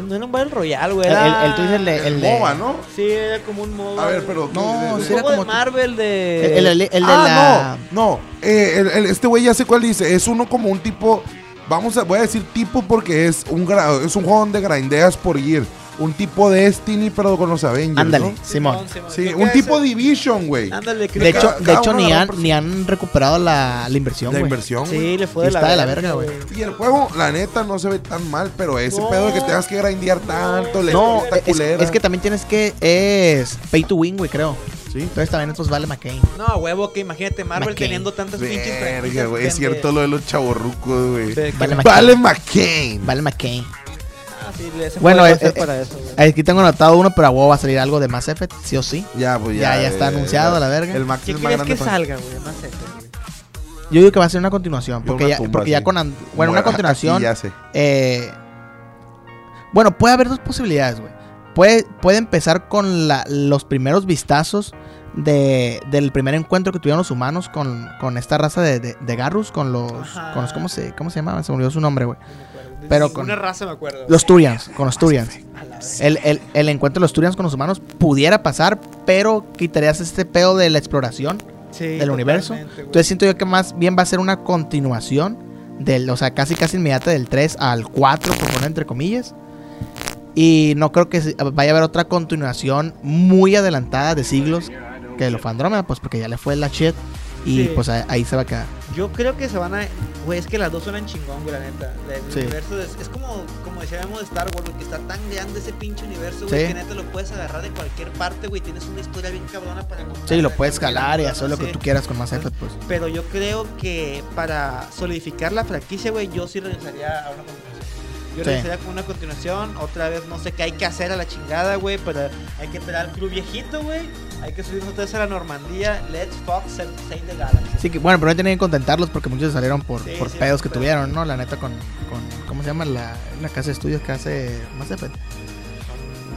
Speaker 4: No era un Battle Royale, güey.
Speaker 1: El, el,
Speaker 4: era-
Speaker 1: el tú dices el de. El de-
Speaker 3: Ah, MOBA, ¿no?
Speaker 4: Sí, era como un modo.
Speaker 3: A ver, pero...
Speaker 1: No,
Speaker 3: ¿qué-
Speaker 1: sí
Speaker 4: Un
Speaker 1: era
Speaker 4: juego de
Speaker 1: como-
Speaker 4: Marvel de.
Speaker 1: el- el- el de
Speaker 3: ah,
Speaker 1: la.
Speaker 3: no, no. eh, el- el- este güey ya sé cuál dice. Es uno como un tipo. Vamos a, voy a decir tipo porque es un gra- es un juego donde grindeas por gear. Un tipo Destiny, pero con los Avengers.
Speaker 1: Ándale,
Speaker 3: ¿no?
Speaker 1: Simón.
Speaker 3: Sí,
Speaker 4: Creo
Speaker 3: un
Speaker 4: que
Speaker 3: tipo
Speaker 4: ese-
Speaker 3: Division, güey.
Speaker 4: Ándale, creo
Speaker 1: De
Speaker 4: que-
Speaker 1: hecho,
Speaker 3: cada-
Speaker 1: de
Speaker 3: cada
Speaker 1: hecho
Speaker 3: uno
Speaker 1: ni,
Speaker 3: agarró
Speaker 1: han,
Speaker 3: por sí.
Speaker 1: ni han recuperado la, la inversión,
Speaker 3: La
Speaker 1: güey.
Speaker 3: inversión. güey.
Speaker 4: Sí, le fue de la
Speaker 1: Está
Speaker 4: verga.
Speaker 1: de la verga, güey.
Speaker 3: Y el juego, la neta, no se ve tan mal, pero ese
Speaker 4: No.
Speaker 3: pedo de que tengas que grindear tanto, le
Speaker 1: No,
Speaker 3: está
Speaker 1: es,
Speaker 3: culera.
Speaker 1: es que también tienes que. Es pay to win, güey, creo.
Speaker 3: Sí, Sí.
Speaker 1: Entonces también estos vale McCain.
Speaker 4: No, huevo, que imagínate Marvel
Speaker 1: McCain.
Speaker 4: teniendo tantas pinches
Speaker 3: Verga,
Speaker 4: franquicias
Speaker 3: güey. Es
Speaker 4: de-
Speaker 3: cierto lo de los chavorrucos, güey.
Speaker 4: de-
Speaker 1: Vale McCain.
Speaker 3: Vale McCain.
Speaker 1: Vale McCain.
Speaker 4: Ah, sí, le- se
Speaker 1: Bueno,
Speaker 4: puede
Speaker 1: eh,
Speaker 4: hacer
Speaker 1: eh,
Speaker 4: para eso, güey.
Speaker 1: Aquí tengo anotado uno, pero a huevo va a salir algo de Mass Effect, sí o sí.
Speaker 3: Ya, pues ya.
Speaker 1: Ya, ya está
Speaker 3: eh,
Speaker 1: anunciado,
Speaker 3: ya.
Speaker 1: la verga.
Speaker 3: El Max
Speaker 4: ¿Qué
Speaker 3: es más
Speaker 4: quieres
Speaker 3: grande
Speaker 4: que
Speaker 3: fan.
Speaker 4: salga, güey? Más esto, güey.
Speaker 1: Yo digo que va a ser una continuación,
Speaker 3: Yo
Speaker 1: porque
Speaker 3: una
Speaker 1: ya,
Speaker 3: tumba,
Speaker 1: porque ya
Speaker 3: sí.
Speaker 1: con... and- Bueno, una
Speaker 3: Aquí
Speaker 1: continuación...
Speaker 3: Ya sé.
Speaker 1: eh, bueno, puede haber dos posibilidades, güey. Puede, puede empezar con la- los primeros vistazos de- del primer encuentro que tuvieron los humanos con, con esta raza de, de, de Garrus, con los...
Speaker 4: Ajá.
Speaker 1: Con los ¿cómo, se, ¿Cómo se llamaban? Se me olvidó su nombre, güey.
Speaker 4: No me acuerdo. De
Speaker 1: Pero
Speaker 4: ninguna
Speaker 1: con-
Speaker 4: raza me acuerdo.
Speaker 1: Los eh, Turians, con los Turians.
Speaker 4: güey. A la verga.
Speaker 1: El, el- el encuentro de los Turians con los humanos pudiera pasar, pero quitarías este pedo de la exploración
Speaker 4: Sí,
Speaker 1: del universo.
Speaker 4: totalmente, güey.
Speaker 1: Entonces siento yo que más bien va a ser una continuación del, o sea, casi casi inmediata del 3 al 4, por poner entre comillas. Y no creo que se- vaya a haber otra continuación muy adelantada de siglos que lo Fandrómeda, pues porque ya le fue la shit y
Speaker 4: Sí.
Speaker 1: pues a- ahí se va a quedar.
Speaker 4: Yo creo que se van a. Güey, es que las dos suenan chingón, güey, la neta. El
Speaker 1: Sí.
Speaker 4: universo es, es como, como decíamos de Star Wars, güey, que está tan grande ese pinche universo, güey,
Speaker 1: Sí.
Speaker 4: que neta lo puedes agarrar de cualquier parte, güey. Tienes una historia bien cabrona para contar.
Speaker 1: Sí, lo
Speaker 4: de
Speaker 1: puedes
Speaker 4: cualquier
Speaker 1: jalar y
Speaker 4: cosa,
Speaker 1: hacer lo que
Speaker 4: sí.
Speaker 1: tú quieras con más Effect, pues.
Speaker 4: Pero yo creo que para solidificar la franquicia, güey, yo sí regresaría a una continuación. Yo
Speaker 1: Sí.
Speaker 4: regresaría con una continuación, otra vez no sé qué hay que hacer a la chingada, güey, pero hay que esperar al club viejito, güey. Hay que subirnos otra vez a la Normandía. Let's fuck Save Save the Galaxy.
Speaker 1: Así que bueno, pero no tenían que contentarlos porque muchos salieron por,
Speaker 4: Sí,
Speaker 1: por
Speaker 4: sí,
Speaker 1: pedos que
Speaker 4: pero-
Speaker 1: tuvieron, ¿no? La neta con, con ¿cómo se llama? La, la casa de estudios que hace Mass Effect.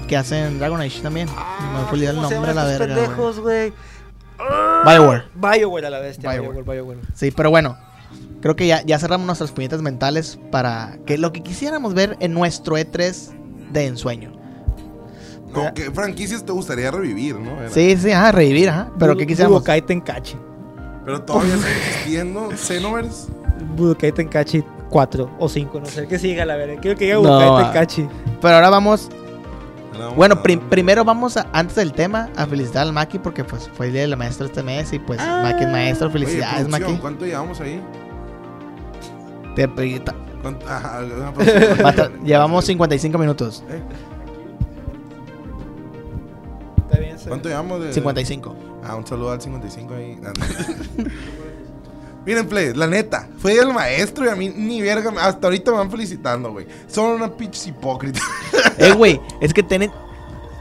Speaker 1: Que hacen Dragon Age también. No me olvidé el
Speaker 4: Ah, ¿cómo se
Speaker 1: nombre a la
Speaker 4: llaman esos
Speaker 1: verga. güey.
Speaker 4: pendejos, güey.
Speaker 1: Bioware.
Speaker 4: BioWare a la bestia.
Speaker 1: BioWare.
Speaker 4: BioWare, BioWare.
Speaker 1: Sí, pero bueno. Creo que ya, ya cerramos nuestras puñetas mentales para que lo que quisiéramos ver en nuestro E3 de ensueño.
Speaker 3: No, ¿qué franquicias te gustaría revivir, no? Era-
Speaker 1: Sí, sí, ajá, revivir, ajá. Pero que quisiéramos.
Speaker 4: Budokai Tenkachi.
Speaker 3: Pero todavía sigue existiendo Xenoverse.
Speaker 4: Budokai Tenkachi 4 o 5, no sé. Que siga la verga. Quiero que diga
Speaker 1: No, ah.
Speaker 4: Budokai
Speaker 1: va.
Speaker 4: Tenkachi.
Speaker 1: Pero ahora vamos.
Speaker 3: Era un-
Speaker 1: Bueno, prim- primero vamos a, antes del tema, a felicitar al Maki porque pues fue el día de la maestra este mes y pues
Speaker 4: Ah.
Speaker 1: Maki es maestro.
Speaker 3: Oye,
Speaker 1: Felicidades,
Speaker 3: producción,
Speaker 1: Maki.
Speaker 3: ¿Cuánto llevamos ahí?
Speaker 1: Te pedí ta-
Speaker 3: ¿Cuánto- ajá, ajá,
Speaker 1: Bata-
Speaker 3: producción.
Speaker 1: Llevamos 55 minutos.
Speaker 3: Eh,
Speaker 4: Está bien, sí.
Speaker 3: ¿Cuánto llevamos? De,
Speaker 1: 55.
Speaker 3: Ah, un saludo al 55 ahí. Ah, no. Miren, play, la neta, fue el maestro y a mí ni verga, me- hasta ahorita me van felicitando, güey. Son una pinches hipócritas.
Speaker 1: Eh, güey, es que tienen.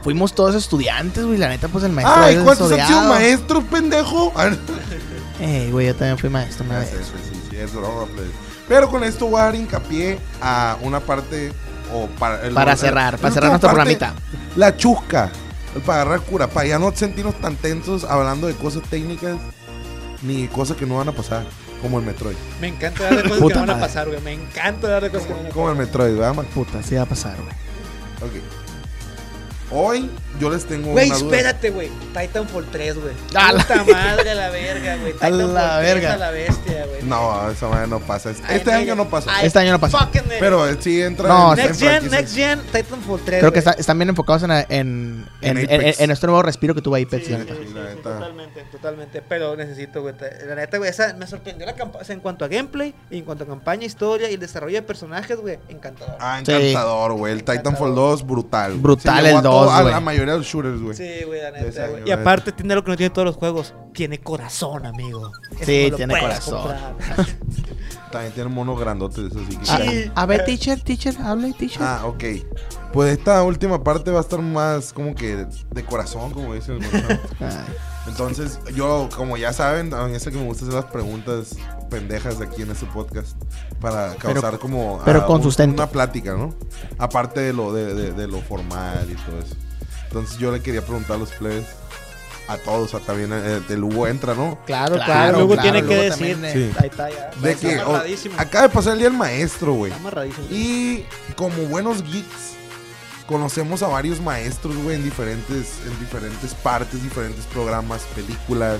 Speaker 1: Fuimos todos estudiantes, güey. La neta, pues el maestro.
Speaker 3: Ay,
Speaker 1: es
Speaker 3: ¿cuántos han sido
Speaker 1: estudiado.
Speaker 3: maestros, pendejo? Ah, no.
Speaker 1: Ey, güey, yo también fui maestro una
Speaker 3: Ya
Speaker 1: vez.
Speaker 3: sé, sí, sí, sí, es broma, pues. Pero con esto voy a dar hincapié a una parte o para, el-
Speaker 1: Para
Speaker 3: el-
Speaker 1: cerrar,
Speaker 3: el
Speaker 1: para cerrar
Speaker 3: último
Speaker 1: nuestro
Speaker 3: parte,
Speaker 1: programita.
Speaker 3: La chusca, para agarrar cura, para ya no sentirnos tan tensos hablando de cosas técnicas ni cosas que no van a pasar, como el Metroid.
Speaker 4: Me encanta dar de cosas que
Speaker 1: Puta
Speaker 4: no van a
Speaker 1: madre.
Speaker 4: pasar, güey. Me encanta dar de cosas que no van a pasar.
Speaker 3: Como el Metroid, ¿verdad, Mac?
Speaker 1: Puta, sí va a pasar, güey.
Speaker 3: Eh, Ok. Hoy yo les tengo
Speaker 4: Güey,
Speaker 3: una duda.
Speaker 4: espérate, güey. Titanfall 3, güey.
Speaker 1: A la-
Speaker 4: Puta madre a la verga, güey.
Speaker 1: A la
Speaker 4: Titanfall 3
Speaker 1: verga.
Speaker 4: a la bestia, güey.
Speaker 3: No, esa madre no pasa. Este,
Speaker 4: Ay,
Speaker 3: este
Speaker 4: no,
Speaker 3: año
Speaker 4: ya-
Speaker 3: no pasa.
Speaker 4: Ay,
Speaker 1: Este año no pasa.
Speaker 4: fucking it.
Speaker 3: Pero eh, sí entra
Speaker 1: No,
Speaker 4: Next
Speaker 3: en
Speaker 4: Gen,
Speaker 3: franquicias.
Speaker 4: Next Gen, Titanfall
Speaker 1: Creo
Speaker 4: 3.
Speaker 1: que
Speaker 4: güey.
Speaker 1: está- están bien enfocados en, en, en,
Speaker 3: eh. En
Speaker 1: en-
Speaker 3: Apex.
Speaker 1: en- en este nuevo respiro que tuvo Apex.
Speaker 4: Sí,
Speaker 1: la
Speaker 4: sí,
Speaker 1: neta.
Speaker 4: sí,
Speaker 3: la
Speaker 4: sí,
Speaker 3: neta.
Speaker 4: totalmente, totalmente. Pero necesito, güey. te- La neta, güey, esa me sorprendió la campaña. en cuanto a gameplay, y en cuanto a campaña, historia y el desarrollo de personajes, güey, encantador.
Speaker 3: Ah,
Speaker 1: Sí.
Speaker 3: encantador, güey. El Titanfall 2, brutal.
Speaker 1: Brutal
Speaker 3: Se llevó
Speaker 1: el
Speaker 3: a
Speaker 1: 2,
Speaker 3: todo- A
Speaker 1: güey.
Speaker 3: la mayoría de los shooters, güey.
Speaker 4: Sí, güey, la
Speaker 3: Esa,
Speaker 4: neta, güey.
Speaker 3: güey,
Speaker 4: Y
Speaker 3: la neta.
Speaker 4: aparte tiene lo que no tiene todos los juegos. Tiene corazón, amigo. Eso
Speaker 1: Sí,
Speaker 4: no lo
Speaker 1: tiene
Speaker 4: puedes
Speaker 1: corazón.
Speaker 4: comprar.
Speaker 3: También tienen monos grandotes, eso sí que.
Speaker 1: Ah,
Speaker 4: Sí.
Speaker 1: A, ver, teacher, teacher, hable, teacher.
Speaker 3: Ah, ok. Pues esta última parte va a estar más como que de corazón, como dice el Gonzalo.
Speaker 1: Ay,
Speaker 3: Entonces, yo, como ya saben, a mí es el que me gusta hacer las preguntas pendejas aquí en este podcast para causar como...
Speaker 1: pero
Speaker 3: ah,
Speaker 1: con
Speaker 3: un-
Speaker 1: sustento.
Speaker 3: Una plática, ¿no? Aparte de lo, de, de- de lo formal y todo eso. Entonces, yo le quería preguntar a los plebes, a todos, a también eh, el Hugo entra, ¿no?
Speaker 4: Claro, claro,
Speaker 1: claro,
Speaker 4: Luego
Speaker 1: claro,
Speaker 4: tiene que
Speaker 1: luego
Speaker 4: decir.
Speaker 1: también,
Speaker 3: eh,
Speaker 4: Ahí está, ya.
Speaker 3: De
Speaker 4: Pues, está
Speaker 3: que oh,
Speaker 4: amarradísimo.
Speaker 3: acaba de pasar el día del maestro, güey.
Speaker 4: Está amarradísimo.
Speaker 3: Y como buenos geeks, conocemos a varios maestros, güey, en diferentes, en diferentes partes, diferentes programas, películas,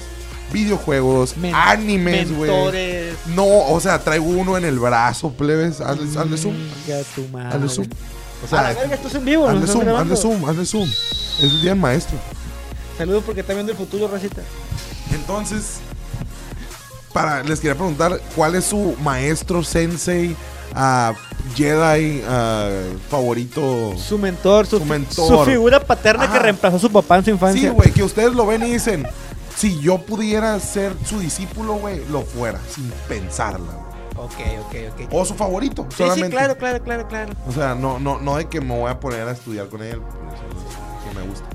Speaker 3: videojuegos,
Speaker 4: Men-
Speaker 3: animes, güey.
Speaker 4: mentores.
Speaker 3: No, o sea, traigo uno en el brazo, plebes. Hazle, hazle zoom.
Speaker 4: Venga, Mm, tu madre.
Speaker 3: Hazle zoom. O
Speaker 4: Ah, A la
Speaker 3: sea,
Speaker 4: verga, esto es en vivo. ¿no?
Speaker 3: hazle
Speaker 4: Estás
Speaker 3: zoom, hazle
Speaker 4: grabando.
Speaker 3: zoom, hazle zoom. Es el día del maestro.
Speaker 4: Saludos porque está viendo el futuro, Racita.
Speaker 3: Entonces, para, les quería preguntar, ¿cuál es su maestro, sensei, ah, Jedi ah, favorito?
Speaker 4: Su mentor, su,
Speaker 3: Su
Speaker 4: fi-
Speaker 3: mentor.
Speaker 4: su figura paterna que
Speaker 3: Ah.
Speaker 4: reemplazó a su papá en su
Speaker 3: Sí,
Speaker 4: infancia.
Speaker 3: güey, que ustedes lo ven y dicen, si yo pudiera ser su discípulo, güey, lo fuera, sin pensarla. güey.
Speaker 4: Ok, ok, ok.
Speaker 3: O su favorito,
Speaker 4: Sí, sí,
Speaker 3: solamente.
Speaker 4: claro, claro, claro, claro.
Speaker 3: O sea, no, no, no de que me voy a poner a estudiar con él, porque eso no es- que me gusta.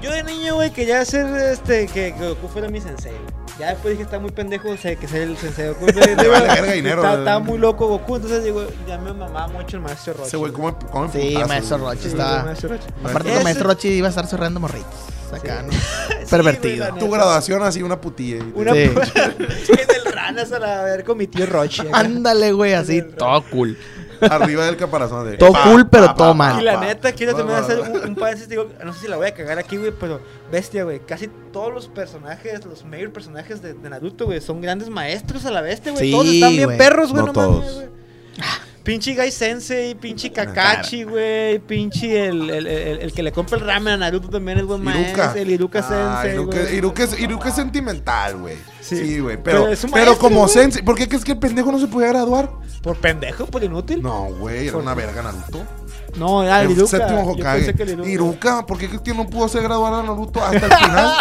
Speaker 4: Yo de niño, güey, quería ser este, que, que Goku fuera mi sensei. güey. Ya después dije, está muy pendejo o sea, que ser el sensei de Goku.
Speaker 3: Le vale verga dinero,
Speaker 4: Está-
Speaker 3: güey.
Speaker 4: Estaba muy loco Goku, entonces digo, ya me mamaba mucho el maestro Roche.
Speaker 3: Ese güey
Speaker 4: güey.
Speaker 3: come, come
Speaker 1: Sí,
Speaker 3: putazos,
Speaker 1: maestro
Speaker 3: güey.
Speaker 1: Roche
Speaker 4: Sí,
Speaker 1: está-
Speaker 4: el maestro Roche.
Speaker 1: Aparte
Speaker 4: Ese-
Speaker 1: que Maestro Rochi iba a estar cerrando morritos. Acá, ¿no?
Speaker 4: Sí,
Speaker 1: Pervertido.
Speaker 4: güey, la
Speaker 3: Tu
Speaker 4: neta.
Speaker 3: graduación así, una putilla. y te-
Speaker 4: Una
Speaker 1: Sí.
Speaker 4: en el ranas a la ver con mi tío Roche. acá.
Speaker 1: Ándale, güey, así, todo cool.
Speaker 3: Arriba del caparazón. De,
Speaker 1: Todo cool, pero todo
Speaker 3: toma.
Speaker 1: mal.
Speaker 4: Y la neta, quiero
Speaker 3: No,
Speaker 4: terminar
Speaker 3: no,
Speaker 4: de hacer
Speaker 3: no.
Speaker 4: un, un paréntesis, digo, no sé si la voy a cagar aquí, güey, pero bestia, güey. Casi todos los personajes, los mayor personajes de, de Naruto, güey, son grandes maestros a la bestia, güey.
Speaker 1: Sí,
Speaker 4: todos están bien
Speaker 1: güey.
Speaker 4: perros, güey,
Speaker 3: No
Speaker 4: no, mames,
Speaker 3: todos.
Speaker 4: güey. Pinche Gai Sensei, pinche Kakashi, güey, pinche el, el, el, el que le compra el ramen a Naruto también es buen
Speaker 3: Iruka.
Speaker 4: maestro, el Iruka
Speaker 3: Ah,
Speaker 4: Sensei,
Speaker 3: Iruka,
Speaker 4: güey.
Speaker 3: Iruka es, Iruka es sentimental, güey.
Speaker 4: Sí.
Speaker 3: Sí, güey.
Speaker 4: Pero
Speaker 3: Pero,
Speaker 4: es un
Speaker 3: pero
Speaker 4: maestro,
Speaker 3: como
Speaker 4: güey.
Speaker 3: sensei. ¿Por qué crees que el pendejo no se podía graduar?
Speaker 4: Por pendejo, por inútil. No,
Speaker 3: No, güey, era
Speaker 4: Por-
Speaker 3: una verga Naruto.
Speaker 4: era
Speaker 3: el
Speaker 4: el Ah, Iruka.
Speaker 3: séptimo
Speaker 4: Yo
Speaker 3: Hokage.
Speaker 4: pensé que el Iruka.
Speaker 3: Iruka, ¿por qué crees que no pudo ser graduar a Naruto hasta el final?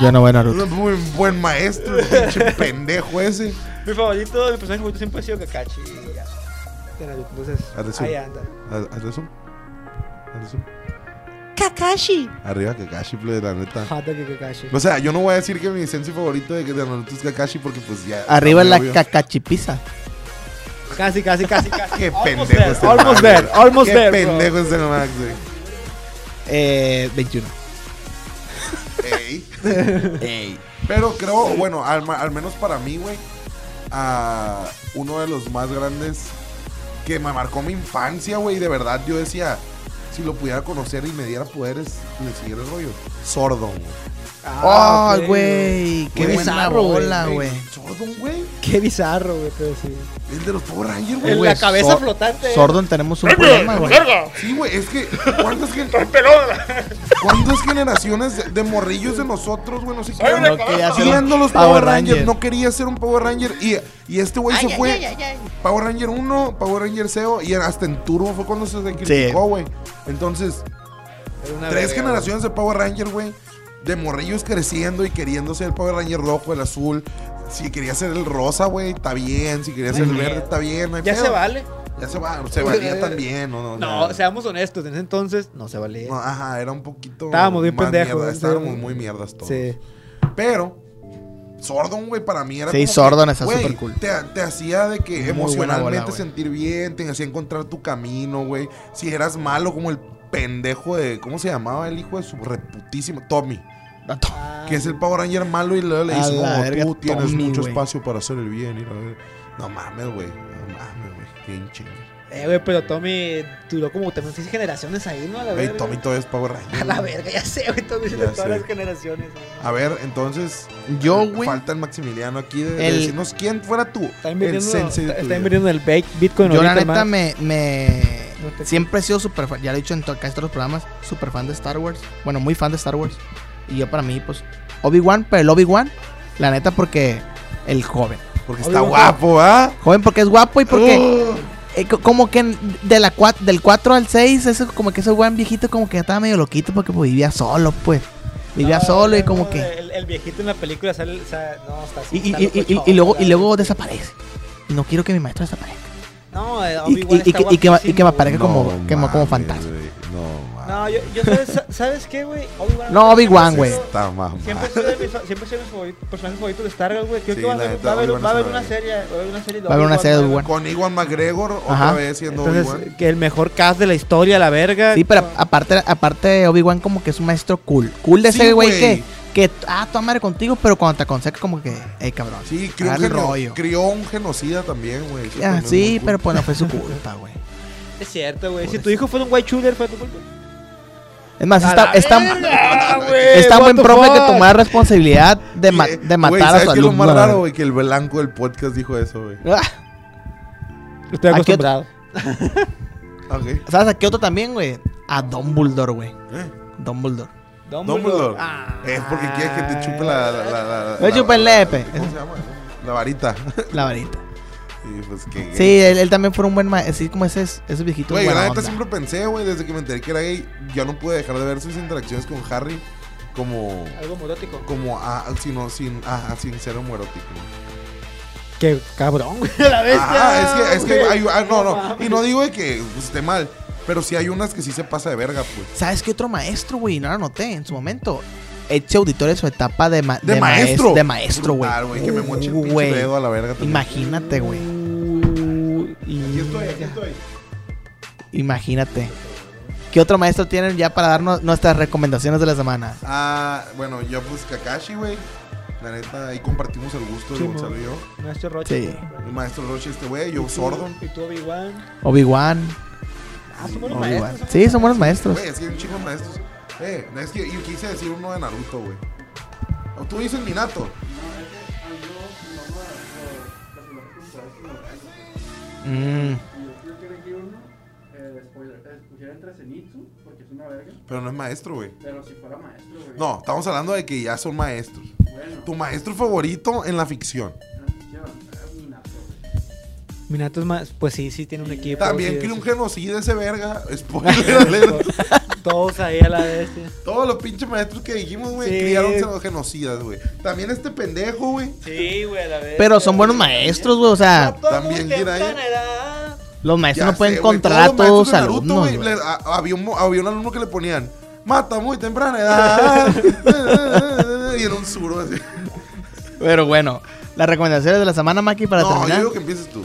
Speaker 1: Yo no voy a
Speaker 3: Un muy buen maestro, el pinche pendejo ese.
Speaker 4: Mi favorito, mi personaje favorito siempre ha sido Kakashi. y ya. De Naruto, entonces,
Speaker 3: Haz de zoom.
Speaker 4: ahí anda.
Speaker 3: Haz- Hazle zoom. Hazle zoom. Kakashi. Arriba Kakashi, plebe, la neta.
Speaker 4: Hata que Kakashi.
Speaker 3: O sea, yo no voy a decir que mi sensei favorito de, de Naruto es Kakashi porque pues ya...
Speaker 1: Arriba
Speaker 3: está
Speaker 1: la
Speaker 3: muy obvio.
Speaker 1: cacachipiza.
Speaker 4: Casi, casi, casi, casi.
Speaker 3: Qué
Speaker 4: Almost
Speaker 3: pendejo
Speaker 4: there,
Speaker 3: este
Speaker 4: Almost
Speaker 3: Max,
Speaker 4: there,
Speaker 3: güey.
Speaker 4: almost
Speaker 3: Qué
Speaker 4: there. bro.
Speaker 3: pendejo es el Max, güey.
Speaker 1: Eh, 21.
Speaker 3: Ey. Pero creo, bueno, al, ma- al menos para mí, güey, ah, uno de los más grandes que me marcó mi infancia, güey, de verdad yo decía, si lo pudiera conocer y me diera poderes, le siguiera el rollo. Sordo, güey.
Speaker 4: Ah,
Speaker 1: ¡Ay, güey! ¡Qué
Speaker 3: Güey,
Speaker 1: bizarro,
Speaker 4: güey,
Speaker 1: bola, güey!
Speaker 3: Sordo, güey.
Speaker 4: Qué bizarro, güey, pero sí.
Speaker 3: El de los Power Rangers,
Speaker 4: En
Speaker 3: güey.
Speaker 1: Güey,
Speaker 4: la cabeza
Speaker 1: sor-
Speaker 4: flotante.
Speaker 1: Sordo tenemos un problema, güey.
Speaker 3: Sí, güey, es que. ¿Cuántas, gen- ¿Cuántas generaciones de, de morrillos de nosotros, güey? No sé qué.
Speaker 1: No quería ser un
Speaker 3: Viendo los Power, Rangers, no quería ser un Power Ranger. Y, y este güey se fue. Power Ranger 1, Power Ranger SEO. Y hasta en Turbo fue cuando se sacrificó, güey. Entonces,
Speaker 4: Era una
Speaker 3: tres
Speaker 4: verga,
Speaker 3: generaciones de Power Ranger, güey. De morrillos creciendo y queriendo ser el Power Ranger rojo, el azul. Si quería ser el rosa, güey, está bien. Si quería ser el verde, está bien. no hay
Speaker 4: güey. Ya
Speaker 3: pedo.
Speaker 4: se vale.
Speaker 3: Ya se va. Se valía también, ¿no? No,
Speaker 4: No,
Speaker 3: ya.
Speaker 4: seamos honestos, en ese entonces no se valía.
Speaker 3: No, ajá, era un poquito.
Speaker 4: Estábamos bien
Speaker 3: más
Speaker 4: pendejos,
Speaker 3: mierda,
Speaker 4: sí.
Speaker 3: Estábamos muy mierdas todos.
Speaker 4: sí.
Speaker 3: Pero, Sordon, güey, para mí era.
Speaker 1: Sí,
Speaker 3: como
Speaker 1: Sordon
Speaker 3: que,
Speaker 1: está
Speaker 3: güey,
Speaker 1: supercool.
Speaker 3: Te, te hacía de que
Speaker 1: Muy buena
Speaker 3: emocionalmente
Speaker 1: bola, güey.
Speaker 3: sentir bien, te hacía encontrar tu camino, güey. Si eras malo, como el pendejo de. ¿Cómo se llamaba el hijo de su reputísimo? Tommy.
Speaker 4: Ah,
Speaker 3: Que es el Power Ranger malo y luego le
Speaker 1: A
Speaker 3: dice,
Speaker 1: la
Speaker 3: como
Speaker 1: verga,
Speaker 3: tú tienes
Speaker 1: Tommy,
Speaker 3: mucho
Speaker 1: güey.
Speaker 3: espacio para hacer el bien. y la verga". No mames, güey. No mames, güey. Qué hinche.
Speaker 4: Eh, güey, pero Tommy duró como también seis generaciones ahí, ¿no? A la verga.
Speaker 3: Güey, Tommy todavía es Power
Speaker 4: A
Speaker 3: Ranger.
Speaker 4: la verga, ya sé, güey, Tommy de
Speaker 3: Ya
Speaker 4: todas
Speaker 3: sé.
Speaker 4: las generaciones. güey.
Speaker 3: A ver, entonces.
Speaker 1: Yo, güey.
Speaker 3: Falta el Maximiliano aquí de, de
Speaker 1: El-
Speaker 3: decirnos quién fuera tú.
Speaker 4: Está
Speaker 3: El
Speaker 4: invirtiendo,
Speaker 3: sensei de tu
Speaker 4: está, está
Speaker 3: vida.
Speaker 4: invirtiendo en el bake- Bitcoin
Speaker 1: Yo, la
Speaker 4: ahorita,
Speaker 1: neta,
Speaker 4: hermano.
Speaker 1: me. me-
Speaker 4: No te-
Speaker 1: Siempre he sido súper fan. Ya lo he dicho en to- casi todos los programas. Súper fan de Star Wars. Bueno, muy fan de Star Wars. Y yo, para mí, pues. Obi-Wan, pero el Obi-Wan. La neta, porque. El joven.
Speaker 3: Porque está
Speaker 4: Obi-Wan.
Speaker 3: guapo, ¿ah? ¡Oh!
Speaker 1: Joven porque es guapo y porque. eh, co- como que en- de la cua- del 4 al 6, eso, como que ese buen viejito como que ya estaba medio loquito porque pues, vivía solo, pues. Vivía
Speaker 4: No,
Speaker 1: solo y
Speaker 4: no,
Speaker 1: como
Speaker 4: no,
Speaker 1: que...
Speaker 4: El, el viejito en la película sale. sale- no, está
Speaker 1: Y, y-
Speaker 4: está
Speaker 1: y- y-
Speaker 4: locochón,
Speaker 1: y luego, y
Speaker 4: ¿verdad?
Speaker 1: luego desaparece. Y no quiero que mi maestro desaparezca.
Speaker 4: No, eh,
Speaker 1: Y-
Speaker 4: Obi-Wan
Speaker 1: y- y
Speaker 4: está
Speaker 1: que- y que va- y que va
Speaker 4: guapísimo,
Speaker 1: para acá.
Speaker 4: güey.
Speaker 1: como-
Speaker 3: No
Speaker 1: que como- como
Speaker 3: mames,
Speaker 1: fantasma.
Speaker 3: güey. No, mames.
Speaker 4: No, yo, yo sabes, ¿sabes qué, güey? Obi-Wan.
Speaker 1: No, Obi-Wan,
Speaker 4: siempre
Speaker 1: güey.
Speaker 4: ha sido-
Speaker 3: Está mamá.
Speaker 4: Siempre ha sido de mis fa- siempre ha sido mi favorito- personaje favorito de Star Wars, güey. Creo
Speaker 3: Sí,
Speaker 4: que va a
Speaker 3: la
Speaker 4: haber-
Speaker 3: neta,
Speaker 4: va a haber-
Speaker 3: Obi-Wan
Speaker 4: va a haber
Speaker 3: es
Speaker 4: una
Speaker 3: una
Speaker 4: serie. Va a haber una serie de
Speaker 1: Va a haber una serie de
Speaker 4: güey.
Speaker 1: Obi-Wan.
Speaker 3: Con Iwan McGregor, otra
Speaker 1: Ajá.
Speaker 3: vez siendo
Speaker 4: Entonces,
Speaker 3: Obi-Wan.
Speaker 4: que el mejor cast de la historia, la verga.
Speaker 1: Sí, pero aparte, aparte Obi-Wan como que es un maestro cool. Cool de
Speaker 3: Sí,
Speaker 1: ese güey
Speaker 3: güey.
Speaker 1: que, que... Ah, tu madre contigo, pero cuando te aconseja como que... Ey, cabrón.
Speaker 3: Sí, crió un,
Speaker 1: agarra el
Speaker 3: geno-
Speaker 1: rollo.
Speaker 3: crió un genocida también, güey. Eso
Speaker 1: Ah,
Speaker 3: también es muy
Speaker 1: sí,
Speaker 3: cool.
Speaker 1: pero pues no fue su culpa, güey.
Speaker 4: Es cierto, güey.
Speaker 1: Por
Speaker 4: Si
Speaker 3: Pues
Speaker 1: eso.
Speaker 4: tu hijo fuera un white shooter, fue tu culpa.
Speaker 1: Es más,
Speaker 4: A
Speaker 1: Pues está,
Speaker 4: la
Speaker 1: está,
Speaker 4: verga, güey,
Speaker 1: está
Speaker 4: what
Speaker 1: buen
Speaker 4: the
Speaker 1: profe que
Speaker 4: fuck.
Speaker 1: tomar responsabilidad de, ma-
Speaker 3: Eh,
Speaker 1: de
Speaker 3: güey,
Speaker 1: matar a
Speaker 3: ¿sabes
Speaker 1: su
Speaker 3: qué es lo
Speaker 1: alumno. eh.
Speaker 3: más
Speaker 1: la
Speaker 3: raro, güey? Que el blanco del podcast dijo eso, güey.
Speaker 1: verdad. Ah.
Speaker 4: Estoy
Speaker 1: Aquí otro-
Speaker 4: acostumbrado.
Speaker 3: Ok.
Speaker 1: ¿Sabes a qué otro también, güey? A Dumbledore, güey.
Speaker 3: ¿Eh?
Speaker 1: Dumbledore.
Speaker 3: Dumbledore.
Speaker 4: Ah.
Speaker 3: Es porque quieres que te chupe la. la, la, la-
Speaker 1: Me
Speaker 3: la-
Speaker 1: chupa el
Speaker 3: la-
Speaker 1: nepe.
Speaker 3: ¿Cómo se llama? La varita.
Speaker 1: La varita.
Speaker 3: Y pues que.
Speaker 1: Sí, él, él también fue un buen maestro. Así como ese, ese viejito.
Speaker 3: Güey, yo
Speaker 1: buena
Speaker 3: la neta
Speaker 1: onda.
Speaker 3: siempre pensé, güey, desde que me enteré que era gay, yo no pude dejar de ver sus interacciones con Harry como.
Speaker 4: Algo morótico.
Speaker 3: Como a, sino, sin, a, sin ser homoerótico.
Speaker 4: Qué cabrón, güey. La
Speaker 3: Ah, es que, es que
Speaker 4: güey.
Speaker 3: hay, ah, no, no.
Speaker 4: mames.
Speaker 3: Y no digo de que pues, esté mal, pero sí hay unas que sí se pasa de verga, pues.
Speaker 1: ¿Sabes qué otro maestro, güey? No lo noté en su momento. Este auditor en su etapa de, ma-
Speaker 3: De,
Speaker 1: de maes-
Speaker 3: maestro.
Speaker 1: de maestro, güey.
Speaker 3: Brutal, güey. Que me moche el
Speaker 1: Uh,
Speaker 3: pinche
Speaker 1: güey.
Speaker 3: dedo a la verga. también.
Speaker 1: Imagínate, güey.
Speaker 3: Aquí estoy, aquí estoy.
Speaker 1: Imagínate. ¿Qué otro maestro tienen ya para darnos nuestras recomendaciones de la semana?
Speaker 3: Ah, bueno, yo pues Kakashi, güey. La neta, ahí compartimos el gusto de
Speaker 4: Sí,
Speaker 3: Gonzalo y yo.
Speaker 4: Maestro Rocha.
Speaker 1: Sí.
Speaker 3: El maestro Roche, este güey, yo sordo.
Speaker 4: Y tú, Obi-Wan.
Speaker 1: Obi-Wan.
Speaker 4: Ah, son buenos
Speaker 1: Obi-Wan.
Speaker 4: maestros.
Speaker 1: Sí, son buenos maestros.
Speaker 3: Güey, es que hay un chingo de maestros. Eh, es que yo quise decir uno de Naruto, güey. O tú dices Minato.
Speaker 1: Mm,
Speaker 2: Yo creo que elegí uno, eh, spoiler, eh, pusiera entre Zenitsu, porque es una verga,
Speaker 3: Pero no es maestro, güey.
Speaker 2: pero si fuera maestro, güey.
Speaker 3: No, estamos hablando de que ya son maestros.
Speaker 2: Bueno,
Speaker 3: Tu maestro favorito en la ficción.
Speaker 2: una ficción, eh, Minato, güey.
Speaker 4: Minato es más. Pues sí, sí, tiene un equipo.
Speaker 3: También
Speaker 4: sí,
Speaker 3: crió
Speaker 4: sí.
Speaker 3: un genocida ese verga. Spoiler alert.
Speaker 4: Todos ahí a la bestia.
Speaker 3: Todos los pinches maestros que dijimos, güey,
Speaker 4: Sí.
Speaker 3: criaron los genocidas, güey. También este pendejo, güey.
Speaker 4: Sí, güey, a la bestia.
Speaker 1: Pero son buenos maestros, güey. O sea,
Speaker 3: También dirá
Speaker 1: los maestros no
Speaker 3: Ya
Speaker 1: pueden
Speaker 3: sé, güey,
Speaker 1: controlar a
Speaker 3: los maestros
Speaker 1: todos
Speaker 3: de
Speaker 1: los
Speaker 3: Naruto,
Speaker 1: alumnos.
Speaker 3: güey,
Speaker 1: güey.
Speaker 3: le- a- había, un, mo- había un alumno que le ponían, mata muy temprana edad. y era un suro así.
Speaker 1: Pero bueno, las recomendaciones de la semana, Maki, para
Speaker 3: no, yo
Speaker 1: terminar.
Speaker 3: digo que empieces tú.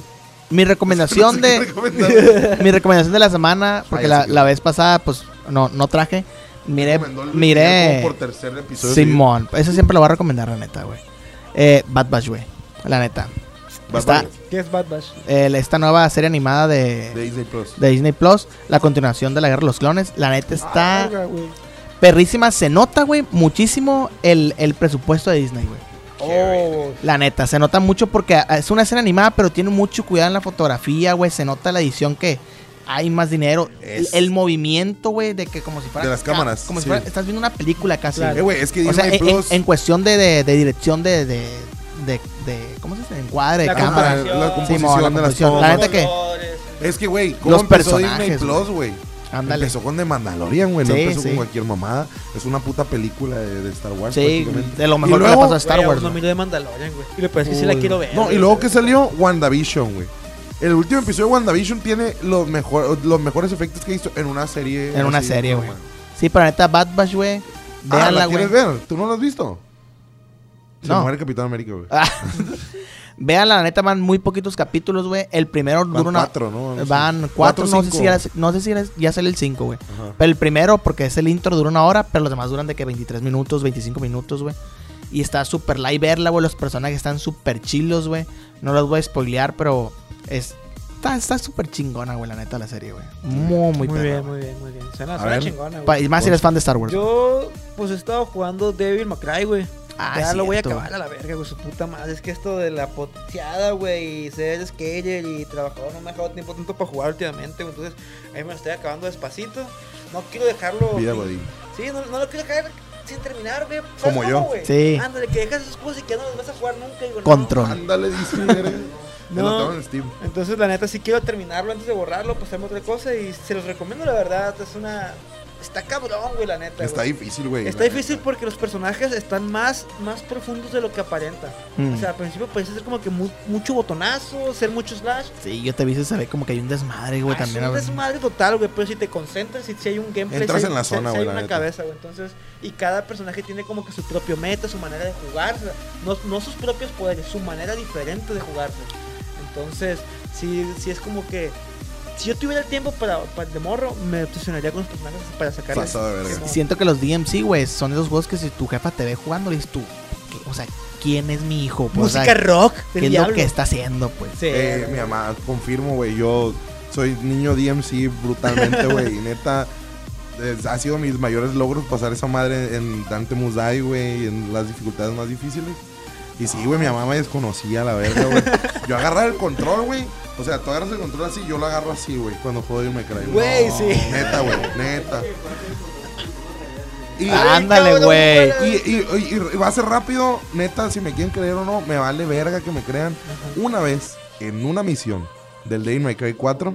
Speaker 1: Mi recomendación
Speaker 3: No sé qué
Speaker 1: de.
Speaker 3: recomendar.
Speaker 1: mi recomendación de la semana,
Speaker 3: Ah,
Speaker 1: porque
Speaker 3: ya
Speaker 1: la,
Speaker 3: sé qué.
Speaker 1: la vez pasada, pues no, no traje. Miré,
Speaker 3: Recomendó el-
Speaker 1: miré.
Speaker 3: como por tercer episodio.
Speaker 1: Simón. Eso siempre lo voy a recomendar, la neta, güey. Eh, Bad Batch, güey. La neta.
Speaker 3: Va,
Speaker 1: Está-
Speaker 3: vale,
Speaker 4: ¿Qué es Bad Batch?
Speaker 1: Eh, la- esta nueva serie animada de,
Speaker 3: de Disney Plus.
Speaker 1: de Disney Plus, la continuación de la Guerra de los Clones. La neta está
Speaker 4: Ah, Verga, güey.
Speaker 1: perrísima. Se nota, güey, muchísimo el, el presupuesto de Disney, güey.
Speaker 4: Oh,
Speaker 1: La neta, se nota mucho porque ah, es una escena animada, pero tiene mucho cuidado en la fotografía, güey. Se nota la edición que hay más dinero.
Speaker 3: Es-
Speaker 1: El, el movimiento, güey, de que como si fuera.
Speaker 3: De las
Speaker 1: ca-
Speaker 3: cámaras,
Speaker 1: Como si
Speaker 3: sí.
Speaker 1: fuera. Estás viendo una película casi.
Speaker 4: Claro.
Speaker 3: Eh, güey, es que
Speaker 1: O
Speaker 3: Disney
Speaker 1: sea, en, en-
Speaker 3: Plus. ah,
Speaker 1: en cuestión de, de- de dirección de, de, de- de- ¿Cómo se dice? De Encuadre, de
Speaker 4: La
Speaker 1: cámara.
Speaker 3: Ajá, la composición
Speaker 1: Simón, la
Speaker 3: de las
Speaker 1: composición, la
Speaker 3: tomas.
Speaker 1: neta que-
Speaker 3: Es que, güey, ¿cómo
Speaker 1: Los
Speaker 3: empezó Disney
Speaker 1: personajes,
Speaker 3: Plus, güey?
Speaker 1: Ándale.
Speaker 3: Empezó con The Mandalorian, güey. No
Speaker 1: Sí,
Speaker 3: empezó
Speaker 1: sí.
Speaker 3: con cualquier mamada. Es una puta película de, de Star Wars.
Speaker 1: Sí,
Speaker 3: prácticamente.
Speaker 1: de lo
Speaker 3: Y
Speaker 1: mejor que le
Speaker 3: luego-
Speaker 1: pasó a Star Wars.
Speaker 4: No
Speaker 1: güey.
Speaker 4: miro de Mandalorian, güey. Y lo peor es que sí la
Speaker 1: Uy.
Speaker 4: quiero ver.
Speaker 3: No, y
Speaker 4: güey.
Speaker 3: luego que salió WandaVision, güey. El último episodio de WandaVision tiene los, mejor, los mejores efectos que he visto en una serie.
Speaker 1: En una
Speaker 3: así,
Speaker 1: serie, güey.
Speaker 3: normal.
Speaker 1: Sí, pero la neta, Bad Batch, güey.
Speaker 3: Ah,
Speaker 1: Véanla,
Speaker 3: ¿la
Speaker 1: güey.
Speaker 3: quieres ver? ¿Tú no la has visto? Se
Speaker 1: No. Ah,
Speaker 3: muere Capitán América, güey.
Speaker 1: Véanla, la neta, van muy poquitos capítulos, güey. El primero
Speaker 3: Van
Speaker 1: dura una.
Speaker 3: cuatro, ¿no? Algo así.
Speaker 1: Van cuatro, no sé
Speaker 3: cinco.
Speaker 1: si ya, no sé si ya, ya sale el cinco, güey.
Speaker 3: Ajá.
Speaker 1: Pero el primero, porque es el intro, dura una hora, pero los demás duran de que 23 minutos, 25 minutos, güey. Y está súper live verla, güey. Los personajes están súper chilos, güey. No los voy a spoilear, pero es, está está súper chingona, güey, la neta, la serie, güey. Muy, muy,
Speaker 4: Muy
Speaker 1: perra,
Speaker 4: bien,
Speaker 1: güey.
Speaker 4: muy bien, muy bien. Suena,
Speaker 3: A
Speaker 4: suena
Speaker 3: ver.
Speaker 4: chingona, güey.
Speaker 1: Pa- Y más si eres fan de Star Wars.
Speaker 4: Yo, pues he estado jugando Devil May Cry, güey.
Speaker 1: Ah,
Speaker 4: ya
Speaker 1: es
Speaker 4: lo voy a
Speaker 1: cierto.
Speaker 4: acabar a la verga, güey. Su puta madre. Es que esto de la poteada, güey, y ser skater y trabajador no me ha dejado tiempo tanto para jugar últimamente, güey. Entonces, ahí me lo estoy acabando despacito. No quiero dejarlo.
Speaker 3: Vida
Speaker 4: sin-
Speaker 3: Godín.
Speaker 4: Sí, no, no lo quiero dejar sin terminar, güey. ¿Sabes
Speaker 3: Como
Speaker 4: cómo,
Speaker 3: yo.
Speaker 4: güey?
Speaker 1: Sí.
Speaker 4: Ándale, que dejas esas cosas y que ya no las vas a jugar nunca. digo, no.
Speaker 1: Control.
Speaker 3: Ándale, dice. verga. Me
Speaker 4: No.
Speaker 3: lo tengo en Steam.
Speaker 4: Entonces, la neta, sí quiero terminarlo antes de borrarlo, pasarme otra cosa. Y se los recomiendo, la verdad. Es una. Está cabrón, güey, la neta.
Speaker 3: Está
Speaker 4: güey.
Speaker 3: difícil, güey.
Speaker 4: Está
Speaker 3: la
Speaker 4: difícil
Speaker 3: neta.
Speaker 4: porque los personajes están más, más profundos de lo que aparentan.
Speaker 1: Mm.
Speaker 4: O sea, al principio parece ser como que mu- mucho botonazo, ser mucho slash.
Speaker 1: Sí, yo te vi, se ve como que hay un desmadre, güey,
Speaker 4: Ah,
Speaker 1: también.
Speaker 4: es un
Speaker 1: a ver.
Speaker 4: desmadre total, güey. Pero si te concentras, si, si hay un gameplay,
Speaker 3: Entras
Speaker 4: si,
Speaker 3: en la
Speaker 4: si-
Speaker 3: zona,
Speaker 4: si
Speaker 3: güey,
Speaker 4: hay
Speaker 3: la
Speaker 4: una
Speaker 3: neta.
Speaker 4: cabeza, güey. Entonces, y cada personaje tiene como que su propio meta, su manera de jugar. o sea, No, no sus propios poderes, su manera diferente de jugarse. Entonces, sí, sí es como que. Si yo tuviera el tiempo para, para de morro, me obsesionaría con los personajes para sacar
Speaker 3: Pasado de verga.
Speaker 1: Y Siento que los DMC, güey, son esos juegos que si tu jefa te ve jugando, le dices tú, ¿qué? o sea, ¿quién es mi hijo? Pues, o sea,
Speaker 4: Música rock del
Speaker 1: ¿Qué es
Speaker 4: diablo.
Speaker 1: lo que está haciendo, pues?
Speaker 4: Sí,
Speaker 3: Eh, mi mamá, confirmo, güey. Yo soy niño DMC brutalmente, güey. y neta, es- ha sido mis mayores logros pasar esa madre en Dante Musai, güey. En las dificultades más difíciles. Y sí, güey, mi mamá me desconocía, la verga, güey. Yo agarraba el control, güey. O sea, tú agarras el control así, yo lo agarro así, güey. Cuando juego y me caigo.
Speaker 4: Güey, sí.
Speaker 3: Neta, güey, neta. Y,
Speaker 4: Ah,
Speaker 1: Ándale,
Speaker 4: cabrón,
Speaker 1: güey.
Speaker 3: y, y- y- y va a ser rápido, neta, si me quieren creer o no, me vale verga que me crean. Una vez en una misión del Day My Cry 4,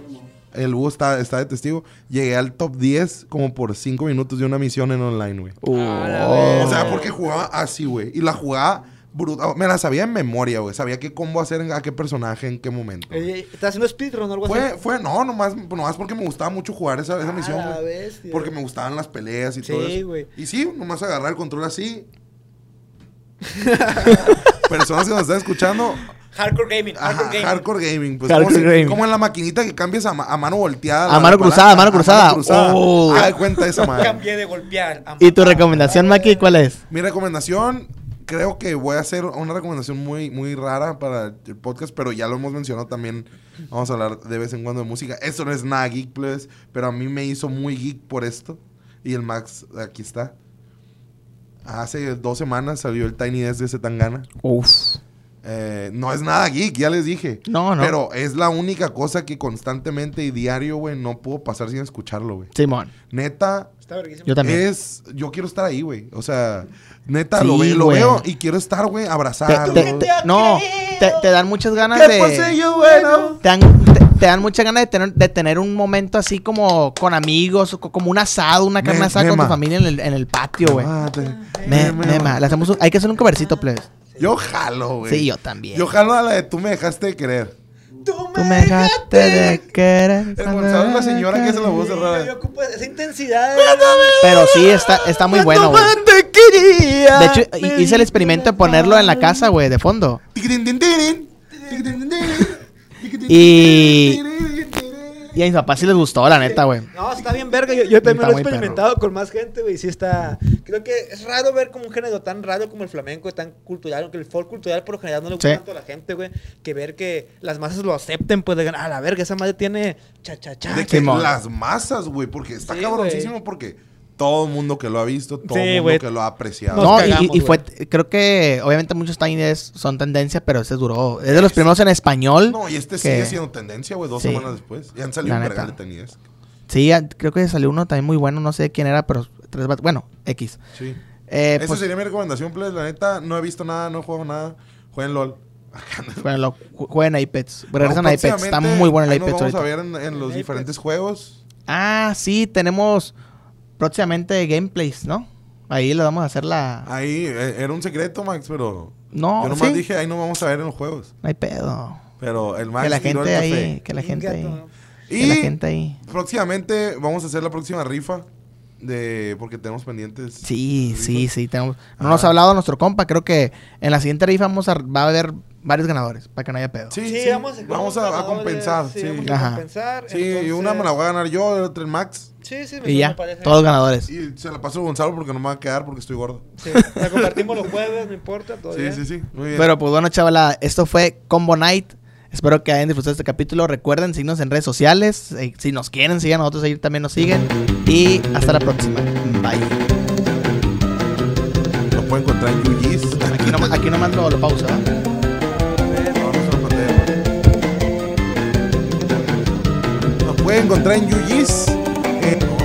Speaker 3: el Hugo está, está de testigo, llegué al top 10 como por 5 minutos de una misión en online, güey.
Speaker 1: Uh, oh.
Speaker 3: O sea, porque jugaba así, güey. Y la jugaba brutal. Me la sabía en memoria, güey. Sabía qué combo hacer en- a qué personaje, en qué momento.
Speaker 4: Eh, ¿Estás haciendo speedrun o algo así?
Speaker 3: Fue, fue, no, nomás, nomás porque me gustaba mucho jugar esa, esa
Speaker 4: Ah,
Speaker 3: misión,
Speaker 4: la
Speaker 3: güey.
Speaker 4: bestia.
Speaker 3: Porque me gustaban las peleas y
Speaker 4: Sí,
Speaker 3: todo eso.
Speaker 4: güey.
Speaker 3: Y sí, nomás agarrar el control así. Personas que nos están escuchando,
Speaker 4: Hardcore gaming.
Speaker 3: ajá,
Speaker 4: Hardcore gaming.
Speaker 3: hardcore gaming. Pues,
Speaker 1: Hardcore
Speaker 3: como, si-
Speaker 1: gaming.
Speaker 3: como en la maquinita que cambias a, ma- a mano volteada.
Speaker 1: A
Speaker 3: la-
Speaker 1: mano
Speaker 3: la
Speaker 1: cruzada, a mano cruzada.
Speaker 3: cruzada.
Speaker 1: Oh.
Speaker 3: Ah, de cuenta esa madre.
Speaker 4: Cambié de golpear. a
Speaker 1: ¿Y tu
Speaker 4: matar.
Speaker 1: recomendación, Maki, cuál es?
Speaker 3: Mi recomendación, creo que voy a hacer una recomendación muy, muy rara para el podcast, pero ya lo hemos mencionado también. Vamos a hablar de vez en cuando de música. Esto no es nada geek, plebes, pero a mí me hizo muy geek por esto. Y el Max, aquí está. Hace dos semanas salió el Tiny Desk de Zetangana.
Speaker 1: Uf.
Speaker 3: Eh, no es nada geek, ya les dije.
Speaker 1: No, no.
Speaker 3: Pero es la única cosa que constantemente y diario, güey, no puedo pasar sin escucharlo, güey.
Speaker 1: Simón,
Speaker 3: Neta,
Speaker 4: Está verguísima.
Speaker 1: yo también.
Speaker 3: es, yo quiero estar ahí, güey. O sea, neta,
Speaker 1: Sí,
Speaker 3: lo, ve- lo
Speaker 1: güey.
Speaker 3: veo y quiero estar, güey,
Speaker 1: Te-
Speaker 3: abrazado.
Speaker 1: te-
Speaker 3: ¿Qué
Speaker 4: te-
Speaker 1: no, te, te dan muchas ganas de...
Speaker 3: pase yo, bueno?
Speaker 1: Te dan, te, te dan muchas ganas de tener, de tener un momento así como con amigos, o co- como un asado, una carne
Speaker 3: Me-
Speaker 1: asada con
Speaker 3: mema.
Speaker 1: tu familia en el, en el patio, güey.
Speaker 3: Mate.
Speaker 1: Me-
Speaker 3: Ah, Me-
Speaker 1: mema, le hacemos un- hay que hacer un covercito, please.
Speaker 3: Yo jalo, güey.
Speaker 1: Sí, yo también.
Speaker 3: Yo jalo a la de tú me dejaste de querer.
Speaker 1: Tú me dejaste de querer.
Speaker 3: El Gonzalo es la señora que se la voz
Speaker 4: Yo
Speaker 3: cerrada.
Speaker 4: ocupo esa intensidad.
Speaker 1: Pero sí, está, está muy bueno, güey. De hecho, hi- hice el experimento de ponerlo en la casa, güey, de fondo.
Speaker 3: Tiquitín, tin, tirín. Tiquitín, tin, tirín. Tiquitín,
Speaker 1: Y-
Speaker 3: tirín, tirín.
Speaker 1: Y a mis papás sí les gustó, la neta, güey.
Speaker 4: No, está bien verga. Yo, yo también
Speaker 1: Está
Speaker 4: lo he
Speaker 1: muy
Speaker 4: experimentado con más gente, güey. Sí está... Creo que es raro ver como un género tan raro como el flamenco, tan cultural. Aunque el folk cultural por lo general no le gusta
Speaker 1: Sí.
Speaker 4: tanto a la gente, güey. Que ver que las masas lo acepten, pues, de gan- a la verga, esa madre tiene cha, cha, cha.
Speaker 3: De que
Speaker 1: Simón.
Speaker 3: las masas, güey, porque está
Speaker 4: Sí,
Speaker 3: cabroncísimo porque todo el mundo que lo ha visto, todo
Speaker 4: Sí,
Speaker 3: el mundo
Speaker 4: güey.
Speaker 3: que lo ha apreciado.
Speaker 4: Nos
Speaker 1: No, y-
Speaker 4: cagamos,
Speaker 1: y, y fue,
Speaker 4: güey.
Speaker 1: creo que obviamente muchos Tiny Desks son tendencia, pero ese duró. Es de los primeros en español.
Speaker 3: No, y este
Speaker 1: que-
Speaker 3: sigue siendo tendencia, güey, dos
Speaker 1: Sí.
Speaker 3: semanas después. Ya han salido
Speaker 1: La
Speaker 3: un
Speaker 1: neta.
Speaker 3: vergal de tenis.
Speaker 1: Sí, a- creo que salió uno también muy bueno, no sé quién era, pero tres bat- bueno, X.
Speaker 3: Sí.
Speaker 1: Eh,
Speaker 3: Esa
Speaker 1: pues,
Speaker 3: sería mi recomendación, please. La neta, no he visto nada, no he jugado nada. Jueguen LOL.
Speaker 1: bueno, lo, ju- jueguen a Apex. Regresan
Speaker 3: No,
Speaker 1: a Apex. Está
Speaker 3: próximamente,
Speaker 1: muy bueno el
Speaker 3: ahí nos
Speaker 1: Apex
Speaker 3: vamos
Speaker 1: ahorita.
Speaker 3: a ver en, en los
Speaker 4: Apex.
Speaker 3: diferentes juegos.
Speaker 1: Ah, sí, tenemos próximamente gameplays, ¿no? Ahí le vamos a hacer la.
Speaker 3: Ahí eh, era un secreto, Max, pero.
Speaker 1: No,
Speaker 3: yo nomás
Speaker 1: sí.
Speaker 3: dije, ahí nos vamos a ver en los juegos.
Speaker 1: No hay pedo.
Speaker 3: Pero el Max
Speaker 1: Que la
Speaker 3: tiró el
Speaker 1: gente
Speaker 3: café.
Speaker 1: ahí. Que la gente ahí.
Speaker 4: Gato.
Speaker 1: Que la
Speaker 3: Y
Speaker 1: gente ahí.
Speaker 3: próximamente vamos a hacer la próxima rifa. De, porque tenemos pendientes.
Speaker 1: Sí, sí, sí. Tenemos, no
Speaker 3: Ah.
Speaker 1: nos ha hablado nuestro compa. Creo que en la siguiente rifa vamos a, va a haber varios ganadores para que no haya pedo.
Speaker 3: Sí,
Speaker 4: Sí,
Speaker 3: sí.
Speaker 4: vamos, a,
Speaker 3: Vamos a, a compensar.
Speaker 4: Sí,
Speaker 3: Sí,
Speaker 4: vamos
Speaker 3: sí.
Speaker 4: a
Speaker 1: Ajá.
Speaker 4: compensar.
Speaker 3: y una me la voy a ganar yo, otra el Max.
Speaker 4: Sí, sí, me,
Speaker 1: Y
Speaker 4: me
Speaker 1: ya,
Speaker 4: parece.
Speaker 1: todos ganadores.
Speaker 3: Y se la paso a Gonzalo porque no me va a quedar porque estoy gordo.
Speaker 4: Sí, la compartimos los jueves, no importa. Todo
Speaker 3: Sí,
Speaker 4: bien.
Speaker 3: sí, sí. Muy bien.
Speaker 1: Pero pues bueno, chavala, esto fue Combo Night. Espero que hayan disfrutado este capítulo. Recuerden seguirnos en redes sociales. Eh, Si nos quieren, sigan a nosotros, ahí también nos siguen. Y hasta la próxima. Bye.
Speaker 3: lo pueden encontrar en UGs.
Speaker 1: Aquí nomás, aquí nomás lo, lo pausa. ¿va?
Speaker 3: Lo pueden encontrar en UGs. en-